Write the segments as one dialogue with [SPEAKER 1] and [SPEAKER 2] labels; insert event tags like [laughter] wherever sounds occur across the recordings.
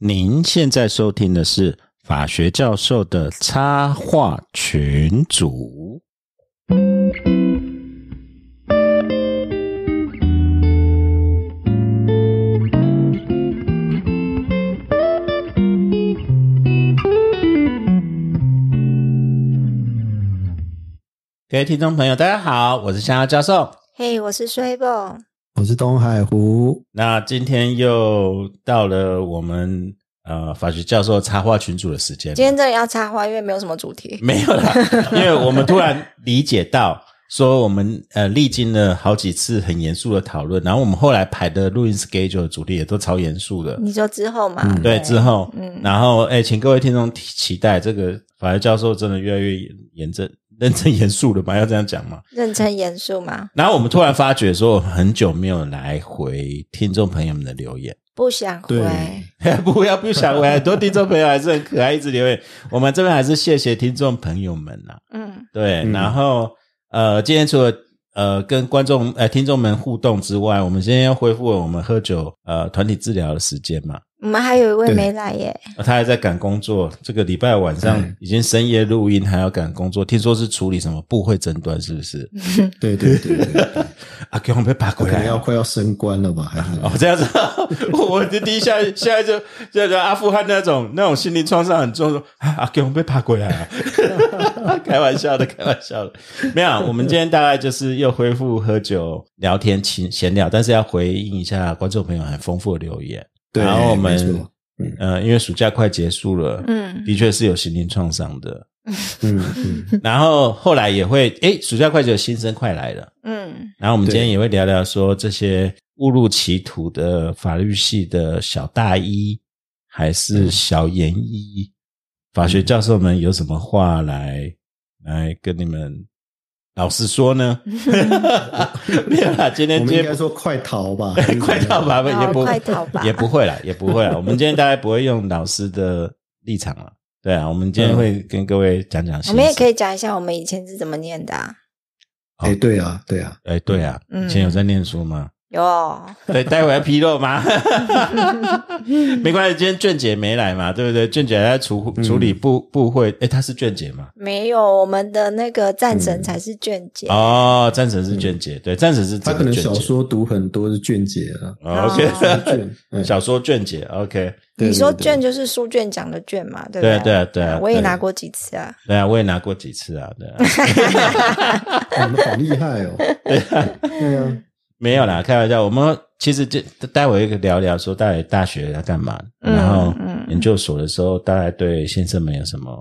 [SPEAKER 1] 您现在收听的是法学教授的插画群组。各位听众朋友，大家好，我是香蕉教授。
[SPEAKER 2] 嘿我是衰 e
[SPEAKER 3] 我哦是东海湖，
[SPEAKER 1] 那今天又到了我们呃法学教授插画群组的时间了，
[SPEAKER 2] 今天这里要插花，因为没有什么主题。
[SPEAKER 1] 没有啦，因为我们突然理解到，说我们呃历经了好几次很严肃的讨论，然后我们后来排的录音 schedule 的主题也都超严肃的，
[SPEAKER 2] 你说之后嘛？
[SPEAKER 3] 嗯
[SPEAKER 1] 对，之后，
[SPEAKER 2] 嗯
[SPEAKER 1] 然后哎，请各位听众期待这个法学教授真的越来越严正、认真、严肃了吧？要这样讲吗？
[SPEAKER 2] 认真严肃嘛？
[SPEAKER 1] 然后我们突然发觉说，我们很久没有来回听众朋友们的留言。 [laughs]
[SPEAKER 2] 不想回，
[SPEAKER 3] 对
[SPEAKER 1] 不要不想回来，很多听众朋友还是很可爱，一直留言。我们这边还是谢谢听众朋友们啊呐、
[SPEAKER 2] 嗯，
[SPEAKER 1] 对，
[SPEAKER 3] 嗯
[SPEAKER 1] 然后呃，今天除了呃跟观众呃听众们互动之外，我们今天要恢复我们喝酒呃团体治疗的时间嘛。
[SPEAKER 2] 我们还有一位
[SPEAKER 3] 对
[SPEAKER 2] 没来耶，
[SPEAKER 1] 呃他还在赶工作，这个礼拜晚上
[SPEAKER 3] 对
[SPEAKER 1] 已经深夜录音，还要赶工作。听说是处理什么部会争端，是不是？
[SPEAKER 3] 对对 [laughs] 对对，对
[SPEAKER 1] 啊，给我们被拔
[SPEAKER 3] 可
[SPEAKER 1] 回
[SPEAKER 3] 能
[SPEAKER 1] 来
[SPEAKER 3] 要
[SPEAKER 1] 哦。
[SPEAKER 3] 快要升官了吧？还是
[SPEAKER 1] 哦，这样子， [laughs] 我我的第一下下就就就阿富汗那种那种心灵创伤很重，说啊啊，给我们被爬过来啊！ [laughs] 开玩笑的，开玩笑的，没有。啊我们今天大概就是又恢复喝酒、聊天、闲闲聊，但是要回应一下观众朋友很丰富的留言。
[SPEAKER 3] 对，
[SPEAKER 1] 然后我
[SPEAKER 3] 没
[SPEAKER 1] 们
[SPEAKER 3] 错
[SPEAKER 1] 呃，因为暑假快结束了，
[SPEAKER 2] 嗯
[SPEAKER 1] 的确是有心灵创伤的。
[SPEAKER 3] [laughs] 嗯嗯，
[SPEAKER 1] 然后后来也会，诶，暑假快结束，新生快来了。
[SPEAKER 2] 嗯，
[SPEAKER 1] 然后我们今天
[SPEAKER 3] 对
[SPEAKER 1] 也会聊聊说这些误入歧途的法律系的小大一还是
[SPEAKER 3] 嗯
[SPEAKER 1] 小研一，法学教授们有什么话来
[SPEAKER 3] 嗯
[SPEAKER 1] 来跟你们老实说呢？
[SPEAKER 3] [laughs]
[SPEAKER 1] [laughs] 没有啦，今天
[SPEAKER 3] 我们
[SPEAKER 1] 今
[SPEAKER 3] 应
[SPEAKER 1] 天，
[SPEAKER 3] 该说快逃 [laughs] 吧
[SPEAKER 1] 快到吧，也不
[SPEAKER 2] 好哦快逃吧
[SPEAKER 1] 也不会啦，也不会啦。我们今天大概不会用老师的立场了。对啊，我们今天
[SPEAKER 3] 嗯
[SPEAKER 1] 会跟各位讲讲心事。
[SPEAKER 2] 我们也可以讲一下我们以前是怎么念的、啊。
[SPEAKER 3] 哎、对啊，对啊，
[SPEAKER 1] 哎，对啊，
[SPEAKER 2] 嗯
[SPEAKER 1] 以前有在念书吗？
[SPEAKER 2] 有哦，
[SPEAKER 1] [laughs] 对，待会要披露吗？ [laughs] 没关系，今天卷姐没来嘛，对不对？卷姐还在处
[SPEAKER 3] 嗯
[SPEAKER 1] 处理部部会，诶，她是卷姐嘛？
[SPEAKER 2] 没有？我们的那个战
[SPEAKER 1] 嗯
[SPEAKER 2] 神才是卷姐。
[SPEAKER 1] 哦，战神是卷姐，对，战神是
[SPEAKER 3] 他
[SPEAKER 1] 整
[SPEAKER 3] 可
[SPEAKER 1] 个
[SPEAKER 3] 能
[SPEAKER 1] 卷
[SPEAKER 3] 小
[SPEAKER 1] 姐。
[SPEAKER 3] 说读很多是卷姐 [laughs] 啊，
[SPEAKER 1] 哦
[SPEAKER 2] [laughs] 哦
[SPEAKER 1] ，OK，
[SPEAKER 3] 卷，
[SPEAKER 1] [laughs]
[SPEAKER 3] 哎
[SPEAKER 1] 小说卷姐，OK，
[SPEAKER 3] 对
[SPEAKER 2] 你说
[SPEAKER 3] 对对
[SPEAKER 2] 卷就是书卷奖的卷嘛，对不
[SPEAKER 1] 对啊对
[SPEAKER 2] 对
[SPEAKER 1] 啊对啊，
[SPEAKER 2] 我也
[SPEAKER 1] 对
[SPEAKER 2] 拿，过几次啊。
[SPEAKER 1] 对啊，我也拿过几次啊，对啊，
[SPEAKER 3] 哦你们好厉害哦， [laughs] 对啊，
[SPEAKER 1] 没有啦，开玩笑，我们其实这待会一个聊聊说，大概大学要干嘛，然后
[SPEAKER 2] 嗯
[SPEAKER 1] 研究所的时候，大概对先生们有什么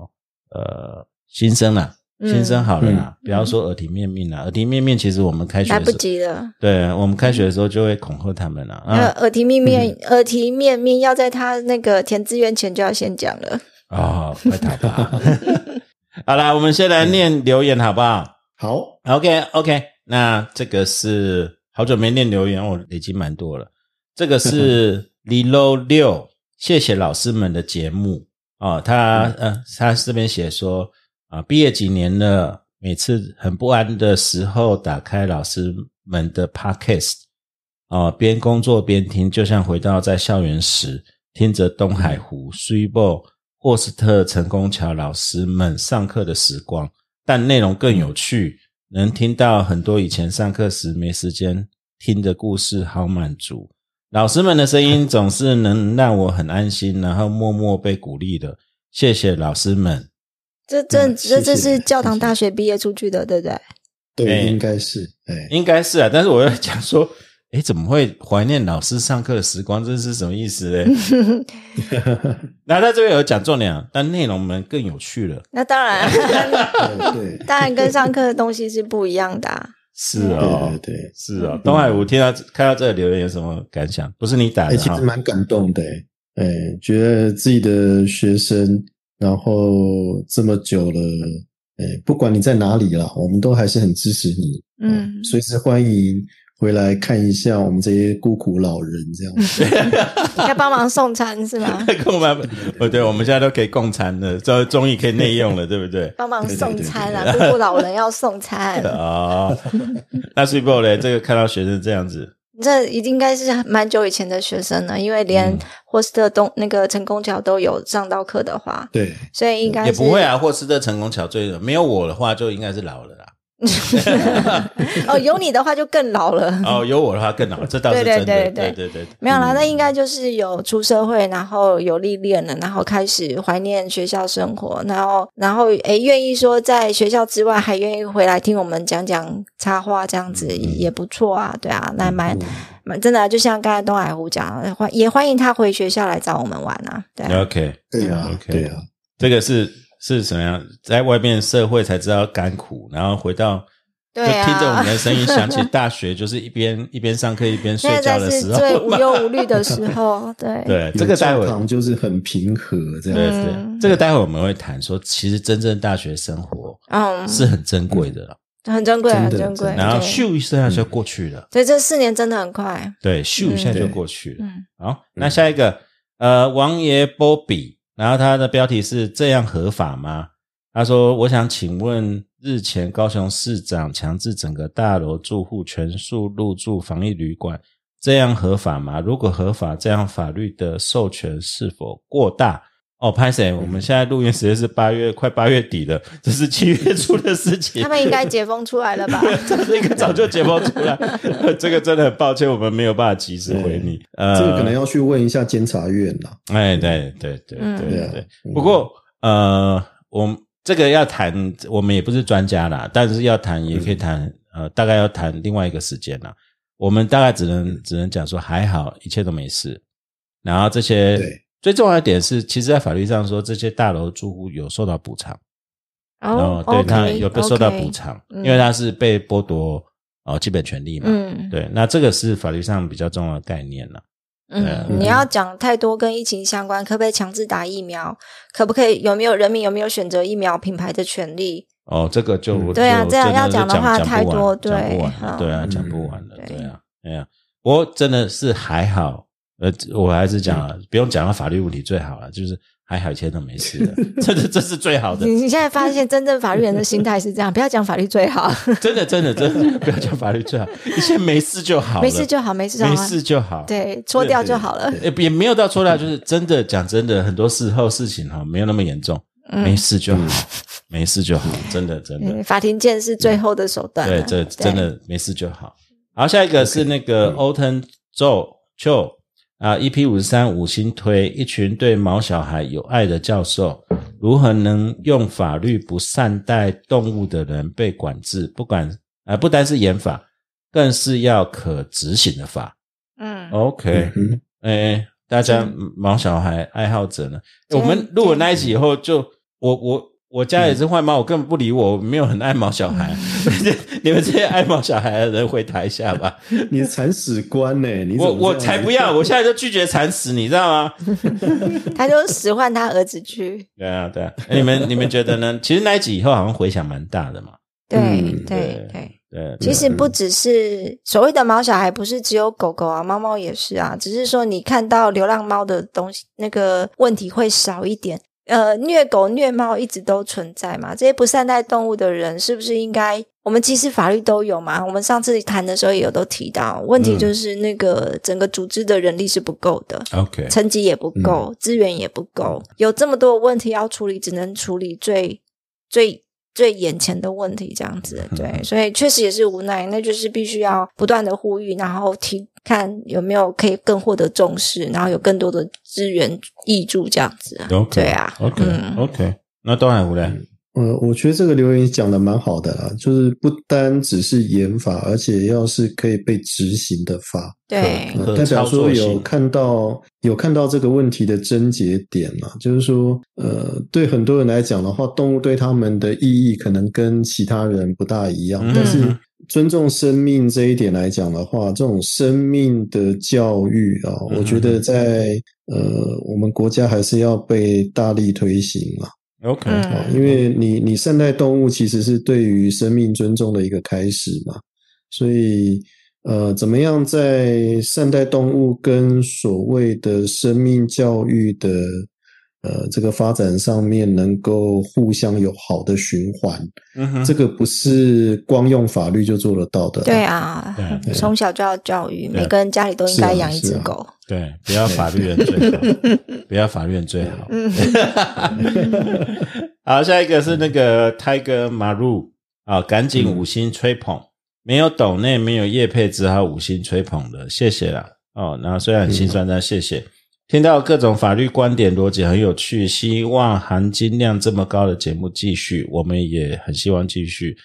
[SPEAKER 1] 呃心声啦，
[SPEAKER 2] 嗯
[SPEAKER 1] 先生好了啦，不要说耳提面命啦，耳提面命其实我们开学
[SPEAKER 2] 来
[SPEAKER 1] 的
[SPEAKER 2] 不
[SPEAKER 1] 时候，
[SPEAKER 2] 及了。
[SPEAKER 1] 对我们开学的时候就会恐吓他们啦
[SPEAKER 2] 那
[SPEAKER 1] 啊
[SPEAKER 2] 耳提面面，耳提面面要在他那个填志愿前就要先讲了。
[SPEAKER 1] 哦，快逃吧！ [laughs] 好啦，我们先来念留言好不好
[SPEAKER 3] 好，
[SPEAKER 1] ？OK OK，那这个是好久没念留言，我累积蛮多了。这个是 Lilo 六，谢谢老师们的节目哦。他呃，他这边写说啊、毕业几年了，每次很不安的时候，打开老师们的 podcast 哦、边工作边听，就像回到在校园时，听着东海湖、s u i b o 霍斯特、陈功桥老师们上课的时光，但内容更有趣。能听到很多以前上课时没时间听的故事，好满足。老师们的声音总是能让我很安心，然后默默被鼓励的。谢谢老师们。
[SPEAKER 2] 这这
[SPEAKER 3] 嗯谢
[SPEAKER 2] 这
[SPEAKER 3] 谢
[SPEAKER 2] 这是教堂
[SPEAKER 3] 谢谢
[SPEAKER 2] 大学毕业出去的，对不对？
[SPEAKER 1] 哎
[SPEAKER 3] 对，应该是， [laughs] 哎、
[SPEAKER 1] 应该是啊， [laughs] 但是我要讲说，诶，怎么会怀念老师上课的时光？这是什么意思
[SPEAKER 3] [laughs]
[SPEAKER 1] 嘞？那他这边有讲重点啊，但内容们更有趣了。
[SPEAKER 2] 那当然，
[SPEAKER 1] [laughs]
[SPEAKER 3] 对对对
[SPEAKER 2] 当然跟上课的东西是不一样的、啊。
[SPEAKER 1] 是哦
[SPEAKER 3] 对，对，
[SPEAKER 1] 是哦。东海，我听到看到这个留言有什么感想？不是你打
[SPEAKER 3] 哎、
[SPEAKER 1] 的
[SPEAKER 3] 其
[SPEAKER 1] 哈
[SPEAKER 3] 实？蛮感动的、哎、觉得自己的学生，然后这么久了，哎、不管你在哪里啦，我们都还是很支持你，
[SPEAKER 2] 嗯，
[SPEAKER 3] 哦随时欢迎回来看一下我们这些孤苦老人这样
[SPEAKER 1] [laughs]
[SPEAKER 3] 子。
[SPEAKER 1] 嗯
[SPEAKER 2] 要帮忙送餐是吗？
[SPEAKER 1] 跟我们， [laughs] 哦，对，我们现在都可以共餐了，终终于可以内用了，对不
[SPEAKER 2] [laughs]
[SPEAKER 1] 对？
[SPEAKER 2] 帮忙送餐啦，
[SPEAKER 1] 对对对
[SPEAKER 2] 姑姑老人要送餐，
[SPEAKER 1] [laughs] 哦啊、那 s u p e 嘞，这个看到学生这样子，
[SPEAKER 2] 这应该是蛮久以前的学生了，因为连
[SPEAKER 1] 嗯
[SPEAKER 2] 霍斯特东那个成功桥都有上到课的话，
[SPEAKER 3] 对，
[SPEAKER 2] 所以应该
[SPEAKER 1] 也
[SPEAKER 2] 是
[SPEAKER 1] 不会啊。霍斯特成功桥最没有我的话，就应该是老了啦。
[SPEAKER 2] 哦，有你的话就更老了。
[SPEAKER 1] 哦，有我的话更 [laughs] 老，这倒是真的。
[SPEAKER 2] 对对
[SPEAKER 1] 对
[SPEAKER 2] 对
[SPEAKER 1] 对对，
[SPEAKER 2] 没有啦，那应该就是有出社会，然后有历练了，然后开始怀念学校生活，然后然后诶愿意说在学校之外还愿意回来听我们讲讲插花这样子
[SPEAKER 1] 嗯
[SPEAKER 2] 也不错啊，对啊，那蛮蛮真的啊、就像刚才东海湖讲的，欢也欢迎他回学校来找我们玩啊，对啊
[SPEAKER 1] OK，
[SPEAKER 3] 对啊
[SPEAKER 1] OK
[SPEAKER 3] 对啊，
[SPEAKER 1] 这个是是什么样？在外面社会才知道甘苦，然后回到。就
[SPEAKER 2] 对啊
[SPEAKER 1] 听着我们的声音，想起大学就是一边一边上课一边睡
[SPEAKER 2] 现
[SPEAKER 1] 觉
[SPEAKER 2] 在
[SPEAKER 1] 的
[SPEAKER 2] 才是
[SPEAKER 1] 时候
[SPEAKER 2] 最无
[SPEAKER 1] 嘛。
[SPEAKER 2] 忧无虑的时候，对
[SPEAKER 1] [laughs] 对，这
[SPEAKER 3] 你
[SPEAKER 1] 个
[SPEAKER 3] 们
[SPEAKER 1] 待会
[SPEAKER 3] 教堂就是很平和这
[SPEAKER 1] 对
[SPEAKER 3] 样子，
[SPEAKER 1] 对，
[SPEAKER 2] 嗯
[SPEAKER 1] 这个待会我们会谈说，其实真正大学生活
[SPEAKER 2] 嗯，
[SPEAKER 1] 是很珍贵的了，
[SPEAKER 2] 很珍贵，
[SPEAKER 3] 真的
[SPEAKER 2] 很珍贵
[SPEAKER 3] 真。的
[SPEAKER 1] 然后
[SPEAKER 2] 对
[SPEAKER 1] 咻一下就过去了，
[SPEAKER 2] 所以这四年真的很快，
[SPEAKER 1] 嗯对，咻一下
[SPEAKER 2] 嗯
[SPEAKER 1] 就过去了。
[SPEAKER 2] 嗯，
[SPEAKER 1] 好，那下一个，呃，王爷波比，然后他的标题是这样合法吗？他说：“我想请问，日前高雄市长强制整个大楼住户全数入住防疫旅馆，这样合法吗？如果合法，这样法律的授权是否过大？”哦，拍
[SPEAKER 3] 嗯
[SPEAKER 1] 谁？我们现在录音时间是八月，快八月底了，这是七月初的事情。
[SPEAKER 2] 他们应该解封出来了吧？
[SPEAKER 1] [laughs] 这是一个早就解放出来， [laughs] 这个真的很抱歉，我们没有办法及时回你。呃，
[SPEAKER 3] 这个可能要去问一下监察院啦。
[SPEAKER 1] 哎，对对对
[SPEAKER 2] 嗯
[SPEAKER 1] 对
[SPEAKER 3] 对
[SPEAKER 1] 对
[SPEAKER 3] 啊
[SPEAKER 1] 对。
[SPEAKER 3] 嗯
[SPEAKER 1] 不过呃，我们这个要谈，我们也不是专家啦，但是要谈也可以谈，呃，大概要谈另外一个时间啦。我们大概只能只能讲说还好，一切都没事。然后这些
[SPEAKER 3] 对
[SPEAKER 1] 最重要的点是，其实，在法律上说，这些大楼住户有受到补偿，然后
[SPEAKER 2] 哦，
[SPEAKER 1] 对
[SPEAKER 2] OK，
[SPEAKER 1] 他有被受到
[SPEAKER 2] OK
[SPEAKER 1] 补。偿，
[SPEAKER 2] 嗯
[SPEAKER 1] 因为他是被剥夺呃基本权利嘛。
[SPEAKER 2] 嗯
[SPEAKER 1] 对，那这个是法律上比较重要的概念了。对啊
[SPEAKER 2] 嗯，你要讲太多跟疫情相关，可不可以强制打疫苗？可不可以有没有人民有没有选择疫苗品牌的权利？
[SPEAKER 1] 哦，这个就、
[SPEAKER 3] 嗯
[SPEAKER 1] 就
[SPEAKER 2] 对啊这样
[SPEAKER 1] 真的
[SPEAKER 2] 要
[SPEAKER 1] 是
[SPEAKER 2] 讲的话
[SPEAKER 1] 讲不
[SPEAKER 2] 太
[SPEAKER 1] 完讲不
[SPEAKER 2] 多对
[SPEAKER 1] 完了
[SPEAKER 2] 好
[SPEAKER 1] 对啊，
[SPEAKER 3] 嗯
[SPEAKER 1] 讲不完了，
[SPEAKER 2] 对
[SPEAKER 1] 对啊，哎呀、不过真的是还好，呃，我还是讲了，不用讲到法律问题最好了，就是还好一切都没事
[SPEAKER 2] [laughs]
[SPEAKER 1] 的，这这这是最好的
[SPEAKER 2] 你，你现在发现真正法律人的心态是
[SPEAKER 1] [laughs]
[SPEAKER 2] 这样，不要讲法律最好，
[SPEAKER 1] 真的真的真的不要讲法律最好，一切没事就好了，
[SPEAKER 2] 没事就好，没事就好，啊
[SPEAKER 1] 没事就好，。
[SPEAKER 2] 对，搓掉就好了。
[SPEAKER 1] 也也没有到错到，就是真的讲真的，很多事后事情哈，没有那么严重，
[SPEAKER 2] 嗯
[SPEAKER 1] 没事就好，没事就好，真的真的。
[SPEAKER 2] 嗯法庭见是最后的手段啊。
[SPEAKER 1] [laughs] 对，这真的没事就好。好，下一个是那个 Oten Joe Cho 啊，EP 五十三五星推一群对毛小孩有爱的教授，如何能用法律不善待动物的人被管制？不管呃，不单是严法，更是要可执行的法。
[SPEAKER 2] 嗯，
[SPEAKER 1] OK，
[SPEAKER 3] 嗯，
[SPEAKER 1] 哎，大家
[SPEAKER 2] 嗯
[SPEAKER 1] 毛小孩爱好者呢？诶我
[SPEAKER 2] 对
[SPEAKER 1] 们录了那一集以后就，我我我家也是坏猫，我根本不理我，我没有很爱毛小 [laughs] 孩。你们这些爱毛小孩的人回答一下吧， [laughs]
[SPEAKER 3] 你铲屎官呢？你怎
[SPEAKER 1] 我
[SPEAKER 3] 么这样
[SPEAKER 1] 我才不要，我现在就拒绝惨死，你知道吗？
[SPEAKER 2] 他就使唤他儿子去。
[SPEAKER 1] 对啊，对啊，诶你们你们觉得呢？其实那一集以后好像回响蛮大的嘛。
[SPEAKER 2] 对
[SPEAKER 3] 嗯
[SPEAKER 2] 对
[SPEAKER 1] 对
[SPEAKER 2] 对，
[SPEAKER 1] 对，
[SPEAKER 2] 其实不只是所谓的毛小孩，不是只有狗狗啊，猫猫也是啊。只是说你看到流浪猫的东西，那个问题会少一点。呃，虐狗虐猫一直都存在嘛，这些不善待动物的人是不是应该？我们其实法律都有嘛，我们上次谈的时候也有都提到，问题
[SPEAKER 1] 嗯
[SPEAKER 2] 就是那个整个组织的人力是不够的。
[SPEAKER 1] OK，
[SPEAKER 2] 成绩也不
[SPEAKER 1] 嗯
[SPEAKER 2] 够，资源也不够，有这么多问题要处理，只能处理最最最眼前的问题，这样
[SPEAKER 1] 嗯
[SPEAKER 2] 子。对，所以确实也是无奈，那就是必须要不断的呼吁，然后提看有没有可以更获得重视，然后有更多的资源挹注这样子啊。
[SPEAKER 1] OK，
[SPEAKER 2] 对啊
[SPEAKER 1] ，OK
[SPEAKER 2] 嗯
[SPEAKER 1] OK，那东海湖嘞？
[SPEAKER 3] 呃，我觉得这个留言讲的蛮好的啦，就是不单只是严法，而且要是可以被执行的法，
[SPEAKER 2] 对
[SPEAKER 1] 可
[SPEAKER 3] 呃代表
[SPEAKER 1] 操作
[SPEAKER 3] 说
[SPEAKER 1] 性
[SPEAKER 3] 有看到有看到这个问题的症结点嘛，就是说，呃，对很多人来讲的话，动物对他们的意义可能跟其他人不大一样，
[SPEAKER 1] 嗯
[SPEAKER 3] 但是
[SPEAKER 1] 嗯
[SPEAKER 3] 尊重生命这一点来讲的话，这种生命的教育啊，
[SPEAKER 1] 嗯
[SPEAKER 3] 我觉得在呃我们国家还是要被大力推行啊嘛。
[SPEAKER 1] OK，
[SPEAKER 2] 嗯
[SPEAKER 3] 哦，因为你你善待动物其实是对于生命尊重的一个开始嘛，所以呃，怎么样在善待动物跟所谓的生命教育的呃这个发展上面能够互相有好的循环，
[SPEAKER 1] 嗯哼
[SPEAKER 3] 这个不是光用法律就做得到的。
[SPEAKER 2] 对，啊
[SPEAKER 1] 对啊，
[SPEAKER 2] 从小就要教育，
[SPEAKER 1] 对啊
[SPEAKER 2] 每个人家里都应该养一只
[SPEAKER 3] 是啊是啊
[SPEAKER 2] 狗。
[SPEAKER 1] 对，不要法律人最 [laughs] 好，不要法律人最好。
[SPEAKER 2] 嗯，
[SPEAKER 1] 好，下一个是那个 Tiger 马路啊，赶紧五星吹捧，没有抖内，没有叶配，只好五星吹捧了，谢谢啦。哦，然后虽然很心酸，但谢谢。听到各种法律观点逻辑很有趣，希望含金量这么高的节目继续，我们也很希望继续。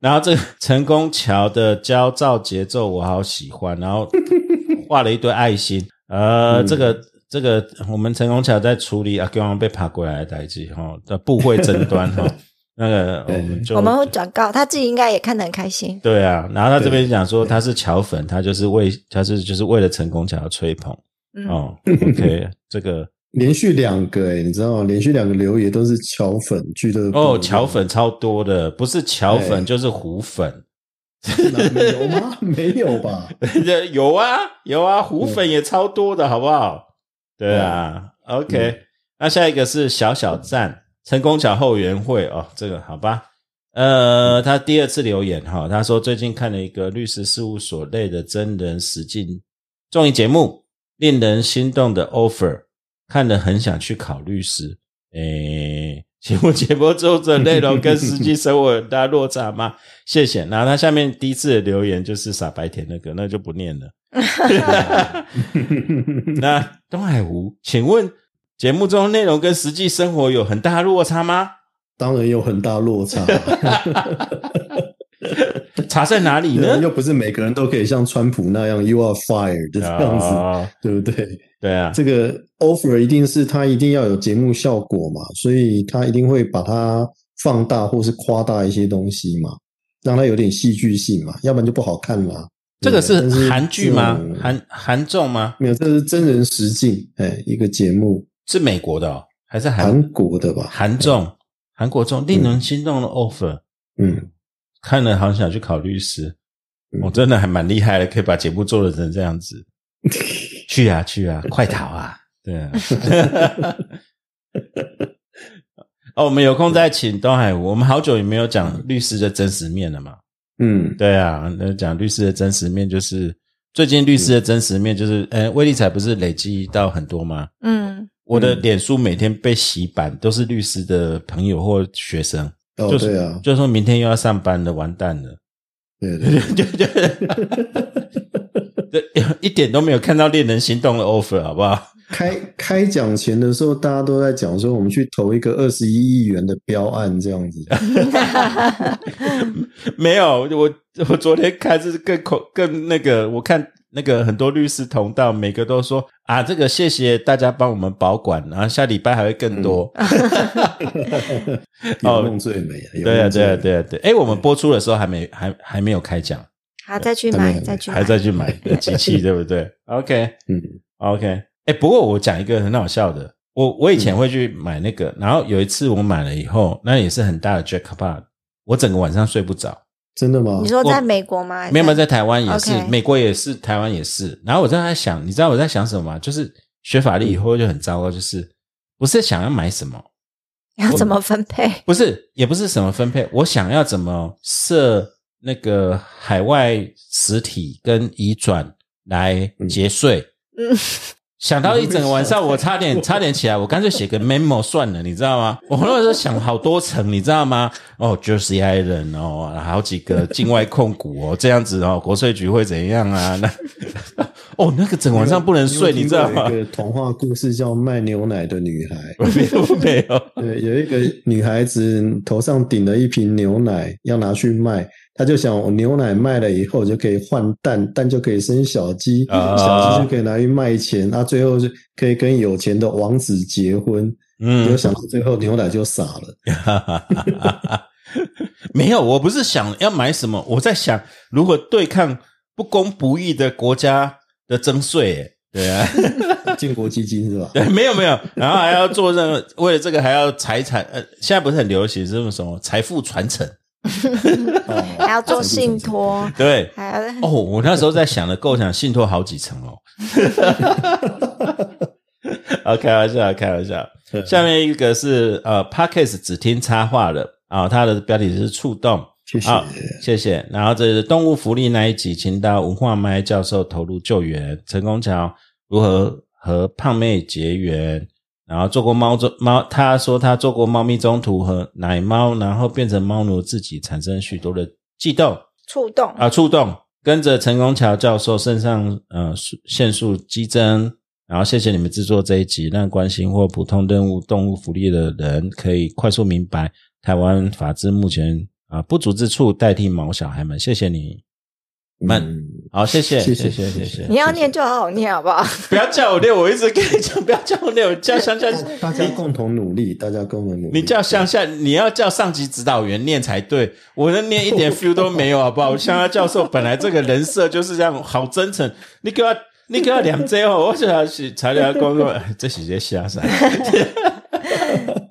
[SPEAKER 1] 然后这个成功桥的焦躁节奏我好喜欢，然
[SPEAKER 3] [laughs]
[SPEAKER 1] 后画了一堆爱心。呃，
[SPEAKER 3] 嗯
[SPEAKER 1] 这个这个我们成功桥在处理啊，刚刚被爬过来的代际哈的部会争端
[SPEAKER 3] [laughs]
[SPEAKER 1] 哈、那个我们就
[SPEAKER 2] 我们会转告他自己，应该也看得很开心。
[SPEAKER 1] 对啊，然后他这边
[SPEAKER 3] 对
[SPEAKER 1] 讲说他是桥粉，他就是为他是就是为了成功桥要吹捧
[SPEAKER 2] 嗯，
[SPEAKER 1] 哦。OK，这个
[SPEAKER 3] 连续两个哎、你知道吗？连续两个留言都是桥粉俱乐部 [laughs]
[SPEAKER 1] 哦，桥粉超多的，不是桥粉
[SPEAKER 3] 哎
[SPEAKER 1] 就是虎粉。
[SPEAKER 3] 那没有吗？ [laughs] 没有吧？
[SPEAKER 1] 这 [laughs] 有啊，有啊，虎粉也超多的，好不好？嗯对啊、o k 那下一个是小小站成功桥后援会哦，这个好吧？呃，他第二次留言哈、他说最近看了一个律师事务所类的真人实境综艺节目，令人心动的 offer，看了很想去考律师。诶，节目解播之后的内容跟实际生活有很大落差吗？ [laughs] 谢谢。然后他下面第一次的留言就是傻白甜那个，那就不念了。 [laughs] 那东海湖，请问节目中内容跟实际生活有很大落差吗？
[SPEAKER 3] 当然有很大落差，啊
[SPEAKER 1] 差在哪里呢
[SPEAKER 3] 人？又不是每个人都可以像川普那样 “you are fired” 这样子，
[SPEAKER 1] 哦
[SPEAKER 3] 对不对？
[SPEAKER 1] 对啊，
[SPEAKER 3] 这个 offer 一定是他一定要有节目效果嘛，所以他一定会把它放大或是夸大一些东西嘛，让它有点戏剧性嘛，要不然就不好看啦。
[SPEAKER 1] 这个
[SPEAKER 3] 对不对但
[SPEAKER 1] 是
[SPEAKER 3] 是嗯
[SPEAKER 1] 韩剧吗
[SPEAKER 3] 这？种
[SPEAKER 1] 韩韩综吗？
[SPEAKER 3] 没有，这是真人实境，哎，一个节目，
[SPEAKER 1] 是美国的哦，还是韩
[SPEAKER 3] 韩国的吧？
[SPEAKER 1] 韩综？韩国综令人心动的 offer，
[SPEAKER 3] 嗯，
[SPEAKER 1] 看了好想去考律师。
[SPEAKER 3] 嗯
[SPEAKER 1] 我、真的还蛮厉害的，可以把节目做的成这样
[SPEAKER 3] [laughs]
[SPEAKER 1] 子。去啊去啊，快逃啊！对
[SPEAKER 3] [laughs]
[SPEAKER 1] 啊。哦，我们有空再请东海湖。我们好久也没有讲律师的真实面了嘛？
[SPEAKER 3] 嗯，
[SPEAKER 1] 对啊，那讲律师的真实面就是最近律师的真实面就是，呃，威力彩不是累积到很多吗？
[SPEAKER 2] 嗯，
[SPEAKER 1] 我的脸书每天被洗版，都是律师的朋友或学生，
[SPEAKER 3] 哦，
[SPEAKER 1] 就是
[SPEAKER 3] 对啊，
[SPEAKER 1] 就说明天又要上班了，完蛋了。
[SPEAKER 3] 对对，
[SPEAKER 1] [laughs] 就就对，一点都没有看到令人心动的 offer，好不好？
[SPEAKER 3] 开开奖前的时候，大家都在讲说我们去投一个二十一亿元的标案这样子，
[SPEAKER 1] [laughs] 没有，我我昨天看是更恐更那个，我看那个很多律师同道，每个都说啊，这个谢谢大家帮我们保管，然后下礼拜还会更多。
[SPEAKER 3] 有梦最美，有
[SPEAKER 1] 哦对啊，
[SPEAKER 3] 梦最
[SPEAKER 1] 对啊，
[SPEAKER 3] 美
[SPEAKER 1] 对啊，对。哎，我们播出的时候还没还还没有开奖，
[SPEAKER 2] 好，再去
[SPEAKER 3] 还没
[SPEAKER 2] 买，
[SPEAKER 3] 有
[SPEAKER 2] 再去买，
[SPEAKER 1] 还在去
[SPEAKER 2] [laughs]
[SPEAKER 1] 买机器，对不对？OK，
[SPEAKER 3] 嗯
[SPEAKER 1] OK，哎、不过我讲一个很好笑的，我我以
[SPEAKER 2] 嗯
[SPEAKER 1] 前会去买那个，然后有一次我买了以后，那也是很大的 jackpot，我整个晚上睡不着。
[SPEAKER 3] 真的吗
[SPEAKER 2] 你？说
[SPEAKER 1] 我
[SPEAKER 2] 在美国吗？
[SPEAKER 1] 没有没有，在台湾也是
[SPEAKER 2] OK
[SPEAKER 1] 美国也是，台湾也是。然后我正在想，你知道我在想什么吗？就是学法律以后就很糟糕，就是不是想要买什么，
[SPEAKER 2] [laughs] 要怎么分配？
[SPEAKER 1] 不是也不是什么分配，我想要怎么设那个海外实体跟移转来节税。
[SPEAKER 2] 嗯，
[SPEAKER 1] 想到一整个晚上，我差 [laughs] 点差点起来，我干脆写个 memo 算了，你知道吗？我那时候想好多层，你知道吗？哦，Jersey Island 哦，好几个境外控股哦，这样子哦， [laughs] 国税局会怎样啊？ [laughs] 那哦，那个整个晚上不能睡，
[SPEAKER 3] 因为
[SPEAKER 1] 你知道吗，
[SPEAKER 3] 有？一个童话故事叫《卖牛奶的女孩》
[SPEAKER 1] 没有 [laughs] 没有，
[SPEAKER 3] 对，有一个女孩子头上顶了一瓶牛奶，要拿去卖，她就想我牛奶卖了以后我就可以换蛋，蛋就可以生小鸡，
[SPEAKER 1] 啊
[SPEAKER 3] 小鸡就可以拿去卖钱，那、最后就可以跟有钱的王子结婚。没有
[SPEAKER 1] 嗯，
[SPEAKER 3] 想到最后牛奶就傻了，
[SPEAKER 1] 没有，我不是想要买什么，我在想如何对抗不公不义的国家的征税。哎对啊。 [laughs]
[SPEAKER 3] [laughs] 建国基金是吧？
[SPEAKER 1] 对，没有没有，然后还要做任何，为了这个还要财产，呃，现在不是很流行是不是什么财富传承？
[SPEAKER 3] 哦
[SPEAKER 2] [laughs] 还要做信，托，
[SPEAKER 1] 对，
[SPEAKER 2] 还
[SPEAKER 1] 哦，
[SPEAKER 2] 要
[SPEAKER 1] [laughs] 我那时候在想的构想信托好几层哦，啊，开玩笑，开玩笑。下面一个是呃 p a c k e s 只听插画的啊，它的标题是触动。
[SPEAKER 3] 谢谢。
[SPEAKER 1] 好谢谢。然后这是动物福利那一集，请到文化麦教授投入救援，陈功桥如何和胖妹结缘，然后做过猫中猫，他说他做过猫咪中途和奶猫，然后变成猫奴，自己产生许多的悸动
[SPEAKER 2] 触动
[SPEAKER 1] 啊触动，跟着陈功桥教授身上呃数限速激增。然后谢谢你们制作这一集，让关心或普通任务动物福利的人可以快速明白台湾法治目前啊、不足之处，代替毛小孩们。谢谢你，慢
[SPEAKER 3] 嗯，
[SPEAKER 1] 好，谢谢，
[SPEAKER 3] 谢
[SPEAKER 1] 谢
[SPEAKER 3] 谢
[SPEAKER 1] 谢，谢
[SPEAKER 3] 谢谢
[SPEAKER 1] 谢。
[SPEAKER 2] 你要念就好好念，好不好？ [laughs]
[SPEAKER 1] 不要叫我六，我一直跟你讲，不要叫我六，叫乡 [laughs] 下，
[SPEAKER 3] 大家共同努力，大家共同努力。
[SPEAKER 1] 你叫乡下，你要叫上级指导员念才对。我那念一
[SPEAKER 3] [laughs]
[SPEAKER 1] 点 feel 都没有，好不好？乡下教授本来这个人设就是这样，好真诚。你给我，你给我两 J 哦， [laughs] 我想是材料工作，哎这是些瞎塞。 [laughs]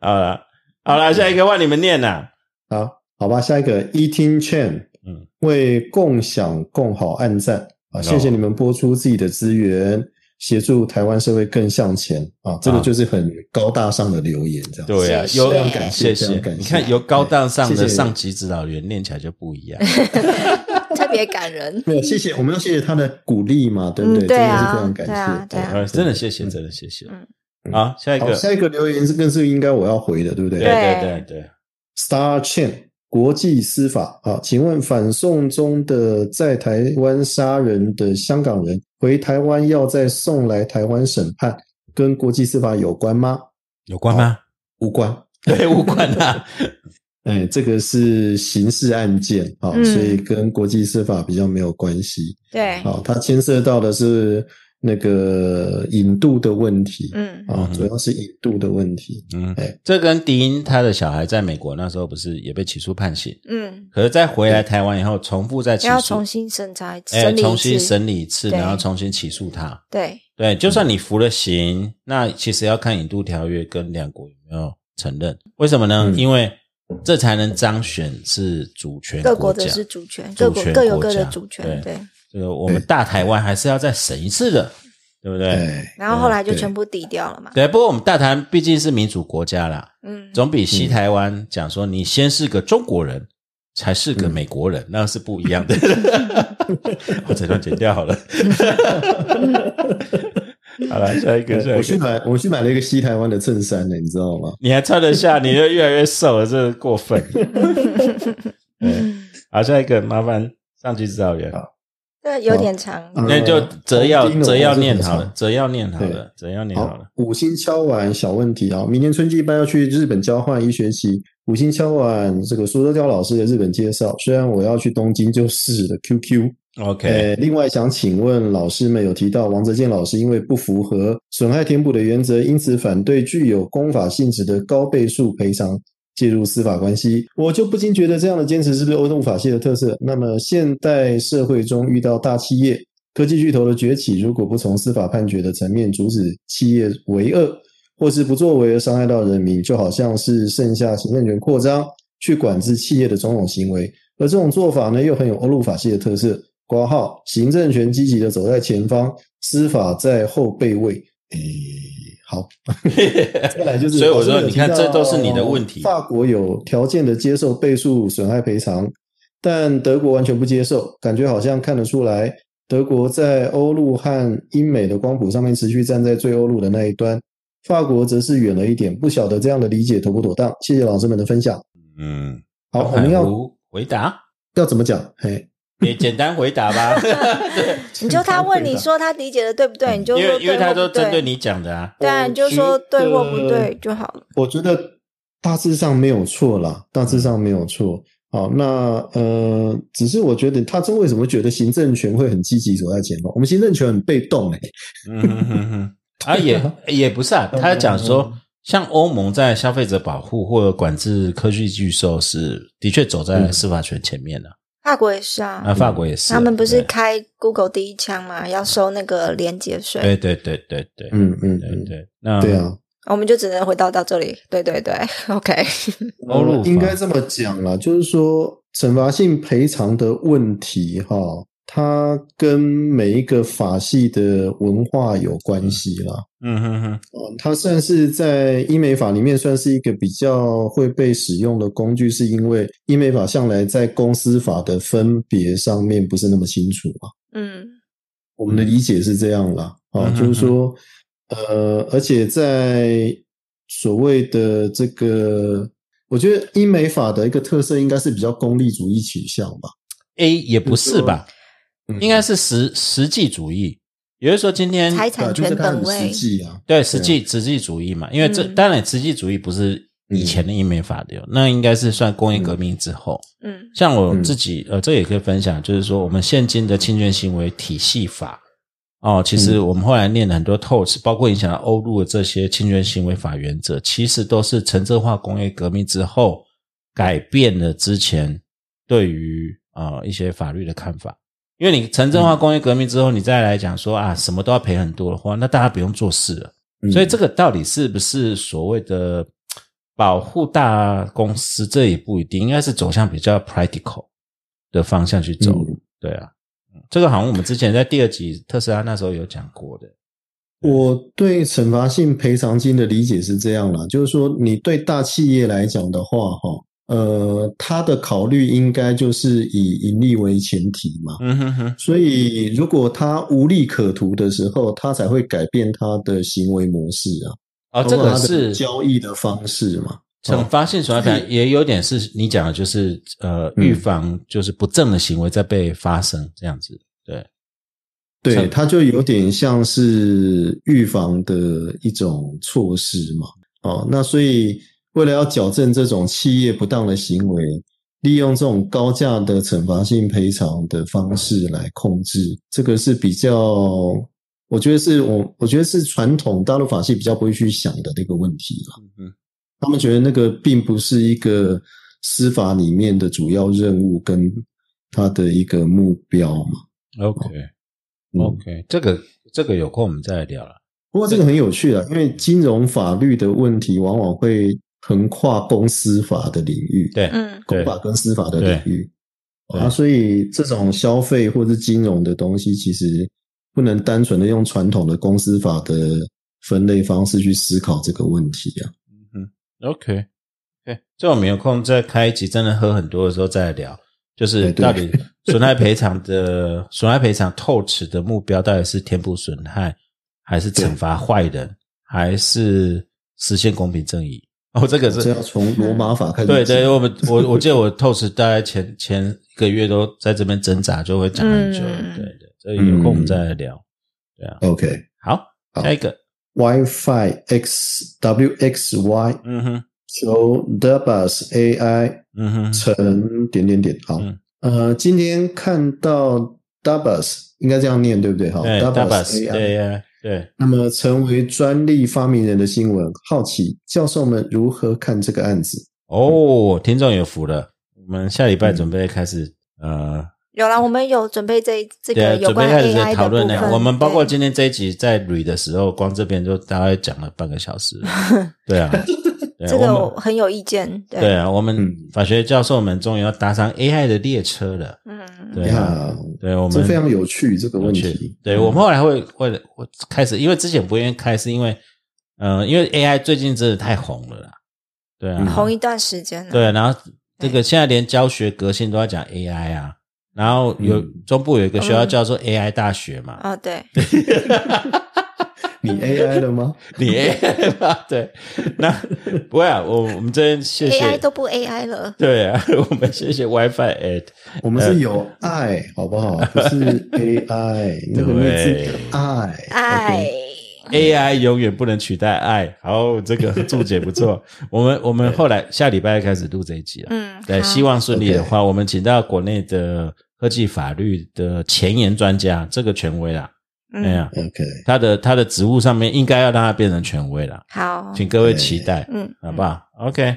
[SPEAKER 1] 好了，好了，下一个换你们念啦。
[SPEAKER 3] 好，好吧，下一个 Eating Chen，
[SPEAKER 1] 嗯
[SPEAKER 3] 嗯，为共享共好暗赞啊，
[SPEAKER 1] 哦
[SPEAKER 3] 谢谢你们播出自己的资源，协助台湾社会更向前啊，这个
[SPEAKER 1] 啊
[SPEAKER 3] 就是很高大上的留言，这样子
[SPEAKER 1] 对呀、啊，
[SPEAKER 2] 谢谢
[SPEAKER 1] 有
[SPEAKER 2] 非常感
[SPEAKER 3] 谢
[SPEAKER 1] 谢
[SPEAKER 3] 非
[SPEAKER 1] 谢
[SPEAKER 3] 常。感谢
[SPEAKER 1] 你看，由高大上
[SPEAKER 3] 对
[SPEAKER 1] 的
[SPEAKER 3] 谢谢
[SPEAKER 1] 上级指导员念起来就不一
[SPEAKER 3] [laughs]
[SPEAKER 1] 样。
[SPEAKER 2] 特别
[SPEAKER 1] [laughs]
[SPEAKER 2] 感人。
[SPEAKER 3] 没有谢谢，我们要谢谢他的鼓励嘛，对不
[SPEAKER 2] 嗯
[SPEAKER 3] 对？
[SPEAKER 2] 对啊
[SPEAKER 3] 真的是非
[SPEAKER 2] 对啊
[SPEAKER 3] 常
[SPEAKER 2] 对
[SPEAKER 3] 感
[SPEAKER 2] 啊
[SPEAKER 3] 谢，
[SPEAKER 1] 呃真的谢谢，真的谢谢。
[SPEAKER 3] 嗯
[SPEAKER 1] 好，下一
[SPEAKER 3] 好，
[SPEAKER 1] 个，
[SPEAKER 3] 下一个留言是更是应该我要回的，对不
[SPEAKER 1] 对
[SPEAKER 3] 对？
[SPEAKER 1] 对对对，
[SPEAKER 3] Star Chain 国际司法啊，请问反送中的在台湾杀人的香港人回台湾要再送来台湾审判，跟国际司法有关吗？
[SPEAKER 1] 有关吗？
[SPEAKER 3] 无关。
[SPEAKER 1] 对，无关啊。
[SPEAKER 3] 哎，这个是刑事案件啊，
[SPEAKER 2] 嗯哎
[SPEAKER 3] 所以跟国际司法比较没有关系。
[SPEAKER 2] 对，
[SPEAKER 3] 啊，它牵涉到的是那个引渡的问题
[SPEAKER 2] 嗯，
[SPEAKER 3] 啊
[SPEAKER 1] 嗯，
[SPEAKER 3] 主要是引渡的问题。
[SPEAKER 1] 嗯
[SPEAKER 3] 哎，
[SPEAKER 1] 这跟迪英他的小孩在美国那时候不是也被起诉判刑，
[SPEAKER 2] 嗯，
[SPEAKER 1] 可是再回来台湾以后，重复再起
[SPEAKER 2] 要
[SPEAKER 1] 诉
[SPEAKER 2] 重，新审查，
[SPEAKER 1] 哎，
[SPEAKER 2] 审理一次
[SPEAKER 1] 重新审理一次，
[SPEAKER 2] 对
[SPEAKER 1] 然后重新起诉他。
[SPEAKER 2] 对，
[SPEAKER 1] 对，就算你服了刑，那其实要看引渡条约跟两国有没有承认。为什么呢？
[SPEAKER 3] 嗯
[SPEAKER 1] 因为这才能彰显是主权
[SPEAKER 2] 各国
[SPEAKER 1] 家
[SPEAKER 2] 的是主权，各
[SPEAKER 1] 主
[SPEAKER 2] 国
[SPEAKER 1] 权
[SPEAKER 2] 各有
[SPEAKER 1] 国
[SPEAKER 2] 各的
[SPEAKER 1] 家
[SPEAKER 2] 主权，
[SPEAKER 1] 对
[SPEAKER 2] 对。
[SPEAKER 1] 这个我们大台湾还是要再审一次的，对不对？
[SPEAKER 3] 哎，
[SPEAKER 2] 然后后来就
[SPEAKER 3] 对
[SPEAKER 2] 全部抵掉了嘛。
[SPEAKER 1] 对，不过我们大台湾毕竟是民主国家啦，
[SPEAKER 2] 嗯，
[SPEAKER 1] 总比西台湾讲说你先是个中国人，才是
[SPEAKER 3] 嗯
[SPEAKER 1] 个美国人，那是不一样的。 [laughs] 我这段剪掉好
[SPEAKER 3] [laughs]
[SPEAKER 1] 了。好了，下一个，下
[SPEAKER 3] 哎我
[SPEAKER 1] 一
[SPEAKER 3] 去
[SPEAKER 1] 个。
[SPEAKER 3] 买我去买了一个西台湾的衬衫呢，你知道吗？
[SPEAKER 1] 你还穿得下，你就越来越瘦了，这是过
[SPEAKER 3] [laughs]
[SPEAKER 1] 分。对，好，下一个麻烦上级指导员，
[SPEAKER 2] 对，有点长。
[SPEAKER 3] 嗯
[SPEAKER 1] 那就折要
[SPEAKER 3] 啊黄金的
[SPEAKER 1] 折要
[SPEAKER 3] 我是
[SPEAKER 1] 念
[SPEAKER 3] 很
[SPEAKER 1] 好了
[SPEAKER 3] 常，
[SPEAKER 1] 折要念好了，折要念好了。
[SPEAKER 3] 五星敲碗小问题啊，明年春季班要去日本交换一学期。五星敲碗这个苏州雕老师的日本介绍，虽然我要去东京就是了。QQ，
[SPEAKER 1] OK，
[SPEAKER 3] 呃，另外想请问老师们有提到王泽健老师因为不符合损害填补的原则，因此反对具有公法性质的高倍数赔偿介入司法关系。我就不禁觉得这样的坚持是不是欧动法系的特色？那么现代社会中遇到大企业、科技巨头的崛起，如果不从司法判决的层面阻止企业为恶，或是不作为而伤害到人民，就好像是剩下行政权扩张去管制企业的种种行为。而这种做法呢，又很有欧陆法系的特色。挂号，行政权积极的走在前方，司法在后备位。诶，好，再来就是，
[SPEAKER 1] 所以我说
[SPEAKER 3] 老师有提到
[SPEAKER 1] 你看这都是你的问题
[SPEAKER 3] 法国有条件的接受倍数损害赔偿，但德国完全不接受，感觉好像看得出来，德国在欧陆和英美的光谱上面持续站在最欧陆的那一端。法国则是远了一点，不晓得这样的理解妥不妥当。谢谢老师们的分享。
[SPEAKER 1] [laughs] 嗯，
[SPEAKER 3] 好，我
[SPEAKER 1] 海
[SPEAKER 3] 们要
[SPEAKER 1] 湖回答，
[SPEAKER 3] 要怎么讲？嘿，
[SPEAKER 1] 你简单回答吧，对
[SPEAKER 2] 你就他问你说他理解的对不 [laughs] 对，你就
[SPEAKER 1] 嗯因
[SPEAKER 2] 说
[SPEAKER 1] 为因为他都
[SPEAKER 2] 或不
[SPEAKER 1] 针对
[SPEAKER 2] 对，
[SPEAKER 1] 你呃讲的啊。
[SPEAKER 2] 对啊，你就说对或不对就好了。
[SPEAKER 3] 我觉得大致上没有错啦，大
[SPEAKER 1] 嗯
[SPEAKER 3] 致上没有错。好，那呃，只是我觉得他真为什么觉得行政权会很积极走在前方？我们行政权很被动欸诶、
[SPEAKER 1] 嗯哼哼哼，啊
[SPEAKER 3] [laughs]
[SPEAKER 1] 也也不是啊，
[SPEAKER 3] 嗯
[SPEAKER 1] 他讲说，像欧盟在消费者保护或者管制科技巨兽是的确走在
[SPEAKER 3] 嗯
[SPEAKER 1] 司法权前面的，
[SPEAKER 2] 法国也是啊，
[SPEAKER 1] 那法国也是啊，
[SPEAKER 2] 他们不是
[SPEAKER 1] 对
[SPEAKER 2] 开 Google 第一枪嘛，要收那个连接税，
[SPEAKER 1] 对对对对对啊
[SPEAKER 3] 嗯嗯
[SPEAKER 1] 对
[SPEAKER 3] 嗯，
[SPEAKER 1] 对，那
[SPEAKER 3] 对啊，
[SPEAKER 2] 我们就只能回到到这里。对对对 [laughs] ，OK，
[SPEAKER 1] 欧嗯
[SPEAKER 3] 呃
[SPEAKER 1] 陆法
[SPEAKER 3] 应该这么讲啦，就是说惩罚性赔偿的问题哈，它跟每一个法系的文化有关系啦。
[SPEAKER 1] 嗯哼哼，
[SPEAKER 3] 哦，它算是在医美法里面算是一个比较会被使用的工具，是因为医美法向来在公司法的分别上面不是那么清楚嘛。
[SPEAKER 2] 嗯
[SPEAKER 3] 我们的理解是这样啦，啊
[SPEAKER 1] 嗯，哼
[SPEAKER 3] 就是说，呃，而且在所谓的这个，我觉得英美法的一个特色应该是比较功利主义取向吧，
[SPEAKER 1] ，A 也不是吧？
[SPEAKER 3] 嗯
[SPEAKER 1] 应该是实实际主义。也就是说，今天
[SPEAKER 2] 财
[SPEAKER 3] 对啊
[SPEAKER 2] 产
[SPEAKER 3] 就是
[SPEAKER 2] 权
[SPEAKER 3] 它
[SPEAKER 2] 本
[SPEAKER 3] 很
[SPEAKER 2] 位
[SPEAKER 3] 实，际啊，
[SPEAKER 1] 对实际实际主义嘛，因为这、
[SPEAKER 2] 嗯
[SPEAKER 1] 当然实际主义不是以前的英美法流，
[SPEAKER 3] 嗯
[SPEAKER 1] 那应该是算工业革命之后。
[SPEAKER 2] 嗯
[SPEAKER 1] 像我自己、呃，这也可以分享，就是说我们现今的侵权行为体系法哦，其实我们后来念了很多透视，包括影响到欧陆的这些侵权行为法原则，其实都是城镇化工业革命之后改变了之前对于呃一些法律的看法。因为你城镇化工业革命之后，你再来讲说啊，什么都要赔很多的话，那大家不用做事了。
[SPEAKER 3] 嗯
[SPEAKER 1] 所以这个到底是不是所谓的嘖保护大公司，这也不一定，应该是走向比较 practical 的方向去走。
[SPEAKER 3] 嗯
[SPEAKER 1] 对啊，嗯这个好像我们之前在第二集特斯拉那时候有讲过的。
[SPEAKER 3] 我对惩罚性赔偿金的理解是这样啦，就是说你对大企业来讲的话，哈，呃，它的考虑应该就是以盈利为前提嘛，
[SPEAKER 1] 嗯哼哼，
[SPEAKER 3] 所以，如果他无利可图的时候，他才会改变他的行为模式啊，
[SPEAKER 1] 哦，
[SPEAKER 3] 包括
[SPEAKER 1] 这个
[SPEAKER 3] 他的
[SPEAKER 1] 是
[SPEAKER 3] 交易的方式嘛。
[SPEAKER 1] 惩罚性损害赔偿，也有点是你讲的，就是呃，
[SPEAKER 3] 嗯
[SPEAKER 1] 预防就是不正的行为在被发生这样子。对，
[SPEAKER 3] 对，
[SPEAKER 1] 像
[SPEAKER 3] 它就有点像是预防的一种措施嘛。哦，那所以为了要矫正这种企业不当的行为，利用这种高价的惩罚性赔偿的方式来控制，这个是比较，我觉得是我我觉得是传统大陆法系比较不会去想的那个问题了。
[SPEAKER 1] 嗯，
[SPEAKER 3] 他们觉得那个并不是一个司法里面的主要任务跟它的一个目标嘛。
[SPEAKER 1] OK
[SPEAKER 3] 嗯
[SPEAKER 1] OK，这个这个有空我们再来聊了。
[SPEAKER 3] 不过这个很有趣啊，因为金融法律的问题往往会横跨公司法的领域，
[SPEAKER 1] 对，
[SPEAKER 2] 嗯
[SPEAKER 1] 对
[SPEAKER 3] 公法跟司法的领域
[SPEAKER 1] 对
[SPEAKER 3] 啊，所以这种消费或是金融的东西，其实不能单纯的用传统的公司法的分类方式去思考这个问题啊。
[SPEAKER 1] OK，对，这我们有空再开一集，真的喝很多的时候再来聊，就是
[SPEAKER 3] 哎对
[SPEAKER 1] 到底损害赔偿的 [laughs] 损害赔偿透支的目标到底是填补损害，还是惩罚坏人，还是实现公平正义？哦，这个
[SPEAKER 3] 这
[SPEAKER 1] 是
[SPEAKER 3] 要从罗马法开始
[SPEAKER 1] 对
[SPEAKER 3] 讲，
[SPEAKER 1] 对，我们我我记得我透支大概前前一个月都在这边挣扎，就会讲很久。
[SPEAKER 2] 嗯
[SPEAKER 1] 对对，所以有空我们再来聊。
[SPEAKER 3] ，OK。
[SPEAKER 1] 好，
[SPEAKER 3] 嗯好
[SPEAKER 1] 下一个，
[SPEAKER 3] WiFi X WXY
[SPEAKER 1] 嗯哼，
[SPEAKER 3] 求 Dubas AI
[SPEAKER 1] 嗯哼，
[SPEAKER 3] 乘点点点好，
[SPEAKER 1] 嗯
[SPEAKER 3] 呃，今天看到 Dubas 应该这样念对不对？好哎
[SPEAKER 1] 对，大把
[SPEAKER 3] Dubas
[SPEAKER 1] 对
[SPEAKER 3] AI
[SPEAKER 1] 对对，
[SPEAKER 3] 那么成为专利发明人的新闻，好奇教授们如何看这个案子？
[SPEAKER 1] 哦，听众有福了，我们下礼拜准备开始、呃，
[SPEAKER 2] 有啦，我们有准备这一这
[SPEAKER 1] 对啊，
[SPEAKER 2] 个有
[SPEAKER 1] 准
[SPEAKER 2] 关
[SPEAKER 1] 备开始
[SPEAKER 2] AI
[SPEAKER 1] 讨论
[SPEAKER 2] 的
[SPEAKER 1] 呢。
[SPEAKER 2] 部分
[SPEAKER 1] 我们包括
[SPEAKER 2] 对
[SPEAKER 1] 今天这一集在捋的时候，光这边就大概讲了半个小时。
[SPEAKER 2] [laughs]
[SPEAKER 1] 对啊，对啊
[SPEAKER 2] 这个
[SPEAKER 1] 我
[SPEAKER 2] 我
[SPEAKER 1] 们
[SPEAKER 2] 很有意见，
[SPEAKER 1] 对
[SPEAKER 2] 对，
[SPEAKER 1] 啊，我们
[SPEAKER 3] 嗯
[SPEAKER 1] 法学教授们终于要搭上 AI 的列车了。
[SPEAKER 2] 嗯，
[SPEAKER 1] 对啊，
[SPEAKER 3] 呀，
[SPEAKER 1] 对我
[SPEAKER 3] 这
[SPEAKER 1] 们
[SPEAKER 3] 非常有趣这个问
[SPEAKER 1] 有
[SPEAKER 3] 题嗯
[SPEAKER 1] 趣。对我们后来会会会开始，因为之前不愿意开，是因为嗯、呃因为 AI 最近真的太红了啦。对啊，
[SPEAKER 3] 嗯
[SPEAKER 2] 红一段时间了，
[SPEAKER 1] 对，然后这个现在连教学革新都要讲 AI 啊，然后有、
[SPEAKER 3] 嗯
[SPEAKER 1] 中部有一个学校叫
[SPEAKER 2] 哦
[SPEAKER 1] 做 AI 大学嘛，
[SPEAKER 2] 啊，对，
[SPEAKER 3] [laughs] 你 AI 了吗？
[SPEAKER 2] [laughs]
[SPEAKER 1] 你 [laughs] AI 吧，对，那不会啊，我我们这边谢谢
[SPEAKER 2] AI 都不 AI 了，
[SPEAKER 1] [laughs] 对啊，我们谢谢 WiFi at
[SPEAKER 3] 我们是有爱，好不
[SPEAKER 1] 呃
[SPEAKER 3] 好？不是
[SPEAKER 1] [laughs]
[SPEAKER 3] AI，那个那字爱
[SPEAKER 2] 爱
[SPEAKER 3] OK，
[SPEAKER 2] 嗯
[SPEAKER 1] AI 永远不能取代爱，好，这个注解不
[SPEAKER 2] [laughs]
[SPEAKER 1] 错，我们我们后来下礼拜开始录这一集了，
[SPEAKER 2] 嗯，
[SPEAKER 1] 对，
[SPEAKER 2] 好
[SPEAKER 1] 希望顺利的话，我们请到国内的科技法律的前沿专家，这个权威啦，哎
[SPEAKER 2] 嗯，
[SPEAKER 1] 呀、
[SPEAKER 3] OK，
[SPEAKER 1] 他的他的职务上面应该要让他变成权威了，
[SPEAKER 2] 好，
[SPEAKER 1] 请各位期待，
[SPEAKER 2] 嗯，
[SPEAKER 1] 好不好？OK，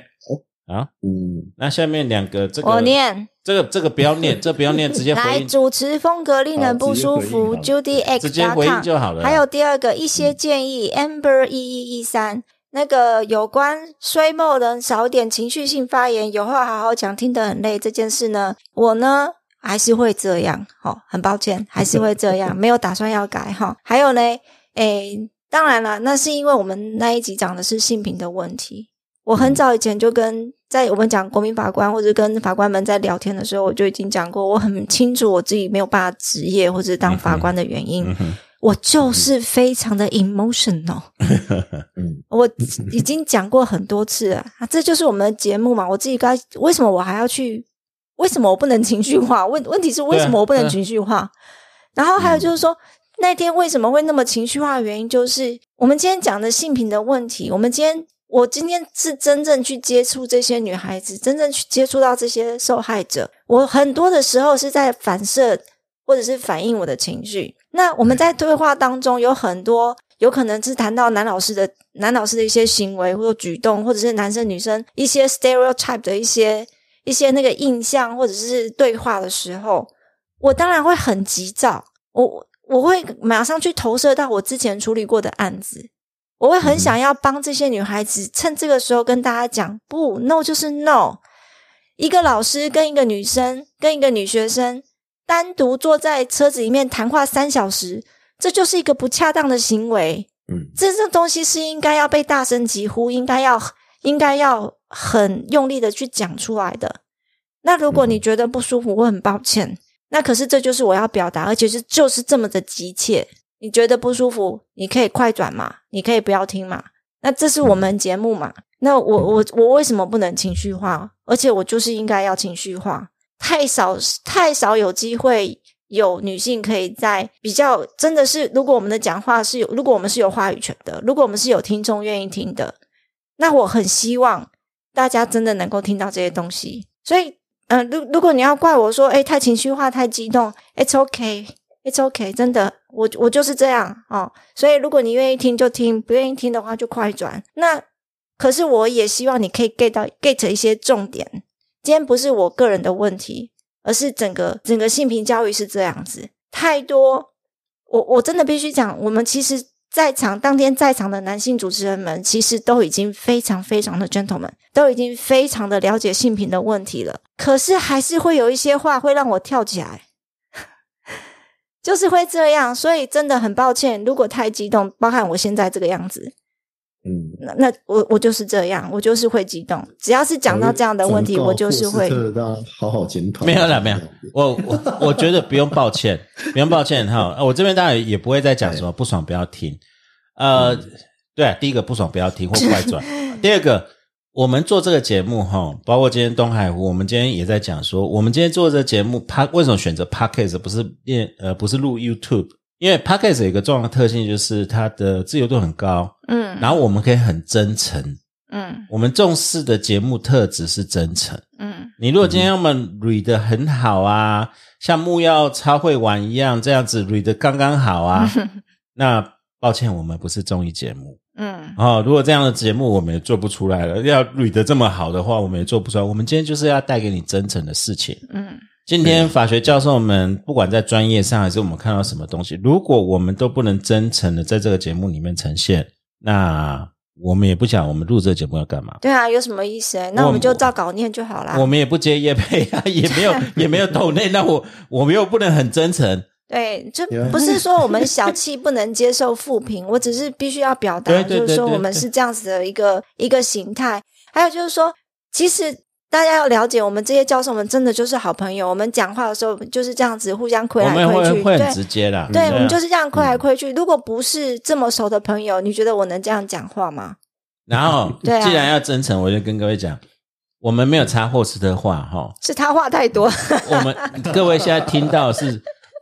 [SPEAKER 3] 嗯，
[SPEAKER 1] 那下面两个这
[SPEAKER 2] 我
[SPEAKER 1] 个
[SPEAKER 2] 念
[SPEAKER 1] 这个这个不要念，这不要念，直接回
[SPEAKER 2] 来，
[SPEAKER 1] 应，
[SPEAKER 2] 主持风格令人不舒服
[SPEAKER 3] 好
[SPEAKER 2] ，Judy
[SPEAKER 1] 直
[SPEAKER 2] X
[SPEAKER 1] 接回应就好了。
[SPEAKER 2] 还有第二个一些建议，Amber 一一一三。那个有关衰某人少点情绪性发言，有话好好讲，听得很累这件事呢，我呢还是会这样，哦，很抱歉，还是会这样，没有打算要改哈、还有呢，诶，当然啦，那是因为我们那一集讲的是性平的问题。我很早以前就跟在我们讲国民法官或者跟法官们在聊天的时候，我就已经讲过，我很清楚我自己没有办法职业或者当法官的原因。
[SPEAKER 1] 嗯哼，
[SPEAKER 2] 我就是非常的 emotional，
[SPEAKER 3] 嗯，
[SPEAKER 2] 我已经讲过很多次了、啊，这就是我们的节目嘛。我自己该为什么我还要去？为什么我不能情绪化？ [laughs] 问问题是为什么我不能情绪化？然后还有就是说，那天为什么会那么情绪化的原因，就是我们今天讲的性平的问题。我们今天我今天是真正去接触这些女孩子，真正去接触到这些受害者。我很多的时候是在反射或者是反映我的情绪。那我们在对话当中有很多有可能是谈到男老师的男老师的一些行为或者举动，或者是男生女生一些 stereotype 的一些一些那个印象，或者是对话的时候，我当然会很急躁，我我我会马上去投射到我之前处理过的案子，我会很想要帮这些女孩子趁这个时候跟大家讲，不，no 就是 no。一个老师跟一个女生跟一个女学生单独坐在车子里面谈话三小时，这就是一个不恰当的行为。
[SPEAKER 3] 嗯，
[SPEAKER 2] 这这东西是应该要被大声疾呼，应该要应该要很用力的去讲出来的。那如果你觉得不舒服，我很抱歉。那可是这就是我要表达，而且是就是这么的急切。你觉得不舒服，你可以快转嘛，你可以不要听嘛。那这是我们节目嘛？那我我我为什么不能情绪化？而且我就是应该要情绪化，太少太少有机会有女性可以在比较真的是，如果我们的讲话是有，如果我们是有话语权的，如果我们是有听众愿意听的，那我很希望大家真的能够听到这些东西。所以，嗯、如如果你要怪我说，哎，太情绪化、太激动，it's okay。It's OK，真的，我我就是这样哦。所以如果你愿意听就听，不愿意听的话就快转。那可是我也希望你可以 get 到 get 一些重点。今天不是我个人的问题，而是整个整个性平教育是这样子，太多。我我真的必须讲，我们其实在场当天在场的男性主持人们，其实都已经非常非常的 gentleman，都已经非常的了解性平的问题了。可是还是会有一些话会让我跳起来。就是会这样，所以真的很抱歉，如果太激动，包含我现在这个样子，
[SPEAKER 3] 嗯，
[SPEAKER 2] 那那我我就是这样，我就是会激动。只要是讲到这样的问题，
[SPEAKER 3] 忠告
[SPEAKER 2] 我就是会
[SPEAKER 3] 霍斯特让他好好检讨。
[SPEAKER 1] 没有啦，没有，我我我觉得不用抱歉，不用抱歉哈。呃我这边当然也不会再讲什么不爽不要听，呃，对、啊，第一个不爽不要听或快转，第二个。我们做这个节目哈，包括今天东海湖，我们今天也在讲说，我们今天做这个节目 p 为什么选择 Podcast 不是练呃不是录 YouTube？因为 Podcast 有一个重要的特性就是它的自由度很高，
[SPEAKER 2] 嗯
[SPEAKER 1] 然后我们可以很真诚，
[SPEAKER 2] 嗯
[SPEAKER 1] 我们重视的节目特质是真诚。
[SPEAKER 2] 嗯
[SPEAKER 1] 你如果今天要么 read 得很好啊，像木曜超会玩一样这样子 read 得刚刚好啊，那抱歉，我们不是综艺节目
[SPEAKER 2] 嗯
[SPEAKER 1] 哦。如果这样的节目我们也做不出来了，要 read 得这么好的话，我们也做不出来。我们今天就是要带给你真诚的事情。
[SPEAKER 2] 嗯
[SPEAKER 1] 今天法学教授们，不管在专业上还是我们看到什么东西，如果我们都不能真诚的在这个节目里面呈现，那我们也不想我们录这个节目要干嘛。
[SPEAKER 2] 对啊，有什么意思、欸？那
[SPEAKER 1] 我
[SPEAKER 2] 我们就照稿念就好啦。
[SPEAKER 1] 我们也不接业配
[SPEAKER 2] [laughs]
[SPEAKER 1] 啊，也没有也没有抖内，那我我们又不能很真诚，
[SPEAKER 2] 对，就
[SPEAKER 3] Yeah
[SPEAKER 2] 不是说我们小气不能接受负评，我只是必须要表达，
[SPEAKER 1] 对对
[SPEAKER 2] 就是说
[SPEAKER 1] 对对
[SPEAKER 2] 我们是这样子的一个一个形态。还有就是说，其实大家要了解，我们这些教授们真的就是好朋友，我们讲话的时候就是这样子互相推
[SPEAKER 1] 我
[SPEAKER 2] 来
[SPEAKER 1] 们
[SPEAKER 2] 推
[SPEAKER 1] 会
[SPEAKER 2] 去，
[SPEAKER 1] 会
[SPEAKER 2] 对
[SPEAKER 1] 很直接啦。
[SPEAKER 2] 对，
[SPEAKER 1] 啊
[SPEAKER 2] 我们就是这样推来推去。如果不是这么熟的朋友，你觉得我能这样讲话吗？
[SPEAKER 1] 然后，
[SPEAKER 2] [laughs] 对啊
[SPEAKER 1] 既然要真诚，我就跟各位讲，我们没有插霍斯的话
[SPEAKER 2] [laughs]
[SPEAKER 1] 哈，
[SPEAKER 2] 是他话太多，
[SPEAKER 1] 我们各位现在听到是，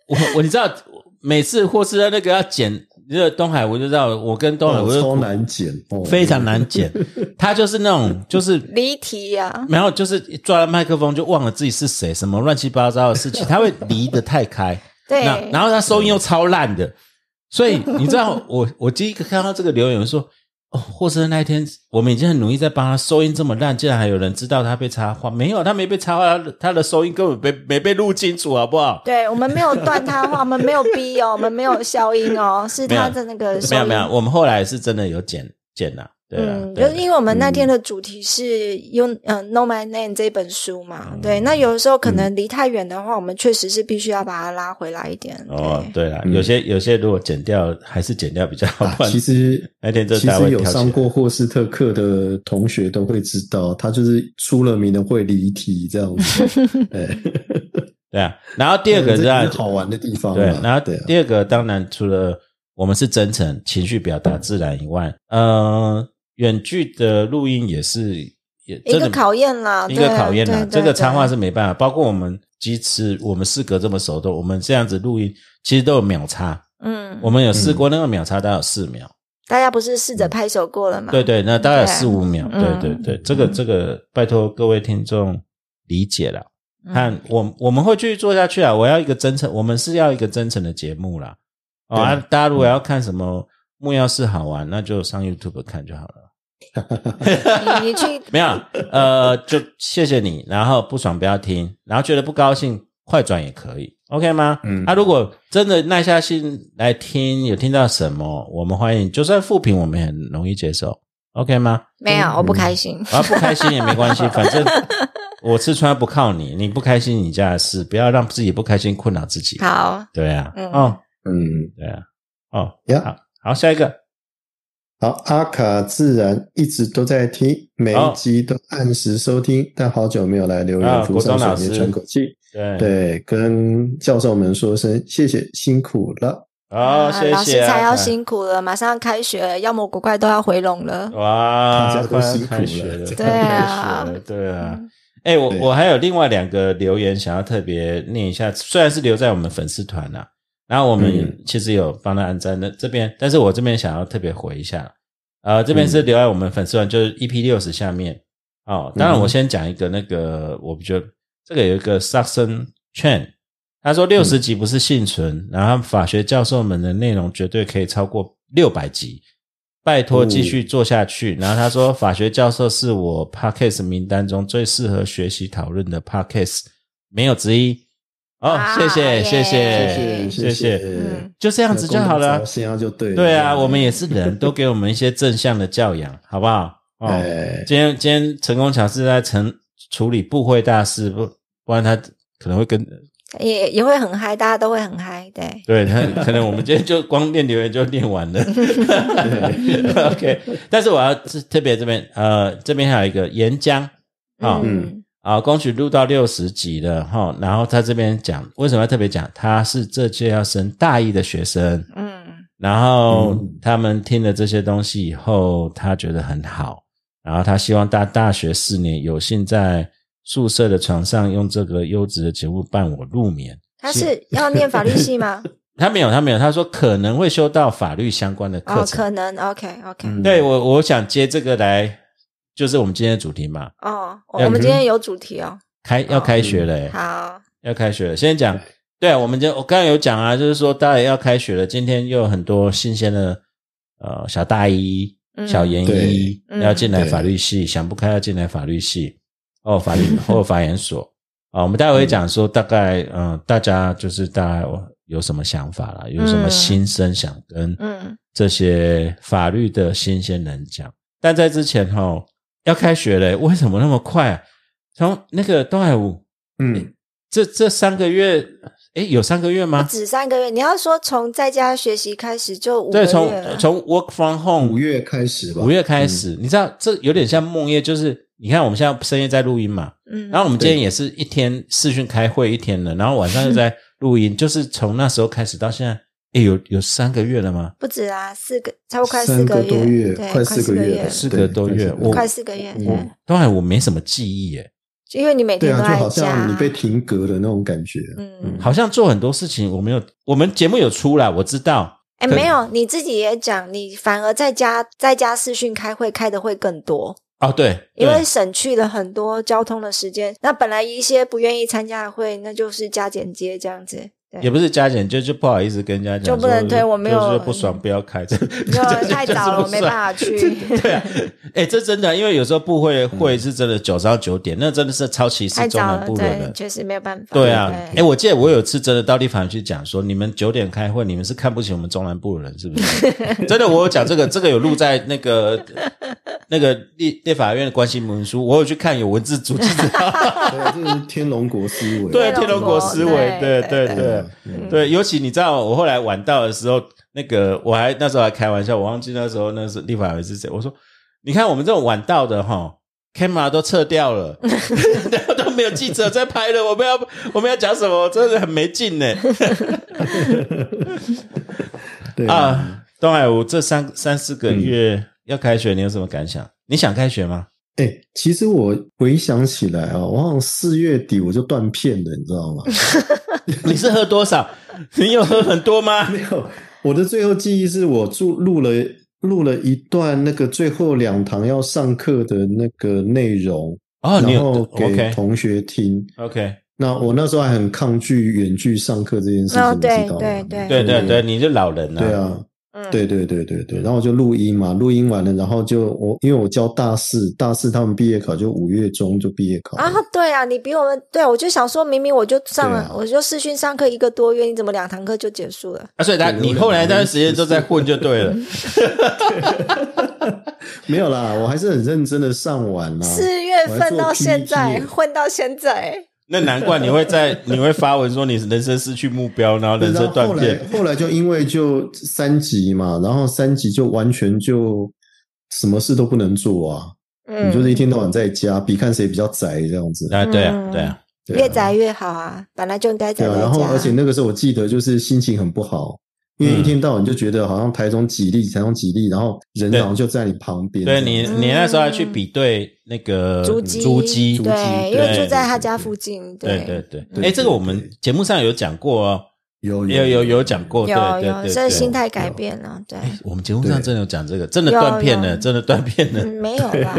[SPEAKER 1] 我我你知道，每次霍斯的那个要剪，就是东海，我就知道，我跟东海我
[SPEAKER 3] 哦，
[SPEAKER 1] 就
[SPEAKER 3] 超难剪，哦
[SPEAKER 1] 非常难剪，他就是那种就是
[SPEAKER 2] 离题啊呀、
[SPEAKER 1] 没有，就是抓了麦克风就忘了自己是谁，什么乱七八糟的事情，他会离得太开。
[SPEAKER 2] 对，
[SPEAKER 1] 那然后他收音又超烂的，所
[SPEAKER 2] [laughs]
[SPEAKER 1] 以你知道我我第一个看到这个留言我说，哦，霍生那一天我们已经很努力在帮他收音这么烂，竟然还有人知道他被插话，没有，他没被插话，他的他的收音根本没没被录清楚，好不好？
[SPEAKER 2] 对我们没有断他话，我们没有逼哦，我们没有消音哦，是
[SPEAKER 1] 没有
[SPEAKER 2] 他的那个
[SPEAKER 1] 没
[SPEAKER 2] 收
[SPEAKER 1] 有
[SPEAKER 2] 音
[SPEAKER 1] 没有，我们后来是真的有剪剪了、对啊
[SPEAKER 2] 嗯，
[SPEAKER 1] 对
[SPEAKER 2] 就
[SPEAKER 1] 啊
[SPEAKER 2] 是因为我们那天
[SPEAKER 3] 嗯
[SPEAKER 2] 的主题是用嗯《No My Name》这本书嘛，对。
[SPEAKER 1] 嗯
[SPEAKER 2] 那有的时候可能离太远的话，我们确实是必须要把它拉回来一点。
[SPEAKER 1] 哦，
[SPEAKER 2] 对，
[SPEAKER 1] 对了，
[SPEAKER 3] 嗯
[SPEAKER 1] 有些有些如果剪掉，还是剪掉比较好
[SPEAKER 3] 啊。
[SPEAKER 1] 不然
[SPEAKER 3] 其实
[SPEAKER 1] 那天这
[SPEAKER 3] 其
[SPEAKER 1] 大卫
[SPEAKER 3] 实有
[SPEAKER 1] 跳起
[SPEAKER 3] 上
[SPEAKER 1] 来
[SPEAKER 3] 过霍斯特课的同学都会知道，他就是出了名的会离题这样
[SPEAKER 1] [laughs]
[SPEAKER 3] 子。哎，
[SPEAKER 1] 对啊。然后第二个
[SPEAKER 3] 嗯这
[SPEAKER 1] 是啊
[SPEAKER 3] 这是好玩的地方嘛。
[SPEAKER 1] 对，然后
[SPEAKER 3] 对啊
[SPEAKER 1] 第二个当然除了我们是真诚、情绪表达自然以外，呃，远距的录音也是也
[SPEAKER 2] 一
[SPEAKER 1] 真
[SPEAKER 2] 个
[SPEAKER 1] 的
[SPEAKER 2] 考验啦，
[SPEAKER 1] 一个
[SPEAKER 2] 对啊
[SPEAKER 1] 考验
[SPEAKER 2] 对
[SPEAKER 1] 啦。
[SPEAKER 2] 对
[SPEAKER 1] 这个
[SPEAKER 2] 对
[SPEAKER 1] 插话是没办法，包括我们即使我们四个这么熟的，我们这样子录音其实都有秒差，
[SPEAKER 2] 嗯，
[SPEAKER 1] 我们有试过那个秒差大概有四秒，
[SPEAKER 2] 大家不是试着拍手过了吗？
[SPEAKER 1] 对对，那大概有
[SPEAKER 2] 对啊
[SPEAKER 1] 四五秒，对
[SPEAKER 2] 嗯
[SPEAKER 1] 对对，这个这个拜托各位听众理解啦。
[SPEAKER 2] 嗯，
[SPEAKER 1] 看我我们会继续做下去啊！我要一个真诚，我们是要一个真诚的节目啦。哦、
[SPEAKER 3] 对嗯
[SPEAKER 1] 啊，大家如果要看什么木曜是好玩，那就上 YouTube 看就好了。
[SPEAKER 2] 你你
[SPEAKER 1] [laughs]
[SPEAKER 2] 去
[SPEAKER 1] 没有，呃， [laughs] 就谢谢你。然后不爽不要听，然后觉得不高兴快转也可以，OK 吗？
[SPEAKER 3] 嗯
[SPEAKER 1] 啊，如果真的耐下心来听，有听到什么，我们欢迎，就算负评我们也很容易接受，OK 吗？
[SPEAKER 2] 没有，我不开心。
[SPEAKER 1] 啊，不开心也没关系，反正我吃穿不靠你，你不开心你家的事，不要让自己不开心困扰自己。
[SPEAKER 2] [laughs] 好，
[SPEAKER 1] 对啊，
[SPEAKER 2] 嗯
[SPEAKER 1] 哦，
[SPEAKER 3] 嗯，
[SPEAKER 1] 对啊，哦，
[SPEAKER 3] 呀
[SPEAKER 1] 好，好，下一个，
[SPEAKER 3] 好，阿卡自然一直都在听，每
[SPEAKER 1] 好
[SPEAKER 3] 一集都按时收听，但好久没有来留
[SPEAKER 1] 啊
[SPEAKER 3] 言，浮上
[SPEAKER 1] 国中老
[SPEAKER 3] 水面
[SPEAKER 1] 师哎
[SPEAKER 3] 喘口气。
[SPEAKER 1] 对，
[SPEAKER 3] 对，跟教授们说声谢谢，辛苦了。
[SPEAKER 1] 好，
[SPEAKER 2] 啊
[SPEAKER 1] 谢
[SPEAKER 2] 老
[SPEAKER 1] 谢
[SPEAKER 2] 师
[SPEAKER 1] 啊，
[SPEAKER 2] 才要
[SPEAKER 1] 看
[SPEAKER 2] 辛苦了，马上要开学了，妖魔鬼怪都要回笼了。
[SPEAKER 1] 哇，
[SPEAKER 3] 大家
[SPEAKER 1] 快
[SPEAKER 3] 都
[SPEAKER 1] 要
[SPEAKER 3] 辛苦
[SPEAKER 1] 开学
[SPEAKER 3] 了
[SPEAKER 1] 了，
[SPEAKER 2] 对
[SPEAKER 1] 快 [laughs] 要开
[SPEAKER 2] 啊
[SPEAKER 1] 学了对哦啊
[SPEAKER 2] 嗯。
[SPEAKER 1] 哎、我
[SPEAKER 3] 对
[SPEAKER 1] 我还有另外两个留言想要特别念一下，虽然是留在我们粉丝团啦、然后我们
[SPEAKER 3] 嗯
[SPEAKER 1] 其实有帮他按赞的这边，但是我这边想要特别回一下，呃，这边
[SPEAKER 3] 嗯
[SPEAKER 1] 是留在我们粉丝团，就是 EP 六十下面哦。当
[SPEAKER 3] 嗯
[SPEAKER 1] 然，我先讲一个那个，我觉得这个有一个 Saxon Chen，他
[SPEAKER 3] 嗯
[SPEAKER 1] 说六十集不是幸存，然后法学教授们的内容绝对可以超过六百集，拜托继续做下去。
[SPEAKER 3] 哦
[SPEAKER 1] 然后他说，法学教授是我 podcast 名单中最适合学习讨论的 podcast，没有之一。哦，
[SPEAKER 2] 哇
[SPEAKER 1] 谢谢
[SPEAKER 2] 耶
[SPEAKER 1] 谢谢
[SPEAKER 2] 谢
[SPEAKER 1] 谢谢，
[SPEAKER 2] 嗯
[SPEAKER 1] 就这
[SPEAKER 3] 这
[SPEAKER 1] 样子就好了。
[SPEAKER 3] 现在就对了。
[SPEAKER 1] 对啊，我们也是人，都给我们一些正向的教
[SPEAKER 3] [laughs]
[SPEAKER 1] 养，好不好？哦，
[SPEAKER 3] 哎，
[SPEAKER 1] 今天今天成功桥是在成处理部会大事，不不然他可能会跟
[SPEAKER 2] 也也会很嗨，大家都会很嗨，对。
[SPEAKER 1] 对他，可能我们今天就光念留言就念完了。OK，但是我要特特别这边呃，这边还有一个岩浆啊
[SPEAKER 2] 嗯，
[SPEAKER 1] 啊，恭喜录到六十集了哈。然后他这边讲为什么要特别讲，他是这届要升大一的学生，
[SPEAKER 2] 嗯
[SPEAKER 1] 然后
[SPEAKER 3] 嗯
[SPEAKER 1] 他们听了这些东西以后，他觉得很好，然后他希望大大学四年有幸在宿舍的床上用这个优质的节目伴我入眠。
[SPEAKER 2] 他是要念法律
[SPEAKER 1] [laughs]
[SPEAKER 2] 系吗？
[SPEAKER 1] 他没有，他没有，他说可能会修到法律相关的课
[SPEAKER 2] 哦，
[SPEAKER 1] 程。
[SPEAKER 2] 可能，OK OK，
[SPEAKER 3] 嗯
[SPEAKER 1] 对我，我想接这个来，就是我们今天的主题嘛，
[SPEAKER 2] 哦，
[SPEAKER 1] 要
[SPEAKER 2] 我们今天有主题哦，
[SPEAKER 1] 开要开学了、欸
[SPEAKER 2] 嗯好，
[SPEAKER 1] 要开学了。先讲，对啊，我们今我刚刚有讲啊，就是说大家也要开学了，今天又有很多新鲜的呃小大一、
[SPEAKER 2] 嗯
[SPEAKER 1] 小研一
[SPEAKER 3] 对、
[SPEAKER 2] 嗯
[SPEAKER 1] 要进来法律系，想不开要进来法律系哦，法律或法研所啊、我们待会会讲说大概嗯、呃大家就是大概有什么想法啦，有什么
[SPEAKER 2] 嗯
[SPEAKER 1] 心声想跟
[SPEAKER 2] 嗯
[SPEAKER 1] 这些法律的新鲜人讲。但在之前哈、要开学了，为什么那么快、啊？从那个东海五
[SPEAKER 3] 嗯，
[SPEAKER 1] 这这三个月，诶，有三个月
[SPEAKER 2] 不
[SPEAKER 3] 啊
[SPEAKER 1] 吗？
[SPEAKER 2] 止三个月，你要说从在家学习开始就五个
[SPEAKER 1] 对，
[SPEAKER 2] 月
[SPEAKER 1] 从
[SPEAKER 2] 了，
[SPEAKER 1] 从 work from
[SPEAKER 3] 啊五
[SPEAKER 1] home
[SPEAKER 3] 月开始吧。嗯
[SPEAKER 1] 五月开始，你知道这有点像梦夜，就是你看我们现在深夜在录音嘛，
[SPEAKER 2] 嗯，
[SPEAKER 1] 然后我们今天也是一天视讯开会一天了，然后晚上又在录音，就是从那时候开始到现在，诶，有有三个月了吗？
[SPEAKER 2] 不止啊，四个超过快四
[SPEAKER 3] 三
[SPEAKER 2] 个
[SPEAKER 3] 个多
[SPEAKER 2] 月，
[SPEAKER 3] 月，
[SPEAKER 2] 对，
[SPEAKER 3] 快
[SPEAKER 2] 四
[SPEAKER 3] 四
[SPEAKER 2] 个
[SPEAKER 3] 月了，
[SPEAKER 1] 四
[SPEAKER 3] 对
[SPEAKER 1] 个多月我
[SPEAKER 2] 快四个月，
[SPEAKER 3] 嗯
[SPEAKER 2] 对，
[SPEAKER 1] 东海我没什么记忆耶，
[SPEAKER 2] 因为你每
[SPEAKER 3] 对
[SPEAKER 2] 天
[SPEAKER 3] 啊，
[SPEAKER 2] 都
[SPEAKER 3] 就
[SPEAKER 2] 在
[SPEAKER 3] 好像你被
[SPEAKER 2] 家，
[SPEAKER 3] 停格的那种
[SPEAKER 2] [laughs]
[SPEAKER 3] 感觉。
[SPEAKER 2] 嗯，
[SPEAKER 1] 好像做很多事情，我没有，我们节目有出啦，我知道，
[SPEAKER 2] 哎，
[SPEAKER 1] 可
[SPEAKER 2] 没有，你自己也讲，你反而在家在家视讯开会开的会更多，
[SPEAKER 1] 哦，对，
[SPEAKER 2] 因为
[SPEAKER 1] 对
[SPEAKER 2] 省去了很多交通的时间。那本来一些不愿意参加的会，那就是加减接这样子。对
[SPEAKER 1] 也不是加减，就就不好意思跟人家讲说，
[SPEAKER 2] 就不能对我没有嗯
[SPEAKER 1] 就是不爽，不要
[SPEAKER 2] [laughs]
[SPEAKER 1] 开，这 [laughs]
[SPEAKER 2] 因为太早了，我没办。
[SPEAKER 1] 这这这
[SPEAKER 2] 法去。
[SPEAKER 1] 这对啊，哎、这真的，因为有时候部会会是真的九到九点，那真的是超歧视
[SPEAKER 2] 太
[SPEAKER 1] 中
[SPEAKER 2] 早
[SPEAKER 1] 南
[SPEAKER 2] 了，
[SPEAKER 1] 部人
[SPEAKER 2] 对
[SPEAKER 1] 了，。
[SPEAKER 2] 确实没有办法。
[SPEAKER 1] 对啊，哎、
[SPEAKER 2] 对
[SPEAKER 1] 我记得我有一次真的到立法院去讲说，你们九点开会，
[SPEAKER 2] [laughs]
[SPEAKER 1] 你们是看不起我们中南部人是不是？真的，我有讲这个，这个有录在那个那个立立法院的关系文书，我有去看有文字组织，
[SPEAKER 3] 对，啊这是天龙国思维。
[SPEAKER 1] 对
[SPEAKER 2] 天
[SPEAKER 1] 天
[SPEAKER 2] 龙
[SPEAKER 1] 龙
[SPEAKER 2] 国
[SPEAKER 1] 国思维，
[SPEAKER 2] 对
[SPEAKER 1] 对
[SPEAKER 2] 对
[SPEAKER 1] 对
[SPEAKER 3] 对
[SPEAKER 1] 对
[SPEAKER 3] 嗯
[SPEAKER 1] 对，尤其你知道，我后来晚到的时候，那个我还那时候还开玩笑，我忘记那时候那是立法委是谁，我说你看我们这种晚到的哈。camera 都撤掉
[SPEAKER 3] [laughs]
[SPEAKER 1] 了， [laughs] 然后都没有记者在拍了。我们要我们要讲什么？真的很没劲呢。
[SPEAKER 3] 对嗯啊，
[SPEAKER 1] 啊，东海，我这三三四个月要开学，你有什么感想？你想开学吗？ [laughs]
[SPEAKER 3] 哎、其实我回想起来啊、我好像四月底我就断片了，你知
[SPEAKER 2] [laughs]
[SPEAKER 3] 道吗？
[SPEAKER 1] 你是喝多少？你有喝很多吗？
[SPEAKER 3] 没有，我的最后记忆是我住录了录了一段那个最后两堂要上课的那个内容，
[SPEAKER 1] 哦，你
[SPEAKER 3] [laughs] 然
[SPEAKER 1] 有
[SPEAKER 3] 后给
[SPEAKER 1] OK
[SPEAKER 3] 同学听。
[SPEAKER 1] OK，
[SPEAKER 3] 那我那时候还很抗拒远距上课这件事情，
[SPEAKER 2] 哦
[SPEAKER 3] 你知道吗？
[SPEAKER 2] 对对
[SPEAKER 1] 对对
[SPEAKER 3] 嗯
[SPEAKER 1] 对，你就老人了。
[SPEAKER 3] 对啊，
[SPEAKER 2] 嗯，
[SPEAKER 3] 对对对对对，然后我就录音嘛，录音完了，然后就我因为我教大四，大四他们毕业考就五月中就毕业考了，
[SPEAKER 2] 啊，对啊，你比我们对啊，我就想说，明明我就上了，
[SPEAKER 3] 对啊
[SPEAKER 2] 我就试训上课一个多月，你怎么两堂课就结束了？
[SPEAKER 1] 啊，所以他
[SPEAKER 3] 对
[SPEAKER 1] 你
[SPEAKER 3] 有
[SPEAKER 1] 后来那
[SPEAKER 3] 两个
[SPEAKER 1] 段时间都在混就对了。
[SPEAKER 3] 没有啦，我还是很认真的上完啦、
[SPEAKER 2] 四月份到现
[SPEAKER 3] 我
[SPEAKER 2] 在
[SPEAKER 3] 还做 PPT
[SPEAKER 2] 混到现在，
[SPEAKER 1] 那难怪你会在你会发文说你人生失去目标，然后
[SPEAKER 3] 对
[SPEAKER 1] 人
[SPEAKER 3] 然
[SPEAKER 1] 生
[SPEAKER 3] 后后
[SPEAKER 1] 断
[SPEAKER 3] 来
[SPEAKER 1] 片。
[SPEAKER 3] 后来就因为就三级嘛，然后三级就完全就什么事都不能做啊，
[SPEAKER 2] 嗯，
[SPEAKER 3] 你就是一天到晚在家，比看谁比较宅这样子。
[SPEAKER 1] 啊，对啊
[SPEAKER 2] 嗯，
[SPEAKER 1] 对啊，
[SPEAKER 3] 对啊
[SPEAKER 2] 越宅越好啊，本来就应该宅
[SPEAKER 3] 对
[SPEAKER 2] 在
[SPEAKER 3] 啊，
[SPEAKER 2] 家。
[SPEAKER 3] 然后而且那个时候我记得就是心情很不好，因为一天到晚就觉得好像台中几例，台中几例，然后人
[SPEAKER 1] 对
[SPEAKER 3] 好像就在你旁边这
[SPEAKER 1] 对
[SPEAKER 3] 样子。
[SPEAKER 1] 你
[SPEAKER 2] 嗯
[SPEAKER 1] 你那时候还去比对那个
[SPEAKER 2] 竹鸡，
[SPEAKER 1] 猪鸡，
[SPEAKER 2] 对，
[SPEAKER 3] 对
[SPEAKER 2] 因为
[SPEAKER 1] 对
[SPEAKER 2] 住在他家附近，
[SPEAKER 1] 对对对。
[SPEAKER 3] 对
[SPEAKER 1] 哎，这个
[SPEAKER 3] 对
[SPEAKER 1] 我们节目上有讲过哦，
[SPEAKER 3] 有
[SPEAKER 1] 有有有讲过，对
[SPEAKER 2] 有
[SPEAKER 1] 对
[SPEAKER 2] 有，
[SPEAKER 1] 对
[SPEAKER 2] 所以
[SPEAKER 1] 对。
[SPEAKER 2] 心态改变了，对，
[SPEAKER 1] 我们节目上真的有讲这个，真的断片
[SPEAKER 2] 有有
[SPEAKER 1] 了，真的断片了
[SPEAKER 2] 嗯。没有啦，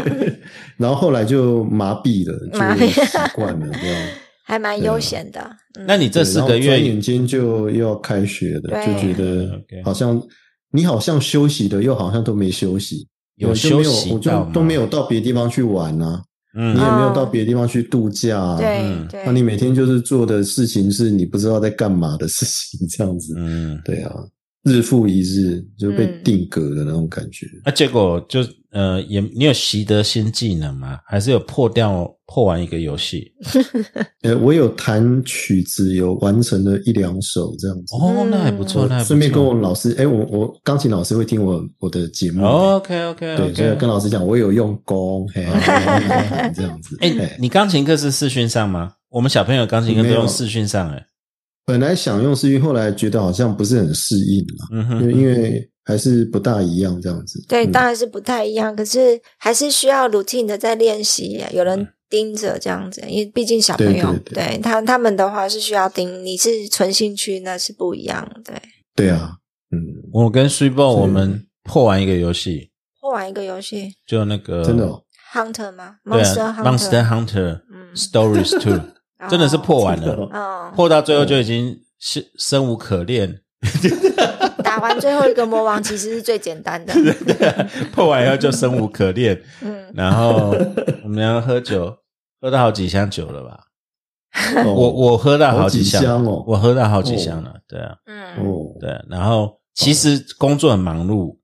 [SPEAKER 3] 然后后来就麻痹了，
[SPEAKER 2] 麻痹
[SPEAKER 3] 就习惯 [laughs] 了这样。
[SPEAKER 2] 还蛮悠闲的。嗯
[SPEAKER 1] 那你这四个
[SPEAKER 3] 对然后转
[SPEAKER 1] 月
[SPEAKER 3] 眼间就又要开学了，就
[SPEAKER 2] 对
[SPEAKER 3] 觉得
[SPEAKER 1] OK
[SPEAKER 3] 好像你好像休息的，又好像都没休息，
[SPEAKER 1] 有
[SPEAKER 3] 我就没
[SPEAKER 1] 休息
[SPEAKER 3] 我
[SPEAKER 1] 到
[SPEAKER 3] 就
[SPEAKER 1] 吗
[SPEAKER 3] 都没有到别的地方去玩啊，
[SPEAKER 1] 嗯
[SPEAKER 3] 你也没有
[SPEAKER 2] 哦
[SPEAKER 3] 到别的地方去度假啊。
[SPEAKER 2] 对
[SPEAKER 1] 嗯
[SPEAKER 2] 对，
[SPEAKER 3] 那你每天就是做的事情是你不知道在干嘛的事情，这样子。
[SPEAKER 1] 嗯，
[SPEAKER 3] 对啊，日复一日就被
[SPEAKER 2] 嗯
[SPEAKER 3] 定格的那种感觉。
[SPEAKER 1] 那啊结果就呃，也你有习得新技能吗？还是有破掉破完一个游戏？
[SPEAKER 3] 呃，我有弹曲子，有完成了一两首这样子。
[SPEAKER 1] 哦，
[SPEAKER 2] 嗯
[SPEAKER 1] 那还不错，那还不错
[SPEAKER 3] 顺便跟我老师，哎、我我钢琴老师会听我我的节目。
[SPEAKER 1] OK OK
[SPEAKER 3] 对，所以
[SPEAKER 1] OK
[SPEAKER 3] 跟。老师讲，我有用功，嘿，
[SPEAKER 1] [laughs]
[SPEAKER 3] 我有用功这样子。
[SPEAKER 1] 哎、
[SPEAKER 3] 嘿
[SPEAKER 1] 你钢琴课是视讯上吗？我们小朋友钢琴课都用视讯上、哎，
[SPEAKER 3] 本来想用试音，后来觉得好像不是很适应啦，
[SPEAKER 1] 嗯
[SPEAKER 3] 因为
[SPEAKER 1] 哼，
[SPEAKER 3] 因为还是不大一样这样子。
[SPEAKER 2] 对，
[SPEAKER 3] 嗯
[SPEAKER 2] 当然是不太一样，可是还是需要 routine 的在练习，有
[SPEAKER 1] 嗯
[SPEAKER 2] 人盯着这样子，因为毕竟小朋友，
[SPEAKER 3] 对对对
[SPEAKER 2] 他他们的话是需要盯，你是纯兴趣那是不一样，对。
[SPEAKER 3] 对啊，嗯，
[SPEAKER 1] 我跟 s u b o
[SPEAKER 3] 是
[SPEAKER 1] 我们破完一个游戏，
[SPEAKER 2] 或玩一个游戏
[SPEAKER 1] 就那个
[SPEAKER 3] 真的、哦，
[SPEAKER 2] ，Hunter 吗
[SPEAKER 1] 对
[SPEAKER 2] ？Monster
[SPEAKER 1] 啊 Monster
[SPEAKER 2] Hunter，
[SPEAKER 1] Hunter
[SPEAKER 2] 嗯
[SPEAKER 1] Stories Two，真
[SPEAKER 2] [laughs]
[SPEAKER 1] 的是破完了，
[SPEAKER 2] 哦，
[SPEAKER 1] 破到最后就已经
[SPEAKER 3] 哦
[SPEAKER 1] 是生无可恋，
[SPEAKER 2] 嗯打完最后一个魔王其实是最简单的，
[SPEAKER 1] 破完以后就生无可恋，
[SPEAKER 2] [laughs]
[SPEAKER 1] [laughs]
[SPEAKER 2] 嗯，
[SPEAKER 1] 然后我们要喝酒，喝到好几箱酒了吧？[laughs]
[SPEAKER 3] 哦
[SPEAKER 1] 我我喝到好几
[SPEAKER 3] 好几箱哦
[SPEAKER 1] 我喝到好几箱了，对啊。
[SPEAKER 2] 嗯，
[SPEAKER 3] 哦，
[SPEAKER 1] 对，然后其实工作很忙碌，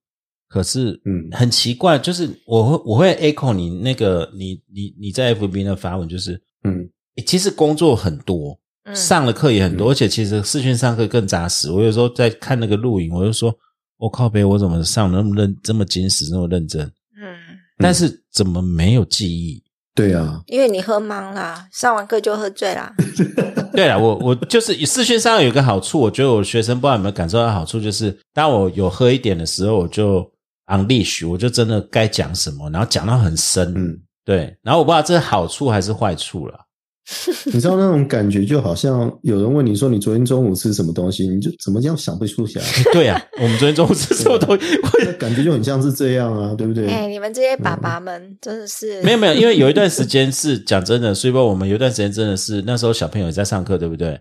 [SPEAKER 1] 可是
[SPEAKER 3] 嗯
[SPEAKER 1] 很奇怪，就是我会我会 echo 你那个你你你在 FB 的发文，就是
[SPEAKER 3] 嗯，
[SPEAKER 1] 诶其实工作很多，
[SPEAKER 2] 嗯
[SPEAKER 1] 上了课也很多，而且其实视讯上课更扎实。我有时候在看那个录影，我就说，我、靠北，我怎么上得那么认这么坚实，那么认真，
[SPEAKER 2] 嗯，
[SPEAKER 1] 但是怎么没有记忆？
[SPEAKER 3] 对啊，
[SPEAKER 2] 因为你喝懵啦，上完课就喝醉啦，
[SPEAKER 1] [laughs] 对了，我我就是视讯上有一个好处，我觉得我学生不知道有没有感受到好处，就是当我有喝一点的时候，我就 unleash，我就真的该讲什么，然后讲到很深，
[SPEAKER 3] 嗯，
[SPEAKER 1] 对，然后我不知道这是好处还是坏处了。
[SPEAKER 3] 你知道那种感觉，就好像有人问你说你昨天中午吃什么东西，你就怎么这样想不出来，
[SPEAKER 1] 对啊，我们昨天中午吃什么东西？ [laughs]
[SPEAKER 3] 那感觉就很像是这样啊，对不对？
[SPEAKER 2] 哎，你们这些爸爸们真的是
[SPEAKER 1] 嗯没有没有，因为有一段时间是讲真的，所以说我们有一段时间真的是那时候小朋友也在上课，对不对？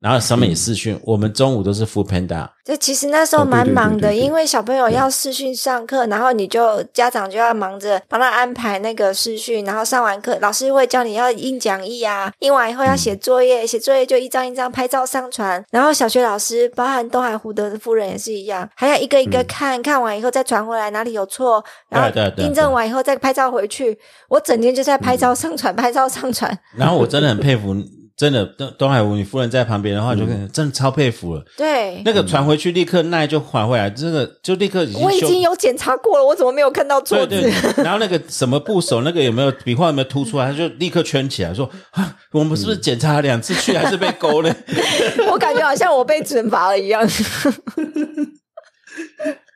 [SPEAKER 1] 然后上面也视讯，我们中午都是 Food Panda，
[SPEAKER 2] 这其实那时候
[SPEAKER 3] 哦对
[SPEAKER 2] 蛮
[SPEAKER 3] 对对
[SPEAKER 2] 忙的，
[SPEAKER 3] 对对
[SPEAKER 2] 因为小朋友要视讯上课，然后你就家长就要忙着帮他安排那个视讯，然后上完课，老师会教你要印讲义啊，印完以后要
[SPEAKER 1] 嗯
[SPEAKER 2] 写作业，写作业就一张一张拍照上传。然后小学老师，包含东海湖的夫人也是一样，还要一个一个看、看完以后再传回来哪里有错，然后
[SPEAKER 1] 嗯对对对对嗯
[SPEAKER 2] 订正完以后再拍照回去。我整天就在拍照上传，拍照上传，
[SPEAKER 1] 然后我真的很佩服，真的东东海吴你夫人在旁边的话，就跟真的超佩服了。
[SPEAKER 2] 对。
[SPEAKER 1] 那个传回去立刻奈就还回来，这个就立刻已经
[SPEAKER 2] 我已
[SPEAKER 1] 修
[SPEAKER 2] 经有检查过了，我怎么没有看到错
[SPEAKER 1] 对
[SPEAKER 2] 字？
[SPEAKER 1] 对，对然后那个什么部首，那个有没有笔画有没有凸出啊来，他就立刻圈起来说啊，我们是不是检查了两次去还是被勾 [laughs] 了？
[SPEAKER 2] [laughs] 我感觉好像我被惩罚了一样。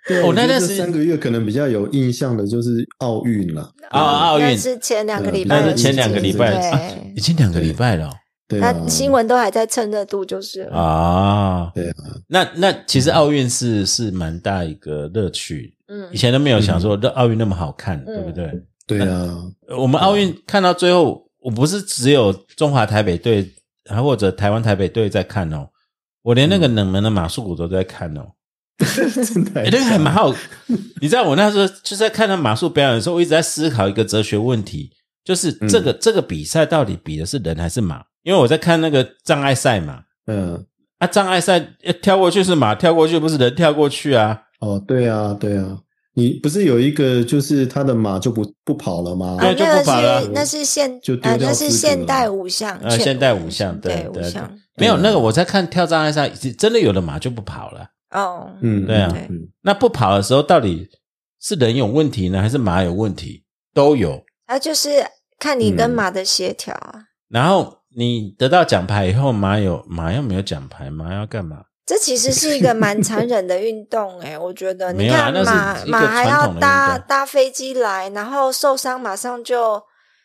[SPEAKER 3] 对，
[SPEAKER 1] 哦
[SPEAKER 3] 我
[SPEAKER 1] 那
[SPEAKER 3] 觉得
[SPEAKER 1] 段
[SPEAKER 3] 这
[SPEAKER 1] 时
[SPEAKER 3] 三个月可能比较那印象的就是奥运了。
[SPEAKER 1] 啊，奥
[SPEAKER 2] 那
[SPEAKER 1] 运
[SPEAKER 2] 是前两个礼拜
[SPEAKER 1] 那
[SPEAKER 2] 的
[SPEAKER 1] 是
[SPEAKER 2] 事情，
[SPEAKER 1] 前两个礼拜
[SPEAKER 2] 对，
[SPEAKER 1] 啊，已经两个礼拜了哦
[SPEAKER 3] 对啊，
[SPEAKER 2] 那新闻都还在蹭热度，就是了
[SPEAKER 1] 啊。
[SPEAKER 3] 对啊，
[SPEAKER 1] 那那其实奥运是是蛮大一个乐趣，
[SPEAKER 2] 嗯
[SPEAKER 1] 以前都没有想说这奥运那么好看，对不对？[laughs]
[SPEAKER 3] 对啊，
[SPEAKER 1] 我们奥运看到最后，我不是只有中华台北队，还或者台湾台北队在看哦，我连那个冷门的马术股都在看哦。
[SPEAKER 3] 真的
[SPEAKER 1] 嗯哎、那个还蛮好。 [laughs] 你知道我那时候就在看到马术表演的时候，我一直在思考一个哲学问题，就是这个、这个比赛到底比的是人还是马？因为我在看那个障碍赛嘛，
[SPEAKER 3] 嗯，
[SPEAKER 1] 啊，障碍赛呃跳过去是马，跳过去不是人跳过去啊？
[SPEAKER 3] 哦，对啊，对啊，你不是有一个就是他的马就不不跑了吗？
[SPEAKER 1] 对
[SPEAKER 2] 啊，
[SPEAKER 1] 就
[SPEAKER 2] 那
[SPEAKER 1] 不
[SPEAKER 2] 个
[SPEAKER 1] 跑了
[SPEAKER 2] 是那是现
[SPEAKER 3] 就丢
[SPEAKER 2] 啊，
[SPEAKER 3] 掉
[SPEAKER 2] 那
[SPEAKER 3] 资
[SPEAKER 2] 是
[SPEAKER 3] 格
[SPEAKER 2] 现
[SPEAKER 3] 了
[SPEAKER 2] 代五项，
[SPEAKER 1] 呃，现代五项，对
[SPEAKER 2] 对五
[SPEAKER 1] 对对啊
[SPEAKER 2] 项，
[SPEAKER 1] 没有那个我在看跳障碍赛，真的有的马就不跑了。
[SPEAKER 2] 哦，
[SPEAKER 3] 嗯，
[SPEAKER 1] 对啊
[SPEAKER 3] 嗯嗯
[SPEAKER 1] 那不跑的时候，到底是人有问题呢，还是马有问题？都有。
[SPEAKER 2] 它啊就是看你跟
[SPEAKER 3] 嗯
[SPEAKER 2] 马的协调啊。
[SPEAKER 1] 然后你得到奖牌以后，马有马又没有奖牌，马要干嘛？
[SPEAKER 2] 这其实是一个蛮残忍的运动哎、 [laughs] 我觉得。
[SPEAKER 1] 没
[SPEAKER 2] 你
[SPEAKER 1] 有啊
[SPEAKER 2] 看
[SPEAKER 1] 那是
[SPEAKER 2] 马
[SPEAKER 1] 一个
[SPEAKER 2] 马还
[SPEAKER 1] 传
[SPEAKER 2] 要
[SPEAKER 1] 统的运
[SPEAKER 2] 搭
[SPEAKER 1] 动
[SPEAKER 2] 搭飞机来，然后受伤马上就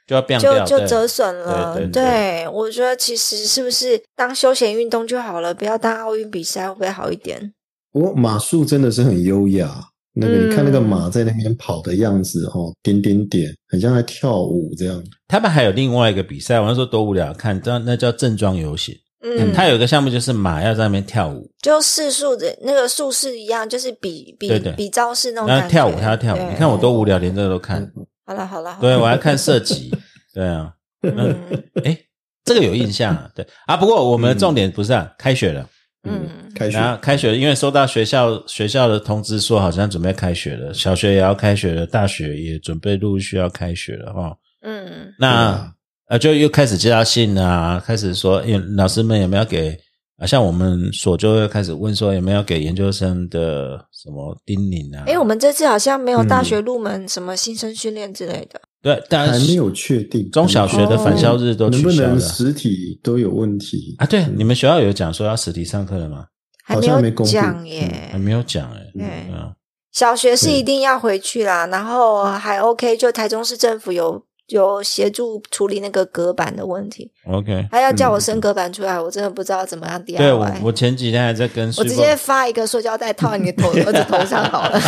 [SPEAKER 1] 就要变
[SPEAKER 2] 就
[SPEAKER 1] 掉，
[SPEAKER 2] 就
[SPEAKER 1] 对
[SPEAKER 2] 折损了。
[SPEAKER 1] 对对
[SPEAKER 2] 我觉得其实是不是当休闲运动就好了，不要当奥运比赛会不会好一点？
[SPEAKER 3] 不过哦马术真的是很优雅，那个你看那个马在那边跑的样子哦，点点点，很像在跳舞这样。
[SPEAKER 1] 他们还有另外一个比赛，我那时候多无聊，看那那叫正装游行。
[SPEAKER 2] 嗯，
[SPEAKER 1] 它有一个项目就是马要在那边跳舞，
[SPEAKER 2] 就世速的那个术式一样，就是比比
[SPEAKER 1] 对对
[SPEAKER 2] 比招式那种
[SPEAKER 1] 然
[SPEAKER 2] 感
[SPEAKER 1] 后
[SPEAKER 2] 觉。
[SPEAKER 1] 跳舞，他要跳舞。
[SPEAKER 2] 对
[SPEAKER 1] 你看我多无聊，连这个都看。
[SPEAKER 2] 好了好了，好了
[SPEAKER 1] 对，我还看射击。对啊，
[SPEAKER 2] 嗯
[SPEAKER 1] [laughs] 诶，这个有印象啊。对啊，不过我们的重点不是啊，开学了。
[SPEAKER 2] 嗯，
[SPEAKER 3] 开学
[SPEAKER 1] 然后开学，因为收到学校学校的通知说好像准备开学了，小学也要开学了，大学也准备陆续要开学了哈、哦。
[SPEAKER 2] 嗯
[SPEAKER 1] 那、
[SPEAKER 3] 对啊
[SPEAKER 1] 呃，就又开始接到信啊，开始说，因为老师们有没有给啊？像我们所就会开始问说有没有给研究生的什么叮咛啊？
[SPEAKER 2] 哎、我们这次好像没有大
[SPEAKER 3] 嗯
[SPEAKER 2] 学入门什么新生训练之类的。
[SPEAKER 1] 对，但
[SPEAKER 3] 还
[SPEAKER 1] 是
[SPEAKER 3] 没有确定哦
[SPEAKER 1] 中小学的返校日都
[SPEAKER 3] 能
[SPEAKER 1] 取
[SPEAKER 3] 不
[SPEAKER 1] 消了、
[SPEAKER 3] 能实体都有问题
[SPEAKER 1] 啊？对，你们学校有讲说要实体上课了吗？
[SPEAKER 2] 还
[SPEAKER 3] 好
[SPEAKER 2] 没
[SPEAKER 3] 像还没
[SPEAKER 2] 有
[SPEAKER 3] 公布
[SPEAKER 2] 讲
[SPEAKER 1] 嗯还
[SPEAKER 2] 耶，
[SPEAKER 1] 没有讲哎、
[SPEAKER 2] 对
[SPEAKER 1] 嗯啊
[SPEAKER 2] 小学是
[SPEAKER 3] 对
[SPEAKER 2] 一定要回去啦，然后还 OK，就台中市政府有有协助处理那个隔板的问题，
[SPEAKER 1] ，OK。
[SPEAKER 2] 还要叫我升隔板出来，我真的不知道怎么样 DIY。
[SPEAKER 1] 嗯对我，我前几天还在跟
[SPEAKER 2] 我
[SPEAKER 1] 师
[SPEAKER 2] 直
[SPEAKER 1] 傅
[SPEAKER 2] 接发一个塑胶袋套你
[SPEAKER 1] [laughs]
[SPEAKER 2] 的头儿子头上好了。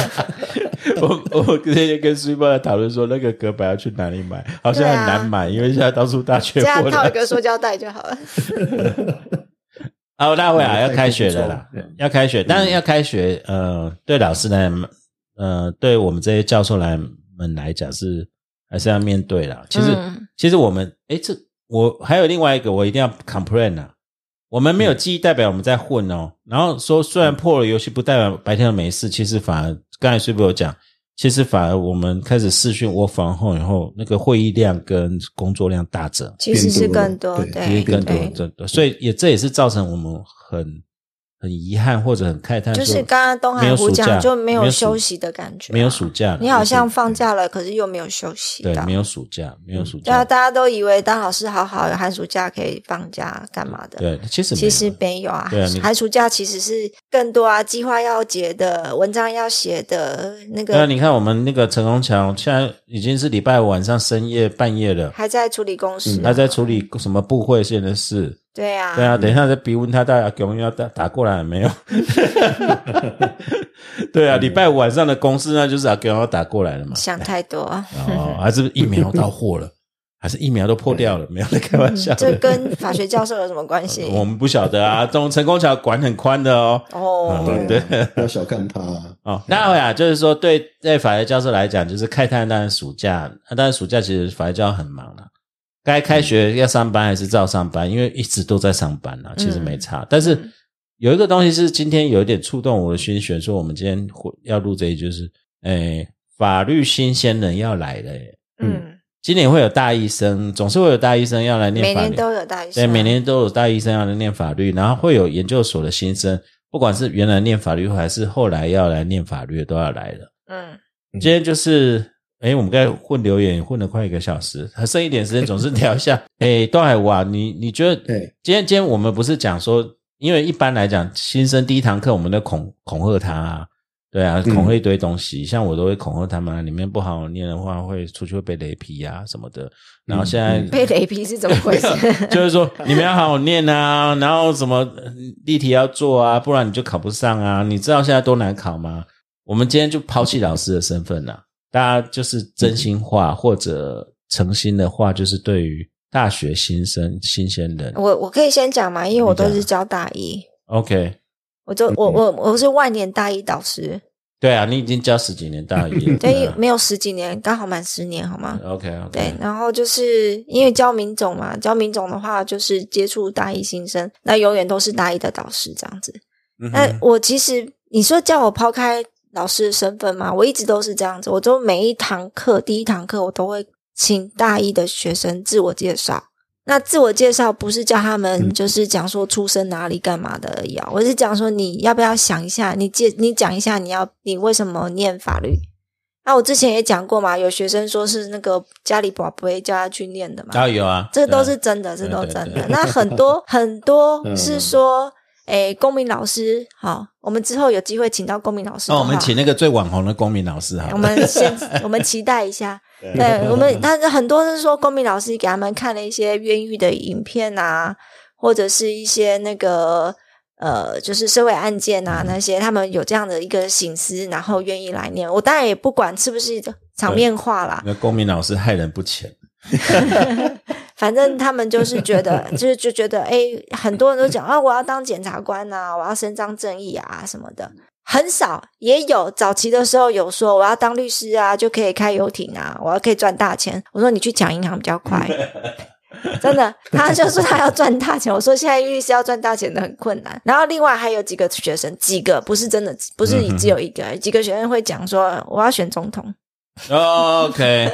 [SPEAKER 1] 我我之前跟 Super 在讨论说，那个隔板要去哪里买，好像很难买，因为现在到处大缺
[SPEAKER 2] 啊这样
[SPEAKER 1] 货
[SPEAKER 2] 套一
[SPEAKER 1] 了。
[SPEAKER 2] 个塑胶袋就好了。
[SPEAKER 1] 啊，我大会啊，
[SPEAKER 3] 嗯
[SPEAKER 1] 要开学了啦
[SPEAKER 3] 太多不错，
[SPEAKER 1] 要开学，当然要开学。呃，对老师来，呃，对我们这些教授来们来讲是还是要面对啦。 [laughs] 其实、
[SPEAKER 2] 嗯
[SPEAKER 1] 其实我们，诶，这我还有另外一个，我一定要 complain 啊。我们
[SPEAKER 2] 嗯
[SPEAKER 1] 没有记忆，代表我们在混哦。然后说，虽然破了游戏，不代表白天都没事。其实反而，刚才是不是有讲？其实反而我们开始试训我防后以后，那个会议量跟工作量大增，
[SPEAKER 2] 其实是更
[SPEAKER 3] 变
[SPEAKER 2] 多
[SPEAKER 3] 多，了对
[SPEAKER 1] 其实
[SPEAKER 2] 对
[SPEAKER 1] 更多
[SPEAKER 2] 对，
[SPEAKER 1] 更多，所以也这也是造成我们很很遗憾或者很慨叹说，
[SPEAKER 2] 就是刚刚东
[SPEAKER 1] 没
[SPEAKER 2] 海
[SPEAKER 1] 有
[SPEAKER 2] 湖
[SPEAKER 1] 暑假
[SPEAKER 2] 讲，就
[SPEAKER 1] 没
[SPEAKER 2] 没有
[SPEAKER 1] 暑
[SPEAKER 2] 休息的感觉，啊
[SPEAKER 1] 没有暑。假了，
[SPEAKER 2] 你好像放假了，可是又没有休息
[SPEAKER 1] 对，
[SPEAKER 2] 到
[SPEAKER 1] 没。有暑假，没有暑
[SPEAKER 2] 对啊，
[SPEAKER 1] 假，
[SPEAKER 2] 大家都以为当老师好好，有寒暑假可以放假干嘛的？
[SPEAKER 1] 对，其实没有
[SPEAKER 2] 其实没有啊
[SPEAKER 1] 对啊你，
[SPEAKER 2] 寒暑假其实是更多啊，计划要结的，文章要写的，那
[SPEAKER 1] 对啊，
[SPEAKER 2] 个
[SPEAKER 1] 你看我们那个陈宏强现在已经是礼拜五晚上深夜半夜了，
[SPEAKER 2] 还在处理公事啊，
[SPEAKER 1] 他嗯在处理什么部会线的事，
[SPEAKER 2] 对啊，
[SPEAKER 1] 对啊，等一下再逼问他，大家给我们要打打过来了没有？ [laughs] 对啊，礼拜五晚上的公司呢，就是阿给我们要打过来了嘛。
[SPEAKER 2] 想太多。
[SPEAKER 1] 哦，还是疫苗到货了，还是疫苗都破掉了，没有在开玩 [laughs] 笑
[SPEAKER 2] 嗯这
[SPEAKER 1] 的。
[SPEAKER 2] 跟法学教授有什么关系？
[SPEAKER 1] 我们不晓得啊，这种成功桥管很宽的哦。
[SPEAKER 2] 哦，
[SPEAKER 1] 嗯对
[SPEAKER 3] 啊， [laughs] 不要小看他啊。
[SPEAKER 1] 哦，那我呀，就是说对对法学教授来讲，就是开探当然暑假，那当然暑假其实法学教授很忙了、该
[SPEAKER 2] 嗯
[SPEAKER 1] 开学要上班还是照上班，因为一直都在上班啊，其实没差。
[SPEAKER 2] 嗯
[SPEAKER 1] 但是有一个东西是今天有一点触动我的心弦，说我们今天会要录这一句是，诶，法律新鲜人要来了耶，
[SPEAKER 2] 嗯，
[SPEAKER 1] 今年会有大医生，总是会有大医生要来念
[SPEAKER 2] 每
[SPEAKER 1] 法律，
[SPEAKER 2] 年都有大医生，
[SPEAKER 1] 对，
[SPEAKER 3] 啊
[SPEAKER 1] 每年都有大医生要来念法律，然后会有研究所的新生，不管是原来念法律还是后来要来念法律的，都要来了。
[SPEAKER 2] 嗯，
[SPEAKER 1] 今天就是，哎，我们该混留言混了快一个小时，还剩一点时间，总是聊一下。
[SPEAKER 3] [laughs]
[SPEAKER 1] 哎，段海娃，你你觉得
[SPEAKER 3] 对，
[SPEAKER 1] 今天今天我们不是讲说，因为一般来讲，新生第一堂课我们都恐恐吓他啊，对啊，
[SPEAKER 3] 嗯
[SPEAKER 1] 恐吓一堆东西，像我都会恐吓他们啊，里面不好念的话会出去会被雷劈啊什么的。然后现在、
[SPEAKER 3] 嗯嗯
[SPEAKER 2] 被雷劈是怎么回
[SPEAKER 1] [laughs]
[SPEAKER 2] 事？
[SPEAKER 1] 就是说你们要好好念啊，然后什么呃例题要做啊，不然你就考不上啊。你知道现在多难考吗？我们今天就抛弃老师的身份了、大家就是真心话或者诚心的话，就是对于大学新生新鲜人
[SPEAKER 2] [laughs] 我我可以先讲嘛，因为我都
[SPEAKER 1] 你
[SPEAKER 2] 是
[SPEAKER 1] 讲嗯
[SPEAKER 2] 教大一，
[SPEAKER 1] ，OK，
[SPEAKER 2] 我都我我我是万年大一导师，
[SPEAKER 1] 对啊，你已经教十几年大一了，
[SPEAKER 2] 对，
[SPEAKER 1] 啊
[SPEAKER 2] 没有十几年，刚好满十年，好吗？
[SPEAKER 1] ，OK，
[SPEAKER 2] 对，然后就是因为教民种嘛，教民种的话就是接触大一新生，那永远都是大一的导师这样子。
[SPEAKER 1] 嗯
[SPEAKER 2] 那我其实你说叫我抛开老师的身份嘛，我一直都是这样子，我就每一堂课第一堂课我都会请大一的学生自我介绍。那自我介绍不是叫他们就是讲说出生哪里干嘛的而已啊，我是讲说你要不要想一下，你介你讲一下你要你为什么念法律。那我之前也讲过嘛，有学生说是那个家里宝贝叫他去念的嘛，
[SPEAKER 1] 啊有啊，
[SPEAKER 2] 这都
[SPEAKER 1] 对
[SPEAKER 2] 是
[SPEAKER 1] 啊
[SPEAKER 2] 真的，这
[SPEAKER 1] 对
[SPEAKER 2] 都
[SPEAKER 1] 对
[SPEAKER 2] 真
[SPEAKER 1] 对
[SPEAKER 2] 的。那很多
[SPEAKER 1] [laughs]
[SPEAKER 2] 很多
[SPEAKER 3] 嗯
[SPEAKER 2] 是说，诶，公民老师，好，我们之后有机会请到公民老师的
[SPEAKER 1] 那哦
[SPEAKER 2] 话。
[SPEAKER 1] 我们请那个最网红的公民老师好了，
[SPEAKER 2] 我们先，我们期待一下。
[SPEAKER 1] [laughs] 对
[SPEAKER 2] 对我们，但是很多是说，公民老师给他们看了一些冤狱的影片啊，或者是一些那个呃，就是社会案件啊那些，他们有这样的一个醒思，然后愿意来念。我当然也不管是不是场面话啦，
[SPEAKER 1] 那公民老师害人不浅，
[SPEAKER 2] 反正他们就是觉得，就是就觉得，哎、很多人都讲啊，我要当检察官呐、我要伸张正义啊什么的。很少，也有早期的时候有说我要当律师啊，就可以开游艇啊，我要可以赚大钱。我说你去抢银行比较快，真的。他就说他要赚大钱，我说现在律师要赚大钱的很困难。然后另外还有几个学生，几个不是真的，不是只有一个，几个学生会讲说我要选总统，
[SPEAKER 1] OK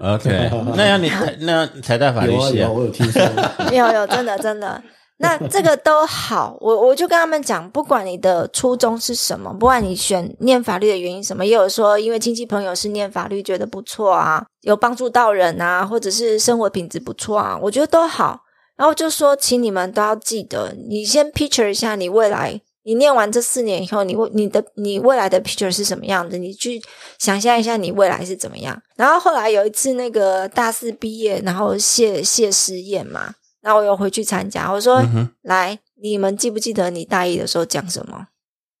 [SPEAKER 1] OK，那
[SPEAKER 3] [laughs]
[SPEAKER 1] 要你台那台大法律
[SPEAKER 3] 有啊
[SPEAKER 1] 系
[SPEAKER 3] 有啊，我有听说。
[SPEAKER 2] [laughs] 有有，真的真的。那这个都好，我我就跟他们讲，不管你的初衷是什么，不管你选念法律的原因是什么，也有说因为亲戚朋友是念法律觉得不错啊，有帮助到人啊，或者是生活品质不错啊，我觉得都好。然后就说，请你们都要记得，你先 picture 一下你未来，你念完这四年以后，你未你的你未来的 picture 是什么样子？你去想象一下你未来是怎么样。然后后来有一次那个大四毕业，然后谢谢师宴嘛，然后我有回去参加，我说、
[SPEAKER 1] 嗯哼
[SPEAKER 2] 来，你们记不记得你大一的时候讲什么？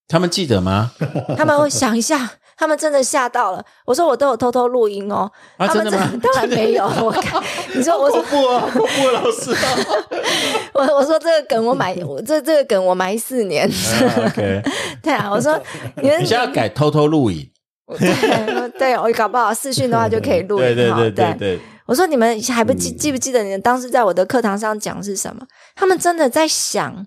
[SPEAKER 1] 他们记得吗？
[SPEAKER 2] 他们会想一下。他们真的吓到了，我说我都有偷偷录音哦，
[SPEAKER 1] 啊，
[SPEAKER 2] 他
[SPEAKER 1] 真
[SPEAKER 2] 们
[SPEAKER 1] 的吗？
[SPEAKER 2] [laughs] 当然没有，我看你说我说
[SPEAKER 1] 怖啊，恐怖老师
[SPEAKER 2] 我我说这个梗我买，我这这个梗我埋四年。
[SPEAKER 1] OK，
[SPEAKER 2] [laughs] 对啊，
[SPEAKER 1] [laughs]
[SPEAKER 2] 我说你们
[SPEAKER 1] 你现在要改偷偷录影，
[SPEAKER 2] 对对，我搞不好视讯的话就可以录
[SPEAKER 1] 对
[SPEAKER 2] 音
[SPEAKER 1] 对
[SPEAKER 2] 哈
[SPEAKER 1] 对对对，
[SPEAKER 2] 我说你们还不记
[SPEAKER 3] 嗯
[SPEAKER 2] 记不记得你们当时在我的课堂上讲是什么？他们真的在想，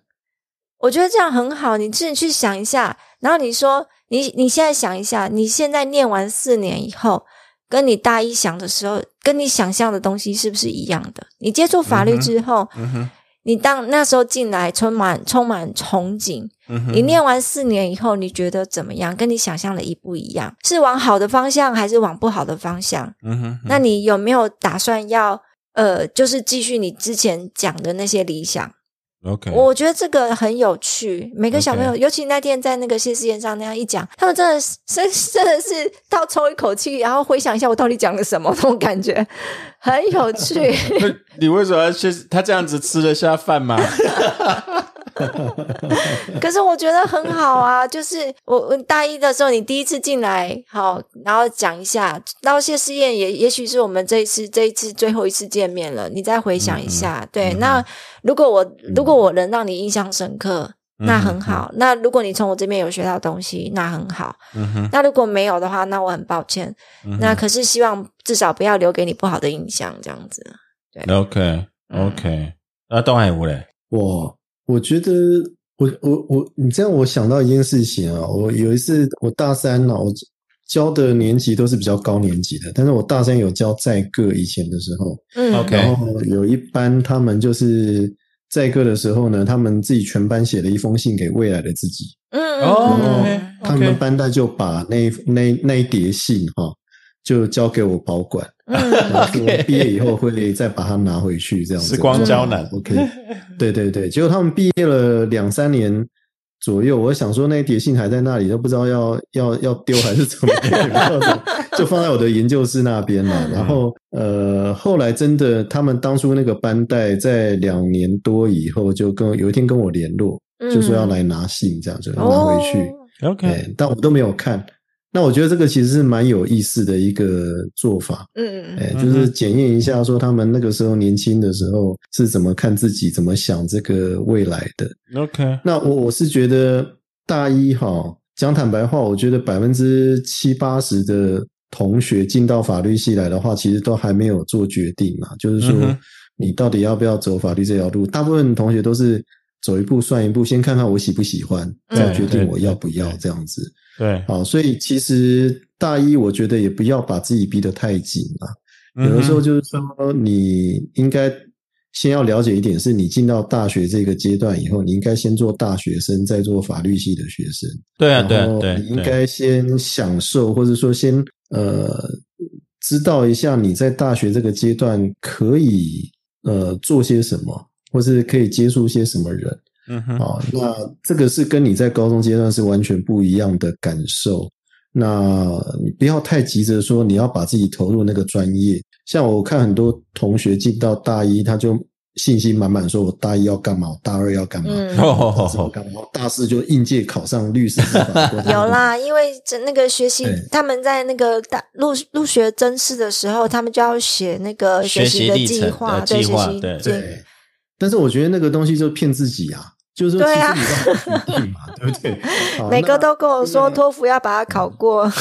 [SPEAKER 2] 我觉得这样很好。你自己去想一下，然后你说你你现在想一下，你现在念完四年以后，跟你大一想的时候，跟你想象的东西是不是一样的？你接触法律之后，
[SPEAKER 1] 嗯哼，
[SPEAKER 2] 你当那时候进来充满充满憧憬，
[SPEAKER 1] 嗯哼，
[SPEAKER 2] 你念完四年以后，你觉得怎么样？跟你想象的一不一样？是往好的方向，还是往不好的方向？
[SPEAKER 1] 嗯哼，
[SPEAKER 2] 那你有没有打算要呃，就是继续你之前讲的那些理想？
[SPEAKER 1] OK，
[SPEAKER 2] 我觉得这个很有趣。每个小朋友尤其那天在那个谢师宴上那样一讲，他们真的是真真的是倒抽一口气，然后回想一下我到底讲了什么，那种感觉很有趣。 [laughs]
[SPEAKER 1] 那你为什么要去？他这样子吃得下饭吗？ [laughs]
[SPEAKER 2] 可是我觉得很好啊， [laughs] 就是我我大一的时候，你第一次进来，好，然后讲一下，到谢师宴也也许是我们这一次这一次最后一次见面了，你再回想一下，对，
[SPEAKER 1] 嗯
[SPEAKER 2] 那如果我如果我能让你印象深刻，
[SPEAKER 1] 嗯
[SPEAKER 2] 那很好。那如果你从我这边有学到东西，那很好。
[SPEAKER 1] 嗯哼，
[SPEAKER 2] 那如果没有的话，那我很抱歉。
[SPEAKER 1] 嗯哼
[SPEAKER 2] 那可是希望至少不要留给你不好的印象，这样子。
[SPEAKER 1] OK
[SPEAKER 2] 嗯
[SPEAKER 1] OK，那东海无嘞，
[SPEAKER 3] 哇，我觉得我我我，你这样我想到一件事情啊，我有一次我大三啊呢、我教的年级都是比较高年级的，但是我大三有教在各以前的时候，
[SPEAKER 2] 嗯
[SPEAKER 1] OK
[SPEAKER 3] 然后有一班他们就是在各的时候呢，他们自己全班写了一封信给未来的自己，
[SPEAKER 2] 嗯
[SPEAKER 1] 哦
[SPEAKER 2] 嗯
[SPEAKER 1] OK
[SPEAKER 3] 他们班代就把那那那一叠信哈、就交给我保管， [laughs]
[SPEAKER 2] 嗯
[SPEAKER 3] 然后说毕业以后会再把它拿回去，这样子。
[SPEAKER 1] 时光胶囊
[SPEAKER 3] 嗯 OK，对对对。结果他们毕业了两三年左右，我想说那一叠信还在那里，都不知道要要要丢还是怎么样， [laughs] 就放在我的研究室那边了。然后呃，后来真的，他们当初那个班代在两年多以后，就跟有一天跟我联络，
[SPEAKER 1] [laughs]
[SPEAKER 2] 嗯
[SPEAKER 3] 就说要来拿信，这样就拿回去。
[SPEAKER 2] 哦
[SPEAKER 1] OK，
[SPEAKER 3] 哎，但我都没有看。那我觉得这个其实是蛮有意思的一个做法。
[SPEAKER 2] 嗯
[SPEAKER 3] 哎，
[SPEAKER 1] 嗯
[SPEAKER 3] 就是检验一下，说他们那个时候年轻的时候是怎么看自己，怎么想这个未来的。
[SPEAKER 1] OK，
[SPEAKER 3] 那我我是觉得大一哈，讲坦白话，我觉得百分之七八十的同学进到法律系来的话，其实都还没有做决定嘛，就
[SPEAKER 1] 嗯
[SPEAKER 3] 是说
[SPEAKER 1] 哼
[SPEAKER 3] 你到底要不要走法律这条路。大部分同学都是走一步算一步，先看看我喜不喜欢，
[SPEAKER 1] 嗯
[SPEAKER 3] 再决定我要不要这样子。
[SPEAKER 1] 对，
[SPEAKER 3] 好，所以其实大一我觉得也不要把自己逼得太紧啊。
[SPEAKER 1] 嗯
[SPEAKER 3] 有的时候就是说，你应该先要了解一点，是你进到大学这个阶段以后，你应该先做大学生，再做法律系的学生。
[SPEAKER 1] 对啊
[SPEAKER 3] 然
[SPEAKER 1] 对啊
[SPEAKER 3] 后
[SPEAKER 1] 对啊，
[SPEAKER 3] 你应
[SPEAKER 1] 对啊
[SPEAKER 3] 该先享受，或者说先呃知道一下你在大学这个阶段可以呃做些什么，或是可以接触些什么人。
[SPEAKER 1] 嗯哼
[SPEAKER 3] 哦，那这个是跟你在高中阶段是完全不一样的感受。那你不要太急着说你要把自己投入那个专业。像我看很多同学进到大一，他就信心满满，说我大一要干嘛，我大二要干嘛，
[SPEAKER 2] 嗯
[SPEAKER 1] 哦
[SPEAKER 2] 嗯，
[SPEAKER 1] 吼吼
[SPEAKER 3] 大三要
[SPEAKER 1] 吼，
[SPEAKER 3] 干嘛，我大四就应届考上律师司法
[SPEAKER 1] [laughs]
[SPEAKER 3] 官
[SPEAKER 2] [laughs] 有，啦，因为这那个学习
[SPEAKER 3] 对，
[SPEAKER 2] 他们在那个大入入学甄试的时候，他们就要写那个
[SPEAKER 1] 学习
[SPEAKER 2] 习的
[SPEAKER 1] 历
[SPEAKER 2] 计
[SPEAKER 1] 程
[SPEAKER 2] 划，
[SPEAKER 1] 的
[SPEAKER 2] 对
[SPEAKER 1] 计
[SPEAKER 2] 学
[SPEAKER 1] 划
[SPEAKER 2] 习
[SPEAKER 1] 对
[SPEAKER 2] 计
[SPEAKER 3] 对。但是我觉得那个东西就骗自己啊，就是说
[SPEAKER 2] 对
[SPEAKER 3] 其实
[SPEAKER 2] 啊
[SPEAKER 3] 你都很肯定
[SPEAKER 2] [laughs]
[SPEAKER 3] 嘛，对不对？好
[SPEAKER 2] 每
[SPEAKER 3] 那
[SPEAKER 2] 个都跟我说托福要把它考过，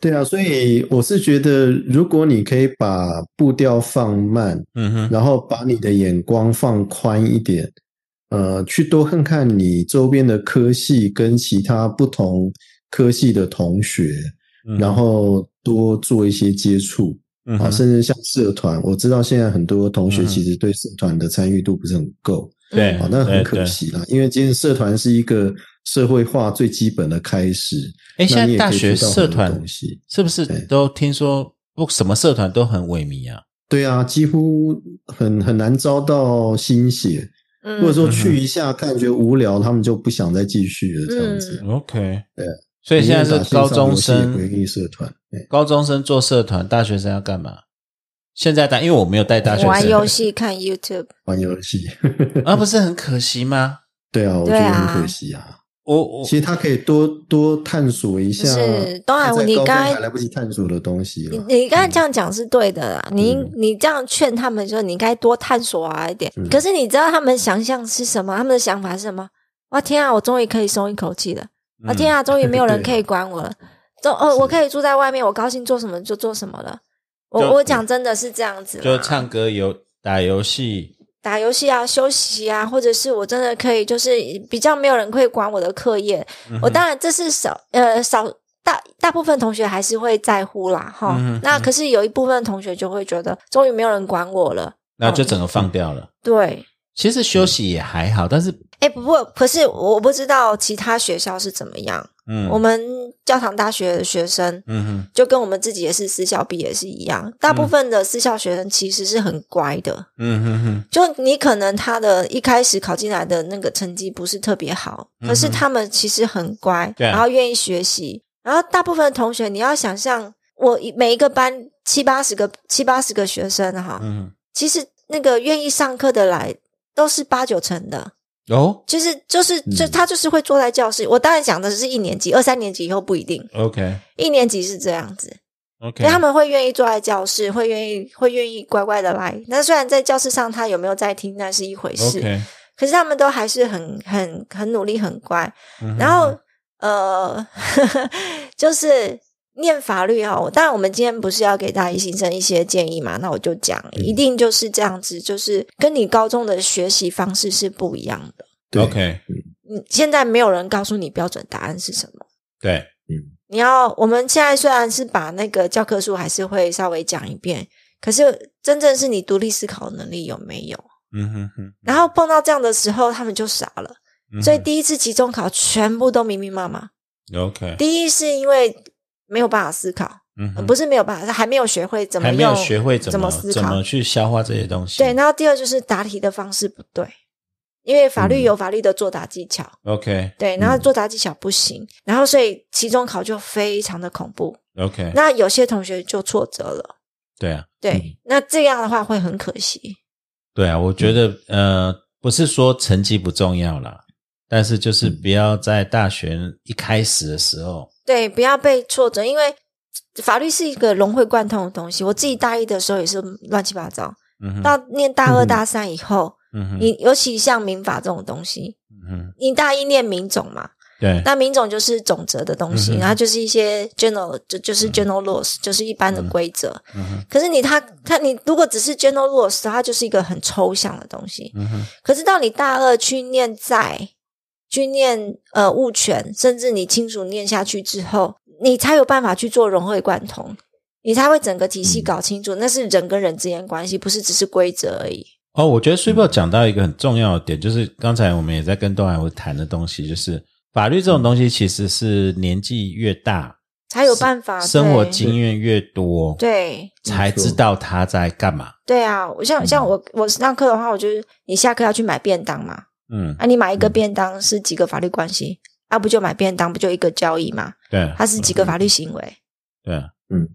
[SPEAKER 3] 对啊，所以我是觉得，如果你可以把步调放慢，
[SPEAKER 1] 嗯哼，
[SPEAKER 3] 然后把你的眼光放宽一点，呃，去多看看你周边的科系跟其他不同科系的同学，
[SPEAKER 1] 嗯
[SPEAKER 3] 然后多做一些接触
[SPEAKER 1] 嗯
[SPEAKER 3] 啊，
[SPEAKER 1] 哼
[SPEAKER 3] 甚至像社团，我知道现在很多同学
[SPEAKER 1] 嗯
[SPEAKER 3] 其实对社团的参与度不是很够，
[SPEAKER 1] 对
[SPEAKER 3] 啊，那很
[SPEAKER 1] 对
[SPEAKER 3] 可
[SPEAKER 1] 对
[SPEAKER 3] 惜啦，因为今天社团是一个社会化最基本的开始。
[SPEAKER 1] 哎，
[SPEAKER 3] 那
[SPEAKER 1] 现在
[SPEAKER 3] 你也
[SPEAKER 1] 大
[SPEAKER 3] 可以
[SPEAKER 1] 学
[SPEAKER 3] 学到很
[SPEAKER 1] 社
[SPEAKER 3] 多
[SPEAKER 1] 团
[SPEAKER 3] 东西
[SPEAKER 1] 是不是
[SPEAKER 3] 对
[SPEAKER 1] 都听说不什么社团都很萎靡啊？
[SPEAKER 3] 对啊，几乎很很难招到新血，
[SPEAKER 2] 嗯
[SPEAKER 3] 或者说去一下看觉得无聊，他们就不想再继续了这样
[SPEAKER 2] 嗯
[SPEAKER 3] 子。
[SPEAKER 1] OK，
[SPEAKER 3] 对，
[SPEAKER 1] 所以现在是高中
[SPEAKER 3] 宁愿打线上游戏也不愿
[SPEAKER 1] 生，
[SPEAKER 3] 意社团，对
[SPEAKER 1] 高中生做社团，大学生要干嘛？现在大，因为我没有带大学
[SPEAKER 2] 玩游
[SPEAKER 1] 生，
[SPEAKER 2] 戏、看 YouTube，
[SPEAKER 3] 玩游戏。 [laughs]
[SPEAKER 1] 啊，不是很可惜吗？
[SPEAKER 3] 对啊，我觉
[SPEAKER 2] 对
[SPEAKER 3] 得
[SPEAKER 2] 啊
[SPEAKER 3] 很可惜啊。
[SPEAKER 1] 我我
[SPEAKER 3] 其实他可以多多探索一下，
[SPEAKER 2] 是当然
[SPEAKER 3] 他在
[SPEAKER 2] 你
[SPEAKER 3] 高中
[SPEAKER 2] 刚才
[SPEAKER 3] 还来不及探索的东西
[SPEAKER 2] 你
[SPEAKER 3] 了。
[SPEAKER 2] 你刚才这样讲是对的啦，你
[SPEAKER 3] 嗯
[SPEAKER 2] 你这样劝他们说，你应该多探索啊一点
[SPEAKER 3] 嗯。
[SPEAKER 2] 可是你知道他们想象是什么？他们的想法是什么？哇天啊，我终于可以松一口气了！啊天
[SPEAKER 1] 嗯
[SPEAKER 2] 啊，终于没有
[SPEAKER 1] [laughs]
[SPEAKER 2] 人
[SPEAKER 3] 对
[SPEAKER 2] 可以管我了。终哦，我可以住在外面，我高兴做什么就做什么了。我
[SPEAKER 1] 就
[SPEAKER 2] 我讲真的是这样子
[SPEAKER 1] 嗯
[SPEAKER 2] 啦，
[SPEAKER 1] 就唱歌游打游戏，
[SPEAKER 2] 打游戏啊、休息啊，或者是我真的可以就是比较没有人会管我的课业。
[SPEAKER 1] 嗯
[SPEAKER 2] 我当然这是少呃少大大部分同学还是会在乎啦哈。
[SPEAKER 1] 嗯哼
[SPEAKER 2] 那可是有一部分同学就会觉得，终于没有人管我了。
[SPEAKER 1] 然后就整个放掉了。
[SPEAKER 2] 对，
[SPEAKER 1] 其实休息也还好，但是
[SPEAKER 2] 哎，不过可是我不知道其他学校是怎么样。
[SPEAKER 1] 嗯，
[SPEAKER 2] 我们教堂大学的学生。
[SPEAKER 1] 嗯哼
[SPEAKER 2] 就跟我们自己也是私校毕业是一样，大部分的私校学生其实是很乖的，
[SPEAKER 1] 嗯哼哼，
[SPEAKER 2] 就你可能他的一开始考进来的那个成绩不是特别好，
[SPEAKER 1] 嗯哼
[SPEAKER 2] 可是他们其实很乖，
[SPEAKER 1] 对啊
[SPEAKER 2] 然后愿意学习。然后大部分的同学，你要想象，我一每一个班七八十个七八十个学生哈，
[SPEAKER 1] 嗯
[SPEAKER 2] 其实那个愿意上课的来都是八九成的，
[SPEAKER 1] 哦
[SPEAKER 2] 就是就是就
[SPEAKER 1] 嗯
[SPEAKER 2] 他就是会坐在教室。我当然讲的是一年级，二三年级以后不一定，
[SPEAKER 1] ，OK
[SPEAKER 2] 一年级是这样子，
[SPEAKER 1] OK，
[SPEAKER 2] 所以他们会愿意坐在教室，会愿意会愿意乖乖的来。那虽然在教室上他有没有在听，那是一回事
[SPEAKER 1] OK，
[SPEAKER 2] 可是他们都还是很很很努力，很乖。
[SPEAKER 1] 嗯哼
[SPEAKER 2] 然后呃， [laughs] 就是念法律哈、当然我们今天不是要给大一新生一些建议嘛，那我就讲，
[SPEAKER 1] 嗯
[SPEAKER 2] 一定就是这样子，就是跟你高中的学习方式是不一样的。
[SPEAKER 3] 对
[SPEAKER 1] OK
[SPEAKER 2] 嗯，现在没有人告诉你标准答案是什么。
[SPEAKER 1] 对
[SPEAKER 2] 你要，我们现在虽然是把那个教科书还是会稍微讲一遍，可是真正是你独立思考能力有没有？
[SPEAKER 1] 嗯哼哼，
[SPEAKER 2] 然后碰到这样的时候，他们就傻了。
[SPEAKER 1] 嗯哼
[SPEAKER 2] 所以第一次期中考全部都密密麻麻。
[SPEAKER 1] OK，
[SPEAKER 2] 第一是因为没有办法思考，
[SPEAKER 1] 嗯
[SPEAKER 2] 呃
[SPEAKER 1] 哼
[SPEAKER 2] 不是没有办法，是还没有学会怎么
[SPEAKER 1] 还
[SPEAKER 2] 用，
[SPEAKER 1] 没有学会怎
[SPEAKER 2] 怎
[SPEAKER 1] 么
[SPEAKER 2] 思
[SPEAKER 1] 怎
[SPEAKER 2] 考
[SPEAKER 1] 么。去消化这些东西，
[SPEAKER 2] 对，然后第二就是答题的方式不对，因为法律
[SPEAKER 3] 嗯
[SPEAKER 2] 有法律的作答技巧，
[SPEAKER 1] OK
[SPEAKER 2] 对，然后作答技巧不行，然后所以期中考就非常的恐怖。
[SPEAKER 1] OK，
[SPEAKER 2] 那有些同学就挫折了，
[SPEAKER 1] 对啊
[SPEAKER 2] 对，
[SPEAKER 3] 嗯
[SPEAKER 2] 那这样的话会很可惜。
[SPEAKER 1] 对啊，我觉得
[SPEAKER 2] 嗯
[SPEAKER 1] 呃不是说成绩不重要啦，但是就是
[SPEAKER 2] 嗯
[SPEAKER 1] 不要在大学一开始的时候，
[SPEAKER 2] 对，不要被挫折，因为法律是一个融会贯通的东西。我自己大一的时候也是乱七八糟，
[SPEAKER 1] 嗯哼
[SPEAKER 2] 到念大二、
[SPEAKER 3] 嗯
[SPEAKER 2] 大三以后，
[SPEAKER 1] 嗯哼
[SPEAKER 2] 你尤其像民法这种东西，
[SPEAKER 1] 嗯哼
[SPEAKER 2] 你大一念民种嘛，
[SPEAKER 1] 对
[SPEAKER 2] 那民种就是总则的东西，
[SPEAKER 1] 嗯哼
[SPEAKER 2] 然后就是一些 general，就就是 general laws，就是一般的规则。
[SPEAKER 1] 嗯哼
[SPEAKER 2] 可是你它它你如果只是 general laws，它就是一个很抽象的东西。
[SPEAKER 1] 嗯哼
[SPEAKER 2] 可是到你大二去念债，去念呃物权，甚至你清楚念下去之后，你才有办法去做融会贯通，你才会整个体
[SPEAKER 1] 嗯
[SPEAKER 2] 系搞清楚，那是人跟人之间关系，不是只是规则而已。
[SPEAKER 1] 哦，我觉得 Super
[SPEAKER 2] 嗯
[SPEAKER 1] 讲到一个很重要的点，就是刚才我们也在跟东海我谈的东西，就是法律这种东西其实是年纪越大，
[SPEAKER 2] 才有办法
[SPEAKER 1] 生活
[SPEAKER 2] 啊对
[SPEAKER 1] 经验越多，，
[SPEAKER 2] 对
[SPEAKER 1] 才知道他在干嘛。
[SPEAKER 2] 对啊，我
[SPEAKER 1] 嗯
[SPEAKER 2] 像像我我上课的话，我就是你下课要去买便当嘛，
[SPEAKER 1] 嗯，
[SPEAKER 2] 啊，你买一个便当是几个法律关系，啊，不就买便当，不就一个交易嘛，
[SPEAKER 1] 对，
[SPEAKER 2] 它是几个法律行为。
[SPEAKER 1] 对，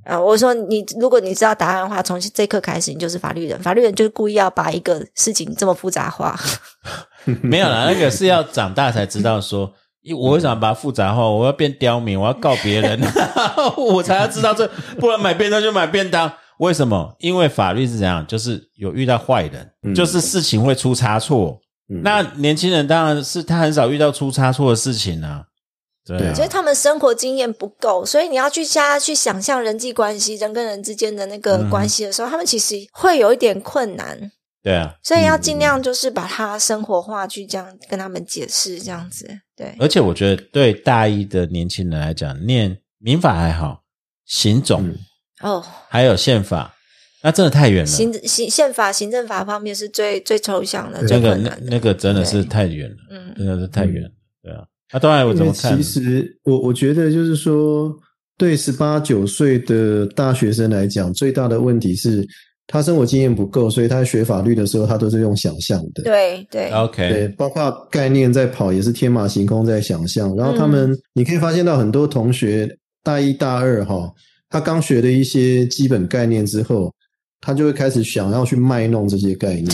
[SPEAKER 2] 啊，我说你，如果你知道答案的话，从这一刻开始，你就是法律人。法律人就是故意要把一个事情这么复杂化。
[SPEAKER 1] 没有啦，那个是要长大才知道说。咦我为什么把它复杂化？我要变刁民，我要告别
[SPEAKER 3] [laughs]
[SPEAKER 1] 人，我才要知道这，不然买便当就买便当。为什么？因为法律是这样，就是有遇到坏人，
[SPEAKER 3] 嗯
[SPEAKER 1] 就是事情会出差错，
[SPEAKER 3] 嗯
[SPEAKER 1] 那年轻人当然是他很少遇到出差错的事情啊，对
[SPEAKER 3] 对
[SPEAKER 1] 啊，
[SPEAKER 2] [laughs] 所以他们生活经验不够，所以你要去加去想象人际关系、人跟人之间的那个
[SPEAKER 1] 嗯
[SPEAKER 2] 关系的时候，他们其实会有一点困难。
[SPEAKER 1] 对啊，
[SPEAKER 2] 所以要尽量就是把它生活化，去这样跟他们解释，这样子。对，
[SPEAKER 1] 而且我觉得对大一的年轻人来讲，念民法还好，刑种、
[SPEAKER 3] 嗯
[SPEAKER 2] 哦，
[SPEAKER 1] 还有宪法，那真的太远了，
[SPEAKER 2] 行行宪法、行政法方面是最最抽象的、
[SPEAKER 1] 那
[SPEAKER 2] 最
[SPEAKER 1] 个
[SPEAKER 2] 困
[SPEAKER 1] 那
[SPEAKER 2] 难的。
[SPEAKER 1] 那个真的是太远了，
[SPEAKER 2] 嗯，
[SPEAKER 1] 真的是太远了，对啊。那当然我怎么看
[SPEAKER 3] 因为其？实我我觉得就是说，对十八九岁的大学生来讲，最大的问题是他生活经验不够，所以他学法律的时候，他都是用想象的。
[SPEAKER 2] 对对，
[SPEAKER 1] OK，
[SPEAKER 3] 对，包括概念在跑也是天马行空在想象。然后他们，
[SPEAKER 2] 嗯
[SPEAKER 3] 你可以发现到很多同学大一大二哈，他刚学了一些基本概念之后，他就会开始想要去卖弄这些概
[SPEAKER 2] [laughs]
[SPEAKER 3] 念。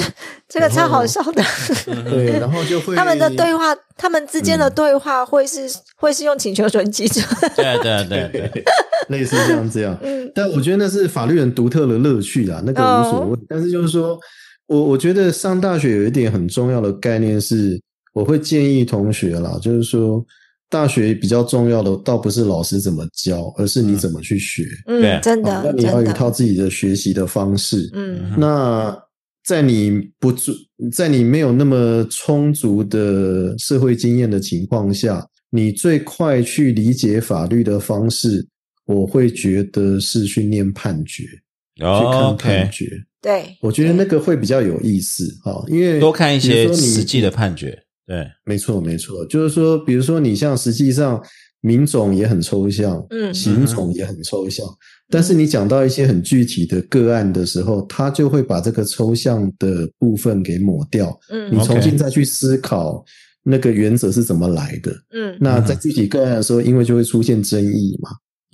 [SPEAKER 2] 这个超
[SPEAKER 3] 然后
[SPEAKER 2] 好笑的。
[SPEAKER 1] 嗯
[SPEAKER 2] [laughs]
[SPEAKER 3] 对，然后就会
[SPEAKER 2] 他们的
[SPEAKER 3] [laughs]
[SPEAKER 2] 对话，他们之间的对话会是、会是用请求准基准。
[SPEAKER 1] 对啊
[SPEAKER 3] [laughs]
[SPEAKER 1] 对啊对啊对啊，
[SPEAKER 3] 类似像这样。
[SPEAKER 2] 嗯
[SPEAKER 3] 但我觉得那是法律人独特的乐趣啦，那个无所
[SPEAKER 2] 哦
[SPEAKER 3] 谓。但是就是说，我我觉得上大学有一点很重要的概念是，我会建议同学啦，就是说，大学比较重要的倒不是老师怎么教，而是你怎么去学。
[SPEAKER 1] 对
[SPEAKER 2] [laughs] 嗯，真
[SPEAKER 3] 哦那
[SPEAKER 2] 的
[SPEAKER 3] 你要
[SPEAKER 2] 真
[SPEAKER 3] 有一套
[SPEAKER 2] 的，
[SPEAKER 3] 自己的学习的方式。
[SPEAKER 2] 嗯
[SPEAKER 1] 嗯
[SPEAKER 3] 那在你不足，在你没有那么充足的社会经验的情况下，你最快去理解法律的方式，我会觉得是去念判决，去看
[SPEAKER 1] 哦 OK，
[SPEAKER 3] 判决。
[SPEAKER 2] 对，
[SPEAKER 3] 我觉得那个会比较有意思哈，因为
[SPEAKER 1] 多看一
[SPEAKER 3] 比
[SPEAKER 1] 些
[SPEAKER 3] 如说你
[SPEAKER 1] 实际的判决，对，
[SPEAKER 3] 没错，没错，就是说，比如说你像实际上民种也很抽象，
[SPEAKER 2] 嗯
[SPEAKER 3] 刑种也很抽象，但是你讲到一些很具体的个案的时候，他就会把这个抽象的部分给抹掉，
[SPEAKER 2] 嗯
[SPEAKER 3] 你
[SPEAKER 1] 从
[SPEAKER 3] 重新再去思考那个原则是怎么来的。
[SPEAKER 2] 嗯
[SPEAKER 3] 那在具体个案的时候，因为就会出现争议嘛。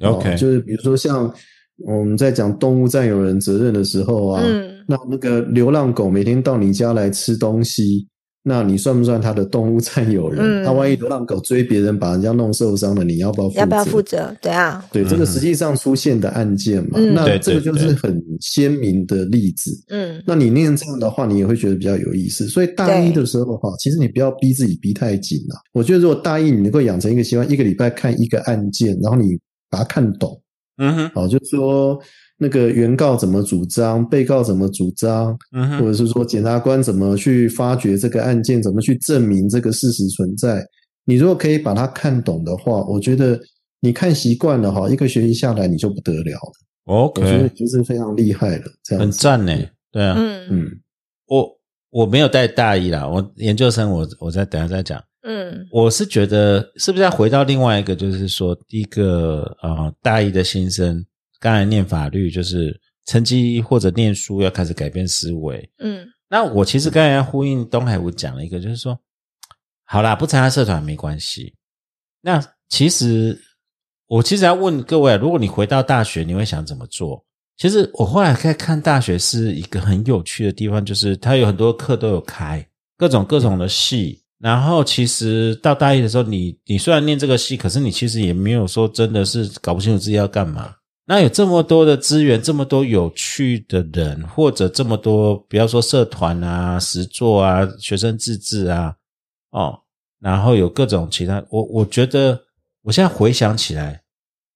[SPEAKER 3] 哦
[SPEAKER 1] OK
[SPEAKER 3] 哦就是比如说像我们在讲动物占有人责任的时候啊，
[SPEAKER 2] 嗯
[SPEAKER 3] 那那个流浪狗每天到你家来吃东西，那你算不算它的动物占有人？
[SPEAKER 2] 嗯
[SPEAKER 3] 那、万一流浪狗追别人把人家弄受伤了，你要不啊要负责？
[SPEAKER 2] 要不要负责？对啊，
[SPEAKER 3] 对，这个实际上出现的案件嘛，
[SPEAKER 2] 嗯
[SPEAKER 3] 那
[SPEAKER 1] 嗯对
[SPEAKER 3] 这个
[SPEAKER 1] 对
[SPEAKER 3] 就是
[SPEAKER 1] 对
[SPEAKER 3] 很鲜明的例子。
[SPEAKER 2] 嗯
[SPEAKER 3] 那你念这样的话，你也会觉得比较有意思。所以大一
[SPEAKER 2] 对
[SPEAKER 3] 的时候哈，其实你不要逼自己逼太紧了。我觉得如果大一你能够养成一个习惯，一个礼拜看一个案件，然后你把它看懂，
[SPEAKER 1] 嗯哼，
[SPEAKER 3] 哦，就是说那个原告怎么主张，被告怎么主张，
[SPEAKER 1] 嗯
[SPEAKER 3] 或
[SPEAKER 1] 哼，
[SPEAKER 3] 者是说检察官怎么去发掘这个案件，怎么去证明这个事实存在。你如果可以把它看懂的话，我觉得你看习惯了哈，一个学期下来你就不得了了，我觉得你
[SPEAKER 1] OK，
[SPEAKER 3] 就是非常厉害了，这样
[SPEAKER 1] 很
[SPEAKER 3] 子
[SPEAKER 1] 赞呢。对啊，
[SPEAKER 2] 嗯
[SPEAKER 3] 嗯。
[SPEAKER 1] 我我没有带大一啦，我研究生我我再等一下再讲。
[SPEAKER 2] 嗯
[SPEAKER 1] 我是觉得是不是要回到另外一个，就是说，第一个呃，大一的新生刚才念法律，就是成绩或者念书要开始改变思维。
[SPEAKER 2] 嗯
[SPEAKER 1] 那我其实刚才要呼应东海武讲了一个，就是说，好啦，不参加社团没关系。那其实我其实要问各位，啊如果你回到大学，你会想怎么做？其实我后来在看大学是一个很有趣的地方，就是它有很多课都有开，各种各种的系。然后其实到大一的时候，你你虽然念这个系，可是你其实也没有说真的是搞不清楚自己要干嘛。那有这么多的资源，这么多有趣的人，或者这么多，不要说社团啊、实作啊、学生自治啊，哦，然后有各种其他，我我觉得我现在回想起来，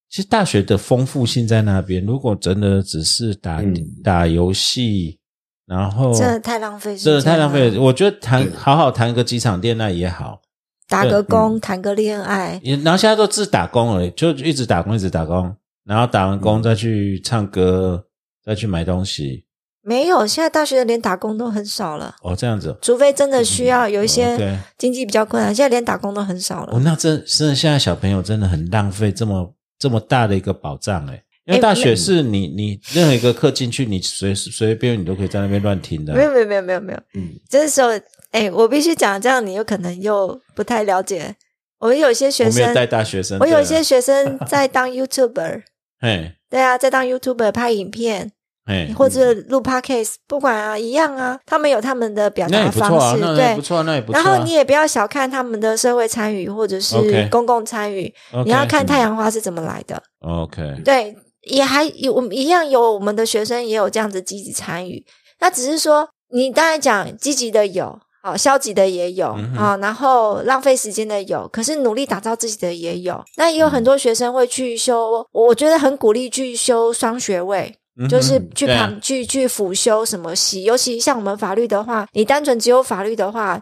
[SPEAKER 1] 其实大学的丰富性在那边。如果真的只是打、
[SPEAKER 3] 嗯
[SPEAKER 1] 打游戏，然后
[SPEAKER 2] 真的太浪费时间
[SPEAKER 1] 真
[SPEAKER 2] 了
[SPEAKER 1] 的太浪费了。我觉得谈
[SPEAKER 3] 对
[SPEAKER 1] 好好谈个几场恋爱也好，
[SPEAKER 2] 打
[SPEAKER 1] 嗯
[SPEAKER 2] 个工，谈个恋爱，
[SPEAKER 1] 也然后现在都自打工而已，就一直打工，一直打工，然后打完工再去唱歌，再去买东西，
[SPEAKER 2] 没有，现在大学连打工都很少了，
[SPEAKER 1] 哦，这样子。
[SPEAKER 2] 除非真的需要
[SPEAKER 1] 哦
[SPEAKER 2] 有一些
[SPEAKER 1] OK
[SPEAKER 2] 经济比较困难，现在连打工都很少
[SPEAKER 1] 哦，
[SPEAKER 2] 了。
[SPEAKER 1] 那真真的现在小朋友真的很浪费这么这么大的一个宝藏哎、因为大学是你你任何一个课进去，你随随便你都可以在那边乱听的
[SPEAKER 2] 没。有没有没有没有没有，
[SPEAKER 3] 嗯
[SPEAKER 2] 这时候，哎、我必须讲，这样你有可能又不太了解。我们有些学
[SPEAKER 1] 我没
[SPEAKER 2] 生
[SPEAKER 1] 有带，大学生，
[SPEAKER 2] 我有一
[SPEAKER 1] 对
[SPEAKER 2] 些
[SPEAKER 1] 啊
[SPEAKER 2] 学生在
[SPEAKER 1] [laughs]
[SPEAKER 2] 当 YouTuber，
[SPEAKER 1] 嘿
[SPEAKER 2] 对啊，在当 YouTuber 拍影片
[SPEAKER 1] 嘿，
[SPEAKER 2] 或者录 Podcast，不管啊，一样啊，他们有他们的表
[SPEAKER 1] 那
[SPEAKER 2] 达
[SPEAKER 1] 也不错啊
[SPEAKER 2] 方，式，
[SPEAKER 1] 那那也不
[SPEAKER 2] 对。
[SPEAKER 1] 错啊，那也不错啊。
[SPEAKER 2] 然后你也不要小看他们的社会参与或者是
[SPEAKER 1] OK
[SPEAKER 2] 公共参与
[SPEAKER 1] OK，嗯
[SPEAKER 2] 你要看太阳花是怎么来的。
[SPEAKER 1] OK，
[SPEAKER 2] 对，也还有我们一样有我们的学生也有这样子积极参与。那只是说，你刚才讲积极的有，好、消极的也有啊
[SPEAKER 1] 嗯、哼
[SPEAKER 2] 然后浪费时间的有，可是努力打造自己的也有。那也有
[SPEAKER 1] 嗯
[SPEAKER 2] 很多学生会去修，我觉得很鼓励去修双学位。
[SPEAKER 1] 嗯哼
[SPEAKER 2] 就是去
[SPEAKER 1] 对啊
[SPEAKER 2] 旁、去去辅修什么系，尤其像我们法律的话，你单纯只有法律的话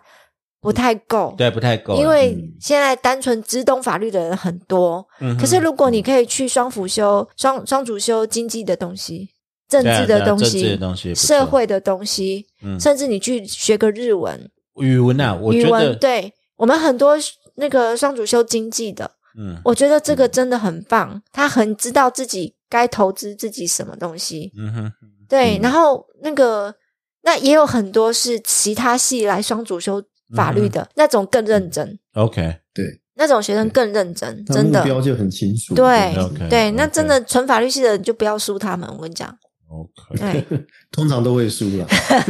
[SPEAKER 2] 不太够，
[SPEAKER 1] 对不太够啊，
[SPEAKER 2] 因为
[SPEAKER 3] 嗯
[SPEAKER 2] 现在单纯只懂法律的人很多，
[SPEAKER 1] 嗯哼
[SPEAKER 2] 可是如果你可以去双辅修、双双主修经济的东西、政治
[SPEAKER 1] 对啊对
[SPEAKER 2] 的
[SPEAKER 1] 啊
[SPEAKER 2] 东
[SPEAKER 1] 政治的
[SPEAKER 2] 西、
[SPEAKER 1] 东西不错，
[SPEAKER 2] 社会的东西，
[SPEAKER 1] 嗯
[SPEAKER 2] 甚至你去学个日文、
[SPEAKER 1] 语文啊，我
[SPEAKER 2] 嗯语
[SPEAKER 1] 觉
[SPEAKER 2] 文，
[SPEAKER 1] 得
[SPEAKER 2] 对我们很多那个双主修经济的，
[SPEAKER 1] 嗯
[SPEAKER 2] 我觉得这个真的很棒，他很知道自己该投资自己什么东西。
[SPEAKER 1] 嗯哼
[SPEAKER 2] 对，
[SPEAKER 3] 嗯
[SPEAKER 2] 然后那个那也有很多是其他系来双主修法律
[SPEAKER 1] 嗯
[SPEAKER 2] 的、那种更认真，
[SPEAKER 1] ，OK
[SPEAKER 2] 哎那种学
[SPEAKER 1] 嗯
[SPEAKER 2] 生更认真，
[SPEAKER 3] 那目
[SPEAKER 2] 真的。
[SPEAKER 3] 标就很清楚。
[SPEAKER 2] 对
[SPEAKER 3] 嗯
[SPEAKER 1] OK，
[SPEAKER 2] 对，那
[SPEAKER 1] OK
[SPEAKER 2] 真的纯法律系的你就不要输他们，我跟你讲，
[SPEAKER 3] [laughs]
[SPEAKER 1] OK
[SPEAKER 2] 对
[SPEAKER 3] 通常都会输
[SPEAKER 2] [laughs]
[SPEAKER 3] 了，
[SPEAKER 1] OK，
[SPEAKER 2] 对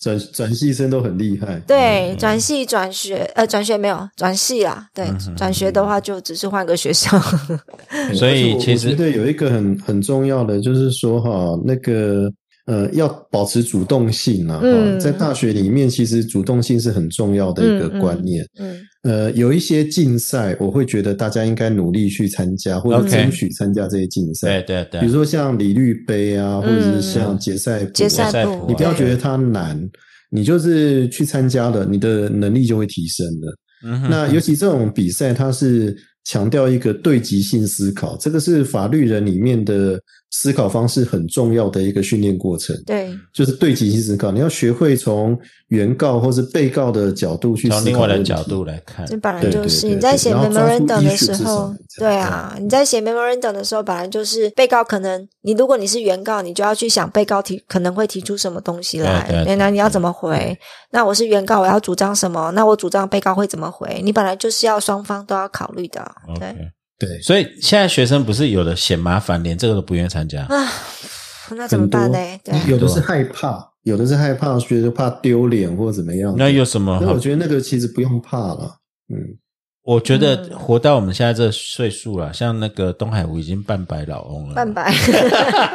[SPEAKER 3] 转转系生都很厉害。
[SPEAKER 2] 对，转系转学呃转学没有转系啦，对
[SPEAKER 1] 嗯哼，
[SPEAKER 2] 转学的话就只是换个学校， [laughs]
[SPEAKER 3] 对，
[SPEAKER 1] 所以
[SPEAKER 3] 而且我
[SPEAKER 1] 其实
[SPEAKER 3] 我觉得有一个很很重要的，就是说哈，那个呃，要保持主动性啊。哈
[SPEAKER 2] 嗯
[SPEAKER 3] 在大学里面，其实主动性是很重要的一个
[SPEAKER 2] 嗯嗯
[SPEAKER 3] 观念。
[SPEAKER 2] 嗯
[SPEAKER 3] 呃，有一些竞赛，我会觉得大家应该努力去参加，或者
[SPEAKER 1] OK
[SPEAKER 3] 争取参加这些竞
[SPEAKER 1] 对
[SPEAKER 3] 赛。
[SPEAKER 1] 对对，
[SPEAKER 3] 比如说像李律杯啊，或者是像
[SPEAKER 2] 嗯
[SPEAKER 3] 杰赛普啊
[SPEAKER 2] 决
[SPEAKER 1] 赛
[SPEAKER 2] 赛
[SPEAKER 1] 部
[SPEAKER 2] 部，
[SPEAKER 1] 啊
[SPEAKER 3] 你不要觉得
[SPEAKER 2] 对
[SPEAKER 3] 它难，你就是去参加了，你的能力就会提升了。
[SPEAKER 1] 嗯哼
[SPEAKER 3] 那尤其这种比赛，它是强调一个对极性思考，这个是法律人里面的思考方式很重要的一个训练过程，
[SPEAKER 2] 对
[SPEAKER 3] 就是对极性思考。你要学会从原告或是被告的角度去思考
[SPEAKER 1] 从另外的
[SPEAKER 3] 问题
[SPEAKER 1] 角度来看，
[SPEAKER 2] 这本来
[SPEAKER 3] 对对
[SPEAKER 2] 就是
[SPEAKER 3] 对
[SPEAKER 2] 你
[SPEAKER 3] 对
[SPEAKER 2] 在写
[SPEAKER 3] 然后抓出
[SPEAKER 2] memorandum 的
[SPEAKER 3] issue
[SPEAKER 2] 时
[SPEAKER 3] 是什
[SPEAKER 2] 候
[SPEAKER 3] 么，这样
[SPEAKER 2] 对啊，你在写 memorandum 的时候，本来就是被告可能你如果你是原告，你就要去想被告提可能会提出什么东西来
[SPEAKER 1] 对对，对
[SPEAKER 2] 原来你要怎么回？那我是原告，我要主张什么？那我主张被告会怎么回？你本来就是要双方都要考虑的，对
[SPEAKER 1] OK，
[SPEAKER 3] 对，嗯
[SPEAKER 1] 所以现在学生不是有的嫌麻烦，连这个都不愿意参加。
[SPEAKER 2] 啊，那怎么办呢？
[SPEAKER 1] [laughs]
[SPEAKER 2] 对，
[SPEAKER 3] 有的是害怕，有的是害怕，觉得怕丢脸或怎么样。
[SPEAKER 1] 那有什么
[SPEAKER 3] 那
[SPEAKER 1] 好
[SPEAKER 3] 我？觉得那个其实不用怕了，嗯，
[SPEAKER 1] 我觉得
[SPEAKER 2] 嗯
[SPEAKER 1] 活到我们现在这岁数了，像那个东海吴已经半百老翁了，
[SPEAKER 2] 半百。 [laughs]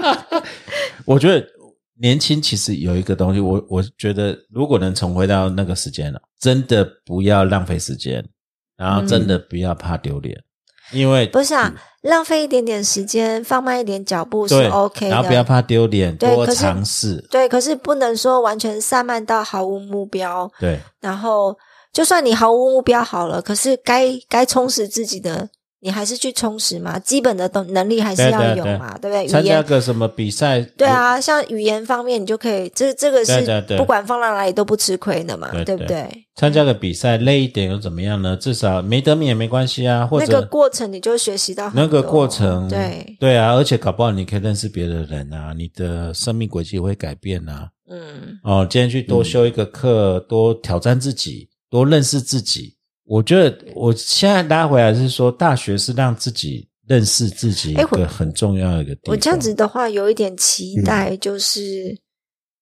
[SPEAKER 1] 我觉得年轻其实有一个东西，我我觉得如果能重回到那个时间了，啊真的不要浪费时间，然后真的不要怕丢脸，因为
[SPEAKER 2] 不是啊， [laughs] 浪费一点点时间，放慢一点脚步
[SPEAKER 1] 嗯
[SPEAKER 2] 是
[SPEAKER 1] 对
[SPEAKER 2] OK
[SPEAKER 1] 然后不要
[SPEAKER 2] 的。
[SPEAKER 1] 怕丢脸，
[SPEAKER 2] 对
[SPEAKER 1] 多
[SPEAKER 2] 可是
[SPEAKER 1] 尝试，
[SPEAKER 2] 对，可是不能说完全散漫到毫无目标。
[SPEAKER 1] 对
[SPEAKER 2] 然后，就算你毫无目标好了，可是该该充实自己的，你还是去充实嘛，基本的能能力还是
[SPEAKER 1] 对
[SPEAKER 2] 要
[SPEAKER 1] 对
[SPEAKER 2] 有
[SPEAKER 1] 对
[SPEAKER 2] 嘛，对不对？
[SPEAKER 1] 参
[SPEAKER 2] 语
[SPEAKER 1] 加
[SPEAKER 2] 言
[SPEAKER 1] 个什么比赛，
[SPEAKER 2] 对，啊，像语言方面，你就可以，这这个
[SPEAKER 1] 对
[SPEAKER 2] 是
[SPEAKER 1] 对对
[SPEAKER 2] 不管放到哪里都不吃亏的嘛，
[SPEAKER 1] 对
[SPEAKER 2] 不
[SPEAKER 1] 对
[SPEAKER 2] 对？
[SPEAKER 1] 参加个比赛累一点又怎么样呢？至少没得名也没关系啊，或
[SPEAKER 2] 那个
[SPEAKER 1] 者
[SPEAKER 2] 过程你就学习到很
[SPEAKER 1] 那个
[SPEAKER 2] 多
[SPEAKER 1] 过程，
[SPEAKER 2] 对，
[SPEAKER 1] 对啊，而且搞不好你可以认识别的人啊，你的生命轨迹会改变啊。
[SPEAKER 2] 嗯，
[SPEAKER 1] 哦，今天去多修一个课，多挑战自己，多认识自己。我觉得我现在拉回来是说，大学是让自己认识自己一
[SPEAKER 2] 哎我
[SPEAKER 1] 个很重要的一个地方。
[SPEAKER 2] 我这样子的话有一点期待，就是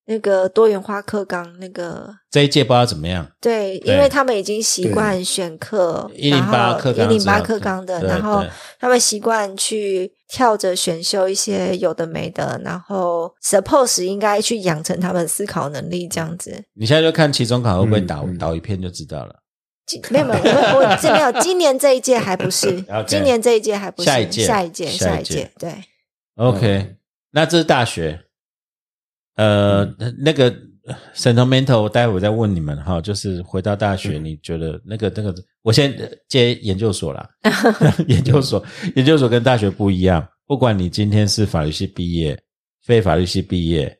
[SPEAKER 2] 那个多元化课纲那个。
[SPEAKER 1] 这一届不知道怎么样，
[SPEAKER 2] 对，
[SPEAKER 1] 对
[SPEAKER 2] 因为他们已经习惯选课，
[SPEAKER 1] 108课纲
[SPEAKER 2] 一零
[SPEAKER 1] 这样
[SPEAKER 2] 八
[SPEAKER 1] 子
[SPEAKER 2] 课纲的，
[SPEAKER 1] 对
[SPEAKER 2] 然后
[SPEAKER 1] 对
[SPEAKER 2] 他们习惯去跳着选修一些有的没的，然后 suppose 应该去养成他们思考能力这样子。
[SPEAKER 1] 你现在就看期中考会不会
[SPEAKER 3] 嗯
[SPEAKER 1] 倒、
[SPEAKER 3] 嗯
[SPEAKER 1] 倒一片就知道了。
[SPEAKER 2] 今没有没有，我我这没有，今年这一届还
[SPEAKER 1] [laughs]
[SPEAKER 2] 不是
[SPEAKER 1] OK，
[SPEAKER 2] 今年这一届还不是，
[SPEAKER 1] 下一届
[SPEAKER 2] 下一届，
[SPEAKER 1] 下一
[SPEAKER 2] 下一
[SPEAKER 1] 届
[SPEAKER 2] 届，对，嗯
[SPEAKER 1] OK，、那这是大学。呃，
[SPEAKER 2] 嗯
[SPEAKER 1] 那个 sentimental，我待会再问你们哈。就是回到大
[SPEAKER 2] 嗯
[SPEAKER 1] 学，你觉得那个那个，我先接研究所
[SPEAKER 2] [laughs]
[SPEAKER 1] 啦。研究所，研究所跟大学不一样。不管你今天是法律系毕业，非法律系毕业，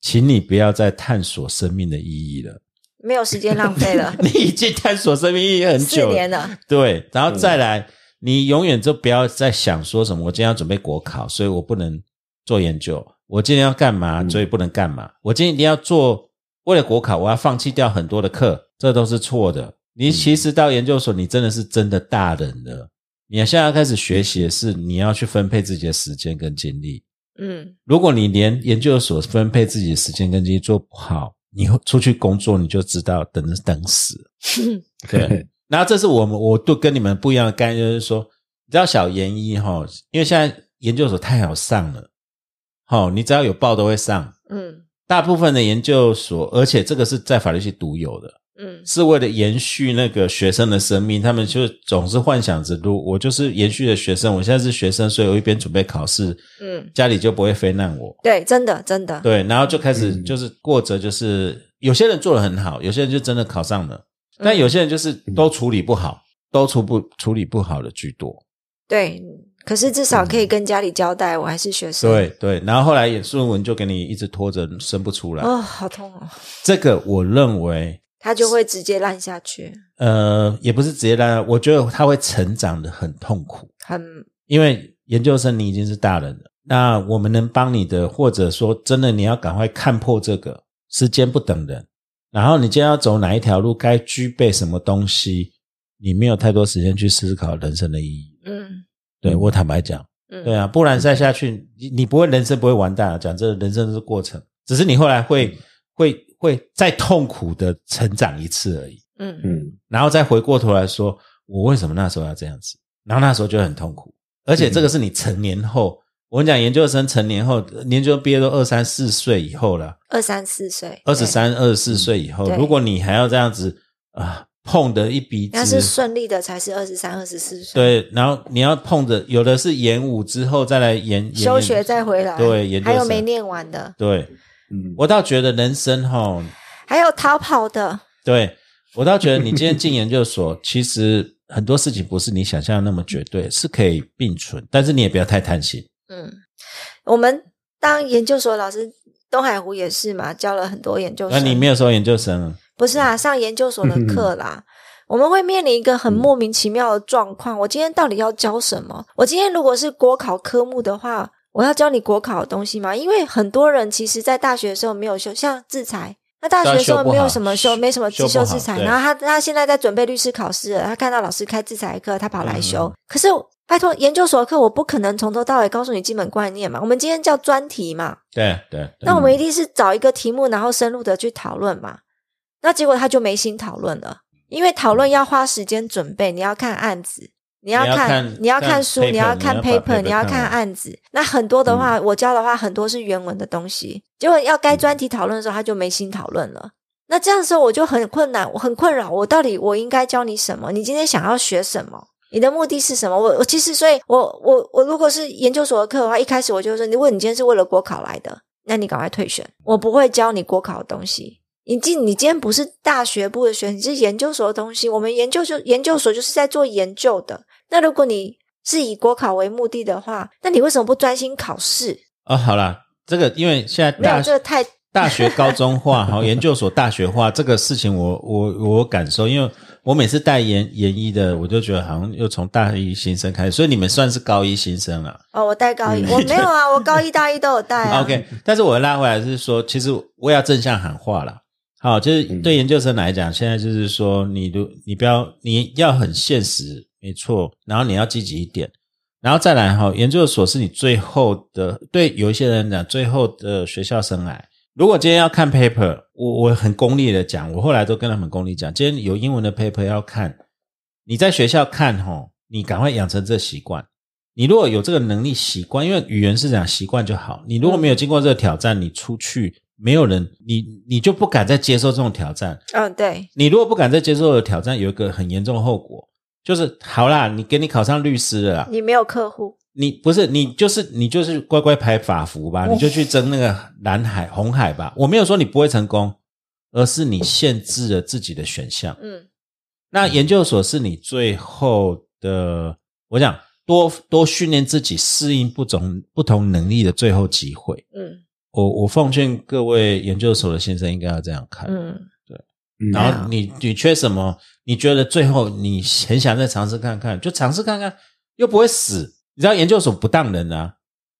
[SPEAKER 1] 请你不要再探索生命的意义了。，
[SPEAKER 2] 没有时间浪费了
[SPEAKER 1] 你已经探索生命意 [laughs] 义很
[SPEAKER 2] 四
[SPEAKER 1] 久了
[SPEAKER 2] 年了，
[SPEAKER 1] 对，然后再来，你永远就不要再想说什么，我今天要准备国考，所以我不能做研究；我今天要干嘛，
[SPEAKER 3] 嗯
[SPEAKER 1] 所以不能干嘛；我今天一定要做，为了国考，我要放弃掉很多的课，这都是错的。你其实到研究所，你真的是真的大人了。你现在要开始学习的是，你要去分配自己的时间跟精力。
[SPEAKER 2] 嗯，
[SPEAKER 1] 如果你连研究所分配自己的时间跟精力做不好，你出去工作你就知道等等死。对，然后这是我们我对跟你们不一样的概念，就是说，你知道小研一哈，因为现在研究所太好上了，好、你只要有报都会上。
[SPEAKER 2] 嗯
[SPEAKER 1] 大部分的研究所，而且这个是在法律系独有的，
[SPEAKER 2] 嗯
[SPEAKER 1] 是为了延续那个学生的生命，他们就总是幻想着，如我就是延续的学生，我现在是学生，所以我一边准备考试，
[SPEAKER 2] 嗯，
[SPEAKER 1] 家里就不会非难我。
[SPEAKER 2] 对，真的真的，
[SPEAKER 1] 对，然后就开始
[SPEAKER 3] 嗯
[SPEAKER 1] 就是过着就是有些人做的很好，有些人就真的考上了，
[SPEAKER 2] 嗯
[SPEAKER 1] 但有些人就是都处理不好，都处不处理不好的居多。
[SPEAKER 2] 对，可是至少可以跟家里交代，我还是学生，
[SPEAKER 1] 对对，然后后来也论文就给你一直拖着生不出来，
[SPEAKER 2] 哦，好痛哦，
[SPEAKER 1] 这个我认为
[SPEAKER 2] 他就会直接烂下去，
[SPEAKER 1] 呃也不是直接让，我觉得他会成长的很痛苦。
[SPEAKER 2] 很
[SPEAKER 1] 因为研究生你已经是大人了，那我们能帮你的，或者说真的你要赶快看破这个，时间不等人。然后你今天要走哪一条路，该具备什么东西，你没有太多时间去思考人生的意义。
[SPEAKER 2] 嗯
[SPEAKER 1] 对
[SPEAKER 3] 嗯
[SPEAKER 1] 我坦白讲，
[SPEAKER 2] 嗯，
[SPEAKER 1] 对啊，不然再下去，你你不会人生不会完蛋啊。讲这人生是过程，只是你后来会会会再痛苦的成长一次而已。
[SPEAKER 2] 嗯
[SPEAKER 3] 嗯，
[SPEAKER 1] 然后再回过头来说，我为什么那时候要这样子？然后那时候就很痛苦，而且这
[SPEAKER 2] 嗯
[SPEAKER 1] 个是你成年后，我跟你讲，研究生成年后，研究生毕业都二三四岁以后了，
[SPEAKER 2] 二三四岁，
[SPEAKER 1] 二十三、二十四岁以后，
[SPEAKER 2] 嗯对
[SPEAKER 1] 如果你还要这样子啊、碰的一鼻
[SPEAKER 2] 对，要是
[SPEAKER 1] 子，
[SPEAKER 2] 顺利的才是二十三、二十四岁，
[SPEAKER 1] 对，然后你要碰着，有的是研五之后再来研研
[SPEAKER 2] 休学再回来，
[SPEAKER 1] 对，研究
[SPEAKER 2] 还有
[SPEAKER 1] 生
[SPEAKER 2] 没念完的，
[SPEAKER 1] 对，
[SPEAKER 3] 嗯
[SPEAKER 1] 我倒觉得人生哈，
[SPEAKER 2] 还有逃跑的，
[SPEAKER 1] 对我倒觉得你今天进研究所，其实很多事情不是你想象的那么绝对，是可以并存，但是你也不要太贪心。
[SPEAKER 2] 嗯，我们当研究所老师，东海湖也是嘛，教了很多研究
[SPEAKER 1] 那
[SPEAKER 2] 生。
[SPEAKER 1] 你没有收研究生啊，
[SPEAKER 2] 不是啊，上研究所
[SPEAKER 1] 嗯
[SPEAKER 2] 的课啦，我们会面临一个很莫名其妙的状况。我今天到底要教什么？我今天如果是国考科目的话，我要教你国考的东西吗？因为很多人其实在大学的时候没有修，像制裁。那大学的时
[SPEAKER 1] 大
[SPEAKER 2] 候
[SPEAKER 1] 学不
[SPEAKER 2] 没有
[SPEAKER 1] 好
[SPEAKER 2] 什么修，没什么
[SPEAKER 1] 修
[SPEAKER 2] 自
[SPEAKER 1] 不好
[SPEAKER 2] 修自裁。
[SPEAKER 1] 对
[SPEAKER 2] 然后他他现在在准备律师考试了，他看到老师开自裁课，他跑来修。
[SPEAKER 1] 嗯
[SPEAKER 2] 可是拜托，研究所的课我不可能从头到尾告诉你基本观念嘛。我们今天叫专题嘛，
[SPEAKER 1] 对对，嗯对
[SPEAKER 2] 那我们一定是找一个题目，然后深入的去讨论嘛。那结果他就没心讨论了，因为讨论要花时间准备，你要看案子，你要
[SPEAKER 1] 嗯你要
[SPEAKER 2] 看
[SPEAKER 1] 看
[SPEAKER 2] 你要看书，
[SPEAKER 1] 看
[SPEAKER 2] 你要
[SPEAKER 1] paper，
[SPEAKER 2] 看
[SPEAKER 1] 你要把
[SPEAKER 2] paper，
[SPEAKER 1] paper
[SPEAKER 2] 你要
[SPEAKER 1] 看
[SPEAKER 2] 看
[SPEAKER 1] 完嗯
[SPEAKER 2] 案子。那很多的话，我教的话很多是原文的东西，结果要该
[SPEAKER 1] 嗯
[SPEAKER 2] 专题讨论的时候，他就没心讨论了。那这样的时候我就很困难，我很困扰，我到底我应该教你什么？你今天想要学什么？你的目的是什么？我我其实，所以我我我如果是研究所的课的话，一开始我就说，如果你今天是为了国考来的，那你赶快退选，我不会教你国考的东西。你今你今天不是大学部的学生，你是研究所的东西。我们研究所研究所就是在做研究的。那如果你是以国考为目的的话，那你为什么不专心考试？
[SPEAKER 1] 哦，好啦，这个因为现在
[SPEAKER 2] 没有
[SPEAKER 1] 大
[SPEAKER 2] 这个太
[SPEAKER 1] 大学高中化，好研究所大学化这个事情我，我我有感受，因为我每次带研研一的，我就觉得好像又从大一新生开始，所以你们算是高一新生了。
[SPEAKER 2] 哦，我带高一，
[SPEAKER 3] 嗯
[SPEAKER 2] 我没有啊，我
[SPEAKER 1] [laughs]
[SPEAKER 2] 高一大一都有带啊。
[SPEAKER 1] OK，但是我拉回来是说，其实我也要正向喊话啦。好，就是对研究生来讲，现在就是说，你如你不要，你要很现实，没错，然后你要积极一点，然后再来哈，研究所是你最后的，对有一些人讲最后的学校生涯。如果今天要看 paper，我我很功利的讲，我后来都跟他们功利讲，今天有英文的 paper 要看，你在学校看吼，你赶快养成这习惯。你如果有这个能力习惯，因为语言是讲习惯就好。你如果没有经过这个挑战，你出去没有人，你你就不敢再接受这种挑战。
[SPEAKER 2] 嗯，对，
[SPEAKER 1] 你如果不敢再接受的挑战，有一个很严重的后果，就是好啦，你给你考上律师了啦，
[SPEAKER 2] 你没有客户，
[SPEAKER 1] 你不是你就是你就是乖乖排法服吧，你就去争那个蓝海红海吧。我没有说你不会成功，而是你限制了自己的选项。
[SPEAKER 2] 嗯
[SPEAKER 1] 那研究所是你最后的，我想多多训练自己适应不同不同能力的最后机会。
[SPEAKER 2] 嗯
[SPEAKER 1] 我我奉劝各位研究所的先生应该要这样看。
[SPEAKER 2] 嗯，啊
[SPEAKER 3] 嗯
[SPEAKER 1] 然后你你缺什么？你觉得最后你很想再尝试看看，就尝试看看，又不会死。你知道研究所不当人啊，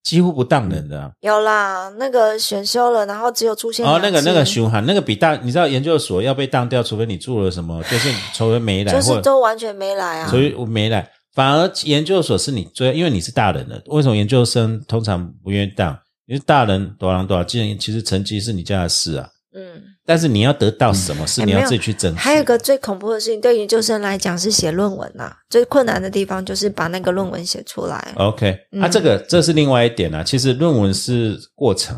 [SPEAKER 1] 几乎不当人的啊。
[SPEAKER 2] 有啦，那个选修了，然后只有出现
[SPEAKER 1] 哦，
[SPEAKER 2] 两
[SPEAKER 1] 那个
[SPEAKER 2] 次
[SPEAKER 1] 那个循环，那个比当你知道研究所要被当掉，除非你做了什么，就是除非没来，
[SPEAKER 2] 就
[SPEAKER 1] 或
[SPEAKER 2] 是
[SPEAKER 1] 者。
[SPEAKER 2] 都完全没来啊。
[SPEAKER 1] 所以我没来。反而研究所是你最，因为你是大人了。为什么研究生通常不愿意当？因为大人多少多少，既然其实成绩是你家的事啊。
[SPEAKER 2] 嗯，
[SPEAKER 1] 但是你要得到什么是
[SPEAKER 2] 哎
[SPEAKER 1] 你
[SPEAKER 2] 没
[SPEAKER 1] 要
[SPEAKER 2] 有
[SPEAKER 1] 自己去争取。
[SPEAKER 2] 还有一个最恐怖的事情，对研究生来讲是写论文啦、最困难的地方就是把那个论文写出来。
[SPEAKER 1] OK，
[SPEAKER 2] 嗯
[SPEAKER 1] 啊，这个这是另外一点啊。其实论文是过程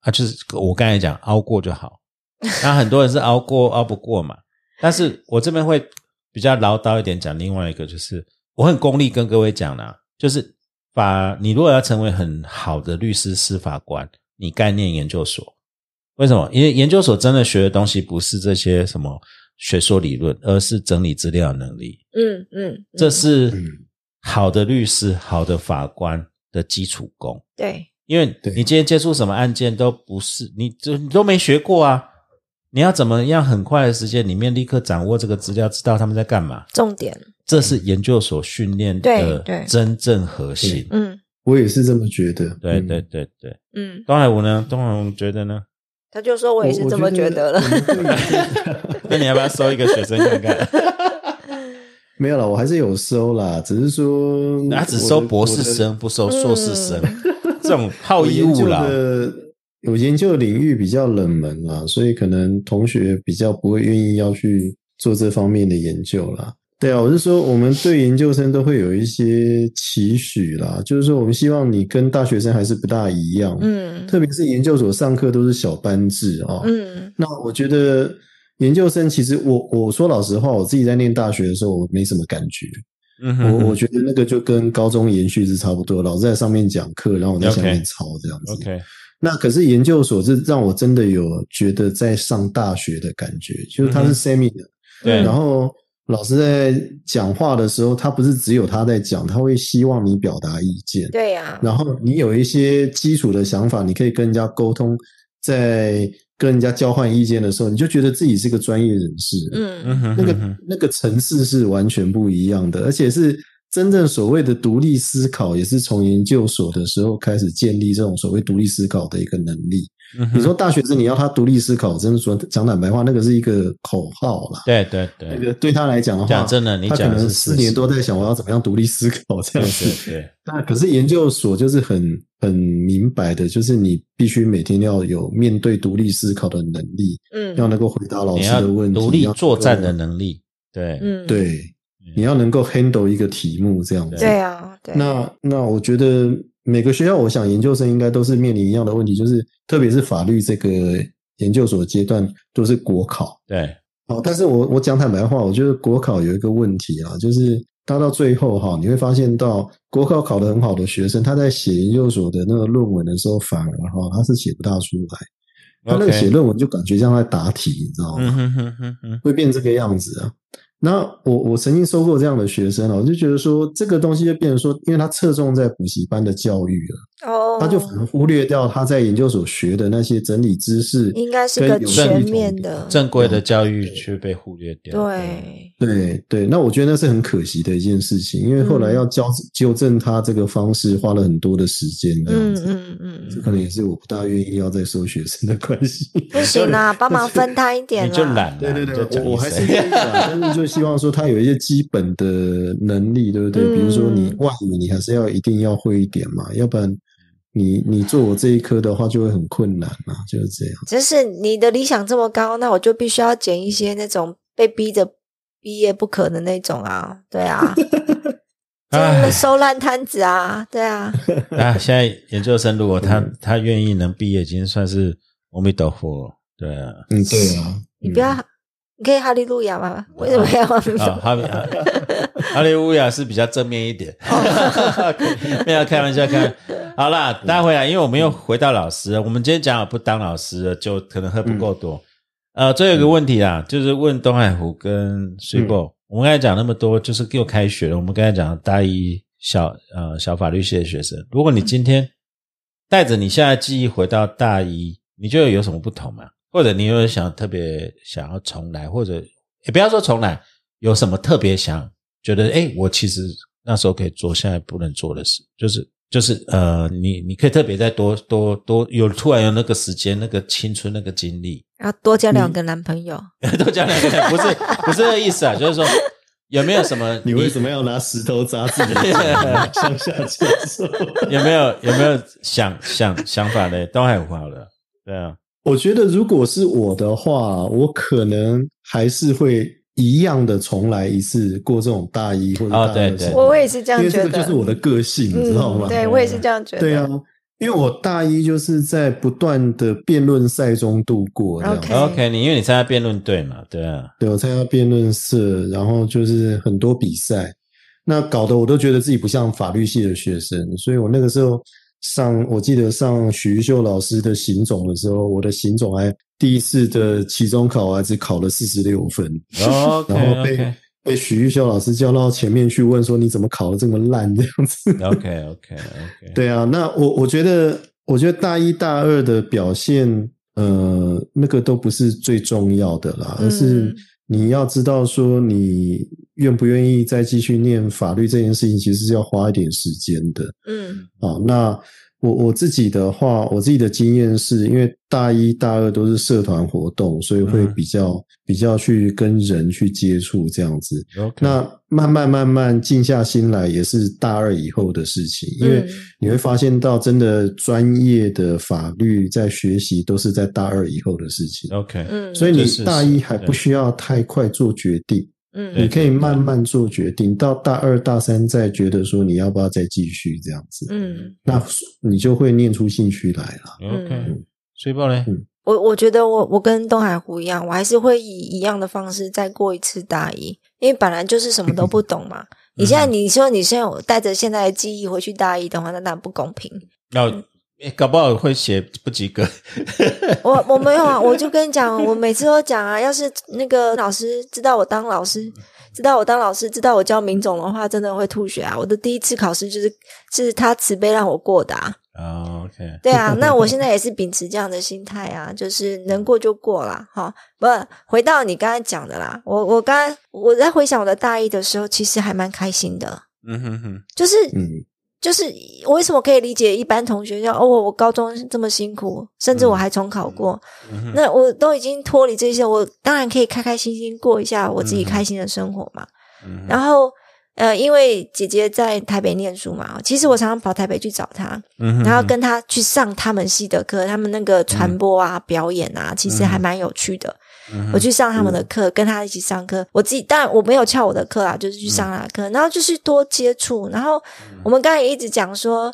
[SPEAKER 1] 啊，就是我刚才讲熬过就
[SPEAKER 2] [laughs]
[SPEAKER 1] 好。那很多人是熬过熬不过嘛，但是我这边会比较唠叨一点讲另外一个，就是我很功利跟各位讲啦、就是把你如果要成为很好的律师、司法官，你该念研究所。为什么？因为研究所真的学的东西不是这些什么学说理论，而是整理资料的能力。
[SPEAKER 2] 嗯嗯，嗯
[SPEAKER 1] 这是
[SPEAKER 3] 嗯
[SPEAKER 1] 好的律师、好的法官的基础功。
[SPEAKER 2] 对，
[SPEAKER 1] 因为
[SPEAKER 3] 对
[SPEAKER 1] 你今天接触什么案件都不是，你就你都没学过啊。你要怎么样很快的时间里面立刻掌握这个资料，知道他们在干嘛？
[SPEAKER 2] 重点，
[SPEAKER 1] 这是
[SPEAKER 3] 嗯
[SPEAKER 1] 研究所训练
[SPEAKER 2] 对对
[SPEAKER 1] 的真正核心。
[SPEAKER 2] 嗯
[SPEAKER 3] 我也是这么觉得。
[SPEAKER 1] 对
[SPEAKER 3] 嗯
[SPEAKER 1] 对对对，
[SPEAKER 2] 嗯，
[SPEAKER 1] 东海吴呢？东海吴觉得呢？
[SPEAKER 2] 他就说我也是
[SPEAKER 3] 我
[SPEAKER 2] 这么觉得了。
[SPEAKER 3] 我们会
[SPEAKER 1] 那你要不要收一个学生看
[SPEAKER 3] [laughs]
[SPEAKER 1] 看？
[SPEAKER 3] 没有了，我还是有收啦，只是说
[SPEAKER 1] 他只收博士，生，不收硕士生，
[SPEAKER 2] 嗯
[SPEAKER 1] 这种好逸恶劳。
[SPEAKER 3] 的有研究的领域比较冷门啦，所以可能同学比较不会愿意要去做这方面的研究啦。对啊，我是说，我们对研究生都会有一些期许啦，就是说，我们希望你跟大学生还是不大一样，，
[SPEAKER 2] 嗯
[SPEAKER 3] 特别是研究所上课都是小班制啊、哦，
[SPEAKER 2] 嗯
[SPEAKER 3] 那我觉得研究生其实我我说老实话，我自己在念大学的时候，我没什么感觉。
[SPEAKER 1] 嗯
[SPEAKER 3] 我
[SPEAKER 1] 哼
[SPEAKER 3] 我觉得那个就跟高中延续是差不多，老师在上面讲课，然后我在下面抄这样子。
[SPEAKER 1] ，OK，
[SPEAKER 3] 那可是研究所是让我真的有觉得在上大学的感觉，就
[SPEAKER 1] 嗯
[SPEAKER 3] 是它是 semi 的，
[SPEAKER 1] 对
[SPEAKER 3] 然后老师在讲话的时候，他不是只有他在讲，他会希望你表达意见。
[SPEAKER 2] 对呀、
[SPEAKER 3] 然后你有一些基础的想法，你可以跟人家沟通，在跟人家交换意见的时候，你就觉得自己是个专业人士。，
[SPEAKER 1] 嗯
[SPEAKER 2] 嗯
[SPEAKER 1] 哼，
[SPEAKER 3] 那个
[SPEAKER 1] 嗯哼
[SPEAKER 3] 那个层次是完全不一样的，而且是真正所谓的独立思考，也是从研究所的时候开始建立这种所谓独立思考的一个能力。
[SPEAKER 1] 嗯哼
[SPEAKER 3] 你说大学生你要他独立思考，真的说讲坦白话，那个是一个口号啦。
[SPEAKER 1] 对对
[SPEAKER 3] 那
[SPEAKER 1] 对，
[SPEAKER 3] 个对他来讲的话，
[SPEAKER 1] 讲真的，你
[SPEAKER 3] 他可
[SPEAKER 1] 讲的
[SPEAKER 3] 能
[SPEAKER 1] 是
[SPEAKER 3] 四
[SPEAKER 1] 事实
[SPEAKER 3] 年都在想我要怎么样独立思考这样
[SPEAKER 1] 对
[SPEAKER 3] 子。
[SPEAKER 1] 对对，
[SPEAKER 3] 那可是研究所就是很很明白的，就是你必须每天要有面对独立思考的能力，要
[SPEAKER 2] 嗯
[SPEAKER 3] 能够回答老
[SPEAKER 1] 你
[SPEAKER 3] 师
[SPEAKER 1] 要
[SPEAKER 3] 的问题，
[SPEAKER 1] 独立
[SPEAKER 3] 要能够
[SPEAKER 1] 作战的能力，对，
[SPEAKER 2] 嗯，
[SPEAKER 3] 对，你要能够 handle 一个题目这样子。
[SPEAKER 2] 对啊，对，
[SPEAKER 3] 那那我觉得每个学校，我想研究生应该都是面临一样的问题，就是特别是法律这个研究所阶段都是国考。
[SPEAKER 1] 对，
[SPEAKER 3] 好，但是我我讲坦白话，我觉得国考有一个问题啊，就是他到最后哈，你会发现到国考考得很好的学生，他在写研究所的那个论文的时候，反而哈他是写不大出来，他那个
[SPEAKER 1] OK
[SPEAKER 3] 写啊论文就感觉像在答题，你知道吗？
[SPEAKER 1] 嗯哼哼哼哼，
[SPEAKER 3] 会变这个样子啊。那我我曾经收过这样的学生啊，我就觉得说这个东西就变成说，因为他侧重在补习班的教育了，
[SPEAKER 2] 哦，
[SPEAKER 3] 他就反而忽略掉他在研究所学的那些整理知识，
[SPEAKER 2] 应该是个
[SPEAKER 3] 跟有效率
[SPEAKER 2] 全
[SPEAKER 3] 统
[SPEAKER 2] 面
[SPEAKER 3] 计
[SPEAKER 2] 的，
[SPEAKER 1] 正规的教育却被忽略掉，
[SPEAKER 2] 对，
[SPEAKER 3] 对对，那我觉得那是很可惜的一件事情，因为
[SPEAKER 2] 嗯
[SPEAKER 3] 后来要教纠正他这个方式花了很多的时间，这样
[SPEAKER 2] 嗯
[SPEAKER 3] 子，
[SPEAKER 2] 嗯
[SPEAKER 3] 这
[SPEAKER 2] 嗯，
[SPEAKER 3] 可能也是我不大愿意要再收学生的关系。
[SPEAKER 2] 不行啊，帮忙分摊一点
[SPEAKER 1] 你就懒了，
[SPEAKER 3] 对对
[SPEAKER 1] 你就
[SPEAKER 3] 对，
[SPEAKER 1] 讲
[SPEAKER 3] 我我还是
[SPEAKER 1] 一
[SPEAKER 3] 这 [laughs]
[SPEAKER 1] 声
[SPEAKER 3] 样讲，但是就希望说他有一些基本的能力，对不对？
[SPEAKER 2] 嗯
[SPEAKER 3] 比如说你外语，你还是要一定要会一点嘛，要不然你你做我这一科的话就会很困难啊，就是这样。
[SPEAKER 2] 就是你的理想这么高，那我就必须要捡一些那种被逼着毕业不可的那种啊，对啊，就是收烂摊子啊，对啊，
[SPEAKER 1] 啊，现在研究生如果他
[SPEAKER 3] 嗯
[SPEAKER 1] 他愿意能毕业，已经算是阿弥陀佛了。对啊，
[SPEAKER 3] 嗯，对啊，
[SPEAKER 2] 你不要，你可以哈利路亚吗？为什么要哈利路 [laughs]
[SPEAKER 1] 啊
[SPEAKER 2] 亚？
[SPEAKER 1] 哈利啊哈利乌亚是比较正面一点，
[SPEAKER 2] 哦
[SPEAKER 1] [laughs] 没有开玩笑，开玩好啦，
[SPEAKER 2] 嗯
[SPEAKER 1] 大家回来，因为我们又回到老师了，啊我们今天讲了不当老师了，就可能喝不够多。
[SPEAKER 2] 嗯
[SPEAKER 1] 呃，最后一个问题啦，就是问东海湖跟水波、
[SPEAKER 2] 嗯
[SPEAKER 1] 我们刚才讲那么多，就是又开学了。我们刚才讲大一小呃小法律系的学生，如果你今天带着你现在的记忆回到大一，你觉得有什么不同吗？或者你有想特别想要重来，或者也不要说重来，有什么特别想觉得，哎，我其实那时候可以做，现在不能做的事，就是就是呃，你你可以特别再多多多有突然有那个时间、那个青春、那个精力， [laughs]
[SPEAKER 2] 要多交两个男朋友，
[SPEAKER 1] 多讲两个，不是不是这个意思啊，就是说有没有什么
[SPEAKER 3] [laughs] 你为什么要拿石头砸自己的脚
[SPEAKER 1] [laughs]
[SPEAKER 3] 呢向下接受？
[SPEAKER 1] 有没有有没有想想想法嘞？东海湖好了，对啊，
[SPEAKER 3] 我觉得如果是我的话，我可能还是会一样的重来一次，过这种大一或者大
[SPEAKER 1] 哦
[SPEAKER 3] 二
[SPEAKER 1] 对
[SPEAKER 3] 的
[SPEAKER 1] 对
[SPEAKER 3] 生活
[SPEAKER 2] 我我也是这样
[SPEAKER 3] 因为
[SPEAKER 2] 觉
[SPEAKER 3] 这
[SPEAKER 2] 得，
[SPEAKER 3] 个就是我的个性，你知道
[SPEAKER 2] 嗯，
[SPEAKER 3] 吗？
[SPEAKER 2] 对我也是这样觉得，
[SPEAKER 3] 对啊，因为我大一就是在不断的辩论赛中度过这样
[SPEAKER 2] OK
[SPEAKER 3] 子
[SPEAKER 1] OK，你因为你参加辩论队嘛，对啊，
[SPEAKER 3] 对我参加辩论社，然后就是很多比赛，那搞得我都觉得自己不像法律系的学生，所以我那个时候上，我记得上许玉秀老师的刑总的时候，我的刑总还第一次的期中考还只考了四十六分，
[SPEAKER 1] OK
[SPEAKER 3] 然后被
[SPEAKER 1] OK
[SPEAKER 3] 被许玉秀老师叫到前面去问说你怎么考的这么烂这样子，
[SPEAKER 1] OK OK OK，
[SPEAKER 3] 对啊，那我我觉得，我觉得大一大二的表现，呃，那个都不是最重要的啦，
[SPEAKER 2] 嗯
[SPEAKER 3] 而是你要知道说，你愿不愿意再继续念法律这件事情，其实是要花一点时间的
[SPEAKER 2] 嗯
[SPEAKER 3] 啊。那我我自己的话，我自己的经验是因为大一大二都是社团活动，所以会
[SPEAKER 1] 嗯
[SPEAKER 3] 比较、比较去跟人去接触这样子。
[SPEAKER 1] OK，
[SPEAKER 3] 那慢慢慢慢静下心来，也是大二以后的事情，因为
[SPEAKER 2] 嗯
[SPEAKER 3] 你会发现到真的专业的法律在学习都是在大二以后的事情，
[SPEAKER 1] OK
[SPEAKER 2] 嗯，
[SPEAKER 3] 所以
[SPEAKER 1] 这
[SPEAKER 3] 你
[SPEAKER 1] 是
[SPEAKER 3] 大一还不需要太快做决定，
[SPEAKER 2] 嗯
[SPEAKER 3] 你可以慢慢做决定，到大二大三再觉得说你要不要再继续这样子，
[SPEAKER 2] 嗯。
[SPEAKER 3] 那你就会念出兴趣来了。
[SPEAKER 1] OK，
[SPEAKER 2] 嗯
[SPEAKER 1] 水波嘞，
[SPEAKER 2] 我我觉得我我跟东海湖一样，我还是会以一样的方式再过一次大一，因为本来就是什么都不懂
[SPEAKER 3] [laughs]
[SPEAKER 2] 嘛。你现在你说你现在有带着现在的记忆回去大一的话，那当然不公平。
[SPEAKER 1] 要诶搞不好会写不及格，
[SPEAKER 2] 我我没有啊，我就跟你讲，我每次都讲啊，要是那个老师知道我当老师，知道我当老师，知道我教民总的话，真的会吐血啊！我的第一次考试就是是他慈悲让我过的啊。
[SPEAKER 1] 啊 OK，
[SPEAKER 2] 对啊，那我现在也是秉持这样的心态啊，就是能过就过啦，哈。不，回到你刚才讲的啦，我我刚才我在回想我的大一的时候，其实还蛮开心的，
[SPEAKER 1] 嗯哼哼，
[SPEAKER 2] 就是
[SPEAKER 3] 嗯，
[SPEAKER 2] 就是我为什么可以理解一般同学要哦，我高中这么辛苦，甚至我还重考过，
[SPEAKER 1] 嗯哼
[SPEAKER 2] 那我都已经脱离这些，我当然可以开开心心过一下我自己开心的生活嘛。
[SPEAKER 1] 嗯哼
[SPEAKER 2] 然后呃，因为姐姐在台北念书嘛，其
[SPEAKER 1] 嗯
[SPEAKER 2] 实我常常跑台北去找她，
[SPEAKER 1] 嗯哼
[SPEAKER 2] 然后跟她去上他们系的课，他们那个传播啊、表演啊，其实还蛮有趣的。
[SPEAKER 1] 嗯哼
[SPEAKER 2] 我去上他们的课，跟他一起上课。我自己当然我没有翘我的课啊，就是去上
[SPEAKER 1] 嗯
[SPEAKER 2] 他的课，然后就是多接触。然后我们刚才也一直讲说，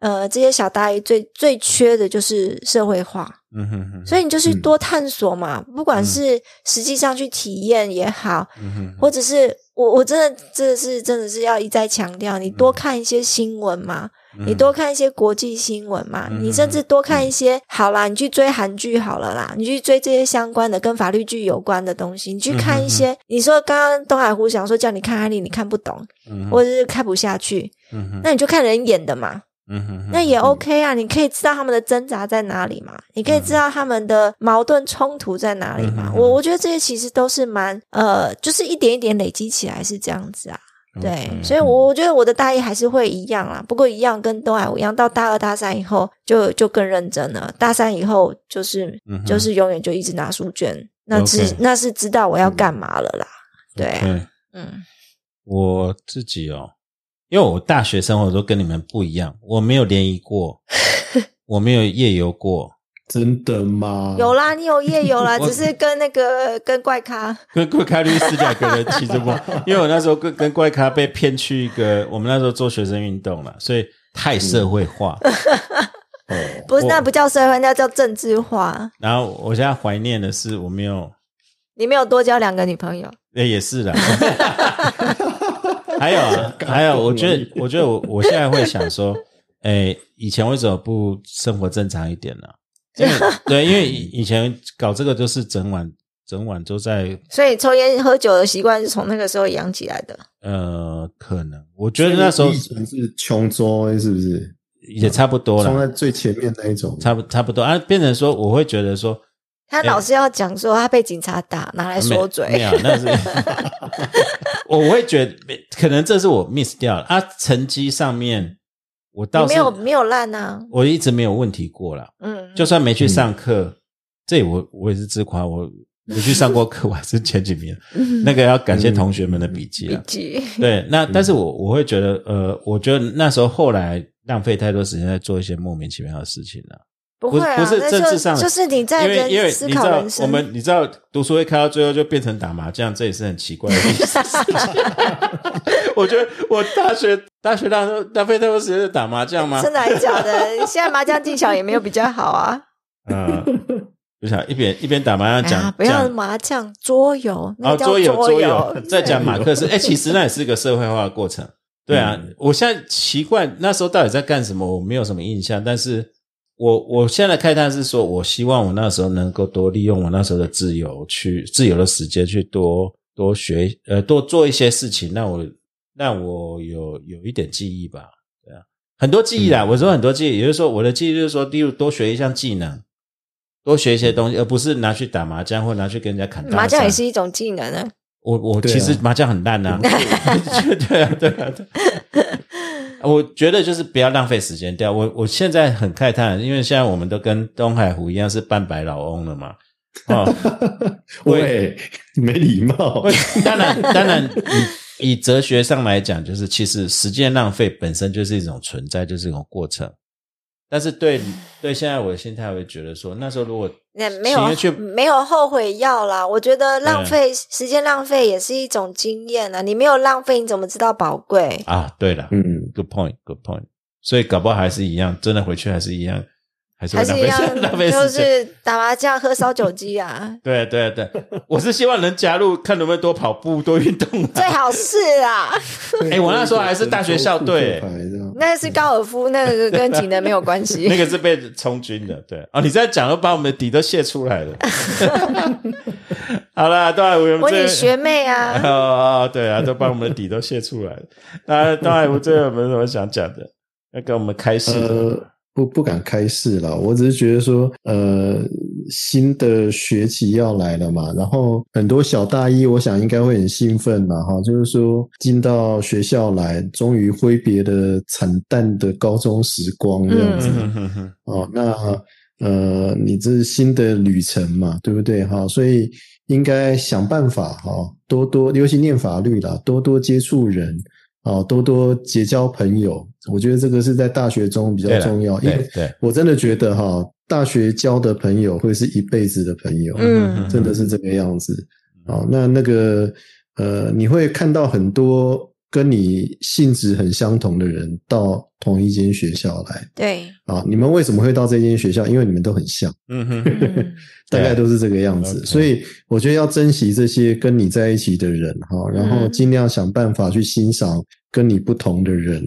[SPEAKER 2] 呃，这些小大一最最缺的就是社会化，
[SPEAKER 1] 嗯哼哼，
[SPEAKER 2] 所以你就是
[SPEAKER 3] 嗯
[SPEAKER 2] 多探索嘛，不管是实际上去体验也好，
[SPEAKER 1] 嗯哼
[SPEAKER 2] 或者是我我真的真的是真的是要一再强调，你多看一些新闻嘛，
[SPEAKER 1] 嗯
[SPEAKER 2] 你多看一些国际新闻嘛，
[SPEAKER 1] 嗯
[SPEAKER 2] 你甚至多看一些、好啦，你去追韩剧好了啦，你去追这些相关的跟法律剧有关的东西，你去看一
[SPEAKER 1] 嗯
[SPEAKER 2] 些。你说刚刚东海湖想说叫你看案例，你看不懂，
[SPEAKER 1] 嗯哼
[SPEAKER 2] 或者是看不下去，
[SPEAKER 1] 嗯哼
[SPEAKER 2] 那你就看人演的嘛，
[SPEAKER 1] 嗯哼哼
[SPEAKER 2] 那也 OK 啊，你可以知道他们的挣扎在哪里嘛，你可以知道他们的矛盾冲突在哪里嘛。
[SPEAKER 1] 嗯嗯嗯嗯
[SPEAKER 2] 我我觉得这些其实都是蛮呃，就是一点一点累积起来是这样子啊。对，
[SPEAKER 1] OK 嗯
[SPEAKER 2] 所以我我觉得我的大一还是会一样啦，不过一样跟东海我一样，到大二大三以后就就更认真了。大三以后就是、
[SPEAKER 1] 嗯哼
[SPEAKER 2] 就是永远就一直拿书卷，那知
[SPEAKER 1] OK 嗯
[SPEAKER 2] 那是知道我要干嘛了啦。对啊、
[SPEAKER 1] 对
[SPEAKER 2] 嗯
[SPEAKER 1] 我自己哦，因为我大学生活都跟你们不一样，我没有联谊过，我没有夜游过，
[SPEAKER 3] 真的吗？
[SPEAKER 2] 有啦，你有夜游
[SPEAKER 1] [laughs]
[SPEAKER 2] 啦，只是跟那个跟怪咖，
[SPEAKER 1] 跟怪咖律师两个人其实不，因为我那时候跟跟怪咖被骗去一个，我们那时候做学生运动了，所以太社会化。
[SPEAKER 3] 哦，
[SPEAKER 2] 不是
[SPEAKER 1] 我
[SPEAKER 2] 那不叫社会，那叫政治化。
[SPEAKER 1] 然后我现在怀念的是，我没有，
[SPEAKER 2] 你没有多交两个女朋友，
[SPEAKER 1] 那哎也是啦。 [laughs] 还有啊还有，我觉得，我觉得我我现在会想说，哎，以前为什么不生活正常一点呢、
[SPEAKER 2] [laughs]
[SPEAKER 1] 因为对，因为以以前搞这个就是整晚整晚都在
[SPEAKER 2] 所以抽烟喝酒的习惯是从那个时候养起来的。
[SPEAKER 1] 呃，可能我觉得那时候
[SPEAKER 3] 以前是穷州，是不是？
[SPEAKER 1] 也差不多
[SPEAKER 3] 冲在
[SPEAKER 1] 了，
[SPEAKER 3] 最前面那一种，
[SPEAKER 1] 差不差不多啊，变成说我会觉得说
[SPEAKER 2] 他老是要讲说他被警察打，拿来说
[SPEAKER 1] 没没
[SPEAKER 2] 嘴。
[SPEAKER 1] 有，啊那是我会觉得可能这是我 miss 掉了啊，成绩上面我
[SPEAKER 2] [laughs] 你
[SPEAKER 1] 倒
[SPEAKER 2] 没
[SPEAKER 1] 是
[SPEAKER 2] 有没有烂啊，
[SPEAKER 1] 我一直没有问题过啦，
[SPEAKER 2] 嗯，
[SPEAKER 1] 就算没去上课，这我我也是自夸，我我去上过课，我还是前几
[SPEAKER 2] [laughs]
[SPEAKER 1] 名，
[SPEAKER 2] 嗯
[SPEAKER 1] 那个要感谢同学们的笔记
[SPEAKER 2] 笔
[SPEAKER 1] 了。
[SPEAKER 2] 记。
[SPEAKER 1] 对，那但是我我会觉得，呃，我觉得那时候后来浪费太多时间在做一些莫名其妙的事情了。
[SPEAKER 2] 不
[SPEAKER 1] 不
[SPEAKER 2] 会
[SPEAKER 1] 是
[SPEAKER 2] 啊，
[SPEAKER 1] 不是
[SPEAKER 2] 那
[SPEAKER 1] 政
[SPEAKER 2] 就
[SPEAKER 1] 治上的
[SPEAKER 2] 就是你在
[SPEAKER 1] 因为因为
[SPEAKER 2] 人思
[SPEAKER 1] 你知
[SPEAKER 2] 考
[SPEAKER 1] 道
[SPEAKER 2] 人，生。
[SPEAKER 1] 我们你知道读书会开到最后就变成打麻将，这也是很奇怪的事
[SPEAKER 2] [laughs]
[SPEAKER 1] 情。我觉得我大学大学浪浪费太多时间在打麻将吗？
[SPEAKER 2] 真的还是假的？ [laughs] 现在麻将技巧也没有比较好啊！
[SPEAKER 1] 啊、
[SPEAKER 2] [laughs]
[SPEAKER 1] 不想一边一边打麻将
[SPEAKER 2] 哎
[SPEAKER 1] [laughs] 讲，
[SPEAKER 2] 呀不要
[SPEAKER 1] 讲
[SPEAKER 2] 麻将，桌游，
[SPEAKER 1] 然
[SPEAKER 2] 那
[SPEAKER 1] 后
[SPEAKER 2] 叫
[SPEAKER 1] 哦桌游
[SPEAKER 2] 桌嗯
[SPEAKER 1] 桌 [laughs]
[SPEAKER 2] [laughs]
[SPEAKER 1] 游，再讲马克思，哎、其实那也是一个社会化的过程。对啊，
[SPEAKER 3] 嗯
[SPEAKER 1] 我现在奇怪那时候到底在干什么，我没有什么印象。但是我我现在的开探是说，我希望我那时候能够多利用我那时候的自由去自由的时间去多多学呃多做一些事情，让我让我有有一点记忆吧。对啊，很多记忆啦，我说很多记忆，也就是说我的记忆就是说，例如多学一项技能。多学一些东西，而不是拿去打麻将或拿去跟人家砍大
[SPEAKER 2] [laughs] 麻将也
[SPEAKER 1] 战
[SPEAKER 2] 是一种技能啊。
[SPEAKER 1] 我我
[SPEAKER 3] 对啊
[SPEAKER 1] 其实麻将很烂
[SPEAKER 2] [laughs]
[SPEAKER 1] 呐、啊，对啊对啊对啊。我觉得就是不要浪费时间掉。啊我我现在很慨叹，因为现在我们都跟东海湖一样是半白老翁了嘛。 [laughs] 哦，
[SPEAKER 3] 喂，没礼貌。
[SPEAKER 1] 当然当然，以以哲学上来讲，就是其实时间浪费本身就是一种存在，就是一种过程。但是对对，现在我的心态会觉得说，那时候如果
[SPEAKER 2] 那没
[SPEAKER 1] 情
[SPEAKER 2] 有
[SPEAKER 1] 愿去嗯
[SPEAKER 2] 没有后悔药啦，我觉得浪
[SPEAKER 1] 对
[SPEAKER 2] 费时间浪费也是一种经验啊。你没有浪费，你怎么知道宝贵？
[SPEAKER 1] 啊，对了、
[SPEAKER 3] 嗯，
[SPEAKER 1] g o o d point，good point。所以搞不好还是一样，真的回去还是一样，还是会
[SPEAKER 2] 还是
[SPEAKER 1] 浪
[SPEAKER 2] 一
[SPEAKER 1] 费 [laughs]
[SPEAKER 2] 样，
[SPEAKER 1] 浪费时
[SPEAKER 2] 就
[SPEAKER 1] 间。，
[SPEAKER 2] 是打麻将、喝烧酒鸡啊
[SPEAKER 1] 对对对， [laughs] 我是希望能加入，看能不能多跑步、多运动、
[SPEAKER 2] 最好是
[SPEAKER 1] [laughs]
[SPEAKER 2] 啊。
[SPEAKER 1] 哎我那时候还是大学校队欸
[SPEAKER 3] 牌这样
[SPEAKER 2] 那是高尔夫，那个跟体能没有关系。
[SPEAKER 1] [laughs] [laughs] 那个是被充军的，对哦，你这样讲都把我们的底都泄出来了。 [laughs] 好啦，当然我
[SPEAKER 2] [laughs] 我
[SPEAKER 1] 们这
[SPEAKER 2] 你学妹啊，
[SPEAKER 1] [laughs] 哦，对啊，都把我们的底都泄出来了。 [laughs] 那当然，我这有没有什么想讲的？要跟我们开始的，
[SPEAKER 3] 呃，不不敢开示啦，我只是觉得说，呃，新的学期要来了嘛，然后很多小大一，我想应该会很兴奋嘛，哈，就是说进到学校来，终于挥别了惨淡的高中时光这样子。
[SPEAKER 1] 嗯哼哼
[SPEAKER 3] 哦，那呃，你这是新的旅程嘛，对不对哈、所以应该想办法哈、多多，尤其念法律啦，多多接触人，哦，多多结交朋友。我觉得这个是在大学中比较
[SPEAKER 1] 对啦
[SPEAKER 3] 重要，因
[SPEAKER 1] 对
[SPEAKER 3] 为
[SPEAKER 1] 对，
[SPEAKER 3] 我真的觉得哈、大学交的朋友会是一辈子的朋
[SPEAKER 1] [laughs]
[SPEAKER 3] 友。
[SPEAKER 2] 嗯
[SPEAKER 3] 真的是这个样子。哦，那那个呃，你会看到很多跟你性质很相同的人到同一间学校来
[SPEAKER 2] 对，
[SPEAKER 3] 啊。你们为什么会到这间学校？因为你们都很像，
[SPEAKER 1] 嗯哼，
[SPEAKER 2] 嗯
[SPEAKER 3] 大
[SPEAKER 1] 对
[SPEAKER 3] 概都是这个样子。
[SPEAKER 1] OK
[SPEAKER 3] 所以我觉得要珍惜这些跟你在一起的人哈、然后
[SPEAKER 2] 嗯
[SPEAKER 3] 尽量想办法去欣赏跟你不同的人，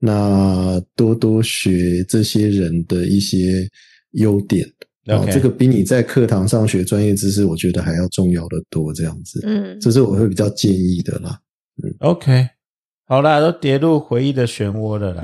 [SPEAKER 3] 那多多学这些人的一些优点。啊
[SPEAKER 1] 嗯 OK，
[SPEAKER 3] 这个比你在课堂上学专业知识，我觉得还要重要的多。这样子，
[SPEAKER 2] 嗯，
[SPEAKER 1] [laughs]
[SPEAKER 3] 这是我会比较建议的啦。
[SPEAKER 1] OK，好啦，都跌入回忆的漩涡了
[SPEAKER 2] [laughs]
[SPEAKER 1] 啦。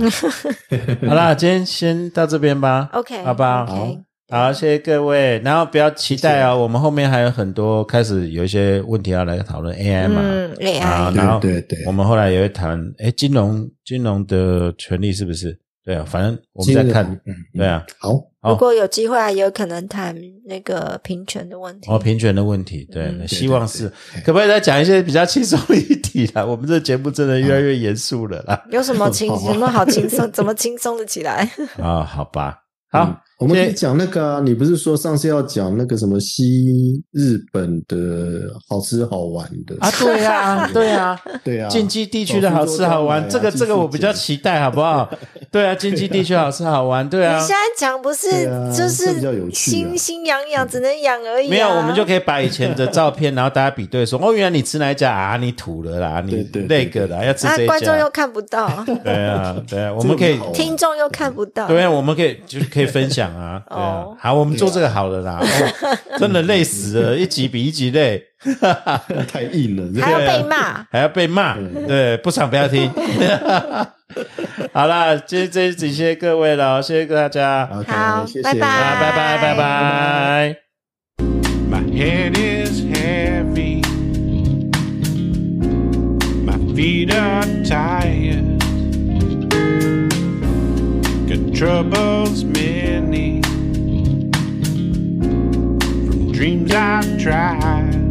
[SPEAKER 1] 好啦，今天先到这边吧。
[SPEAKER 2] OK，
[SPEAKER 1] 好吧，
[SPEAKER 2] OK
[SPEAKER 1] 好，谢谢各位，然后不要期待哦，我们后面还有很多开始有一些问题要来讨论 AI 嘛。
[SPEAKER 2] 嗯
[SPEAKER 1] 啊
[SPEAKER 2] ，AI，
[SPEAKER 1] 然后
[SPEAKER 3] 对对对
[SPEAKER 1] 我们后来也会谈，哎，金融金融的权利是不是？对啊，反正我们在
[SPEAKER 3] 今
[SPEAKER 1] 看
[SPEAKER 3] 日，嗯，
[SPEAKER 1] 对啊，
[SPEAKER 3] 好，
[SPEAKER 1] 好
[SPEAKER 2] 如果有机会啊，也有可能谈那个平权的问题。
[SPEAKER 1] 哦，平权的问题，对，
[SPEAKER 2] 嗯
[SPEAKER 1] 希望是
[SPEAKER 3] 对对对
[SPEAKER 1] 可不可以再讲一些比较轻松的 [laughs] 议题啦？我们这节目真的越来越严肃了
[SPEAKER 3] [laughs]
[SPEAKER 1] 啦。
[SPEAKER 2] [laughs] 有什么轻
[SPEAKER 3] 好啊
[SPEAKER 2] 什么好轻
[SPEAKER 1] [laughs]
[SPEAKER 2] 松？怎么轻松的起来？
[SPEAKER 1] 啊，好吧，好
[SPEAKER 3] 嗯，我们可
[SPEAKER 1] 谢
[SPEAKER 3] 以讲那个啊，你不是说上次要讲那个什么西日本的好吃好玩的
[SPEAKER 1] 啊，对啊，对
[SPEAKER 3] [laughs]
[SPEAKER 1] 啊，
[SPEAKER 3] 对啊，
[SPEAKER 1] 近畿地区的好吃好玩，
[SPEAKER 3] 走出
[SPEAKER 1] 这个这
[SPEAKER 3] 周边来啊
[SPEAKER 1] 个我比较期待，好不
[SPEAKER 3] [laughs]
[SPEAKER 1] 好？对啊，近畿地区好吃好玩，对啊
[SPEAKER 2] 你现。在讲不是
[SPEAKER 3] 对啊
[SPEAKER 2] 就
[SPEAKER 3] 这比较
[SPEAKER 2] 是
[SPEAKER 3] 有趣啊
[SPEAKER 2] 心心痒痒，只能痒而已啊。
[SPEAKER 1] 嗯没有，我们就可以把以前的照片，然后大家比对说，哦，原来你吃哪一家啊？你土了啦，你
[SPEAKER 3] 对对对
[SPEAKER 1] 那个啦，要吃
[SPEAKER 2] 啊
[SPEAKER 1] 这，一
[SPEAKER 2] 观众又
[SPEAKER 1] 家。
[SPEAKER 2] 看
[SPEAKER 1] [laughs]
[SPEAKER 2] 不到，
[SPEAKER 1] 对
[SPEAKER 3] [laughs]
[SPEAKER 1] 啊，对啊，我们可以
[SPEAKER 3] 这个好玩
[SPEAKER 2] 听众又看不到。
[SPEAKER 1] 对啊，我们可以就是可以分享啊。
[SPEAKER 2] [laughs]
[SPEAKER 1] 对啊
[SPEAKER 2] 哦，
[SPEAKER 1] 好，我们做这个好了啦。
[SPEAKER 3] [laughs]
[SPEAKER 1] 哦真的累死了，一集比一集累，
[SPEAKER 3] 对啊太硬了，这
[SPEAKER 2] 还要
[SPEAKER 3] 个
[SPEAKER 1] 对啊
[SPEAKER 2] 被骂。
[SPEAKER 1] 还要被骂。
[SPEAKER 3] 嗯
[SPEAKER 1] 对，不爽不要听。 [laughs] 好啦，今天这一集谢谢各位了，谢谢大家。
[SPEAKER 3] 啊 OK，
[SPEAKER 2] 好
[SPEAKER 3] 谢谢
[SPEAKER 2] 拜拜
[SPEAKER 1] 啊，拜拜拜拜。
[SPEAKER 4] My head is heavy. My feet are tired. Got troubles many from dreams I've tried.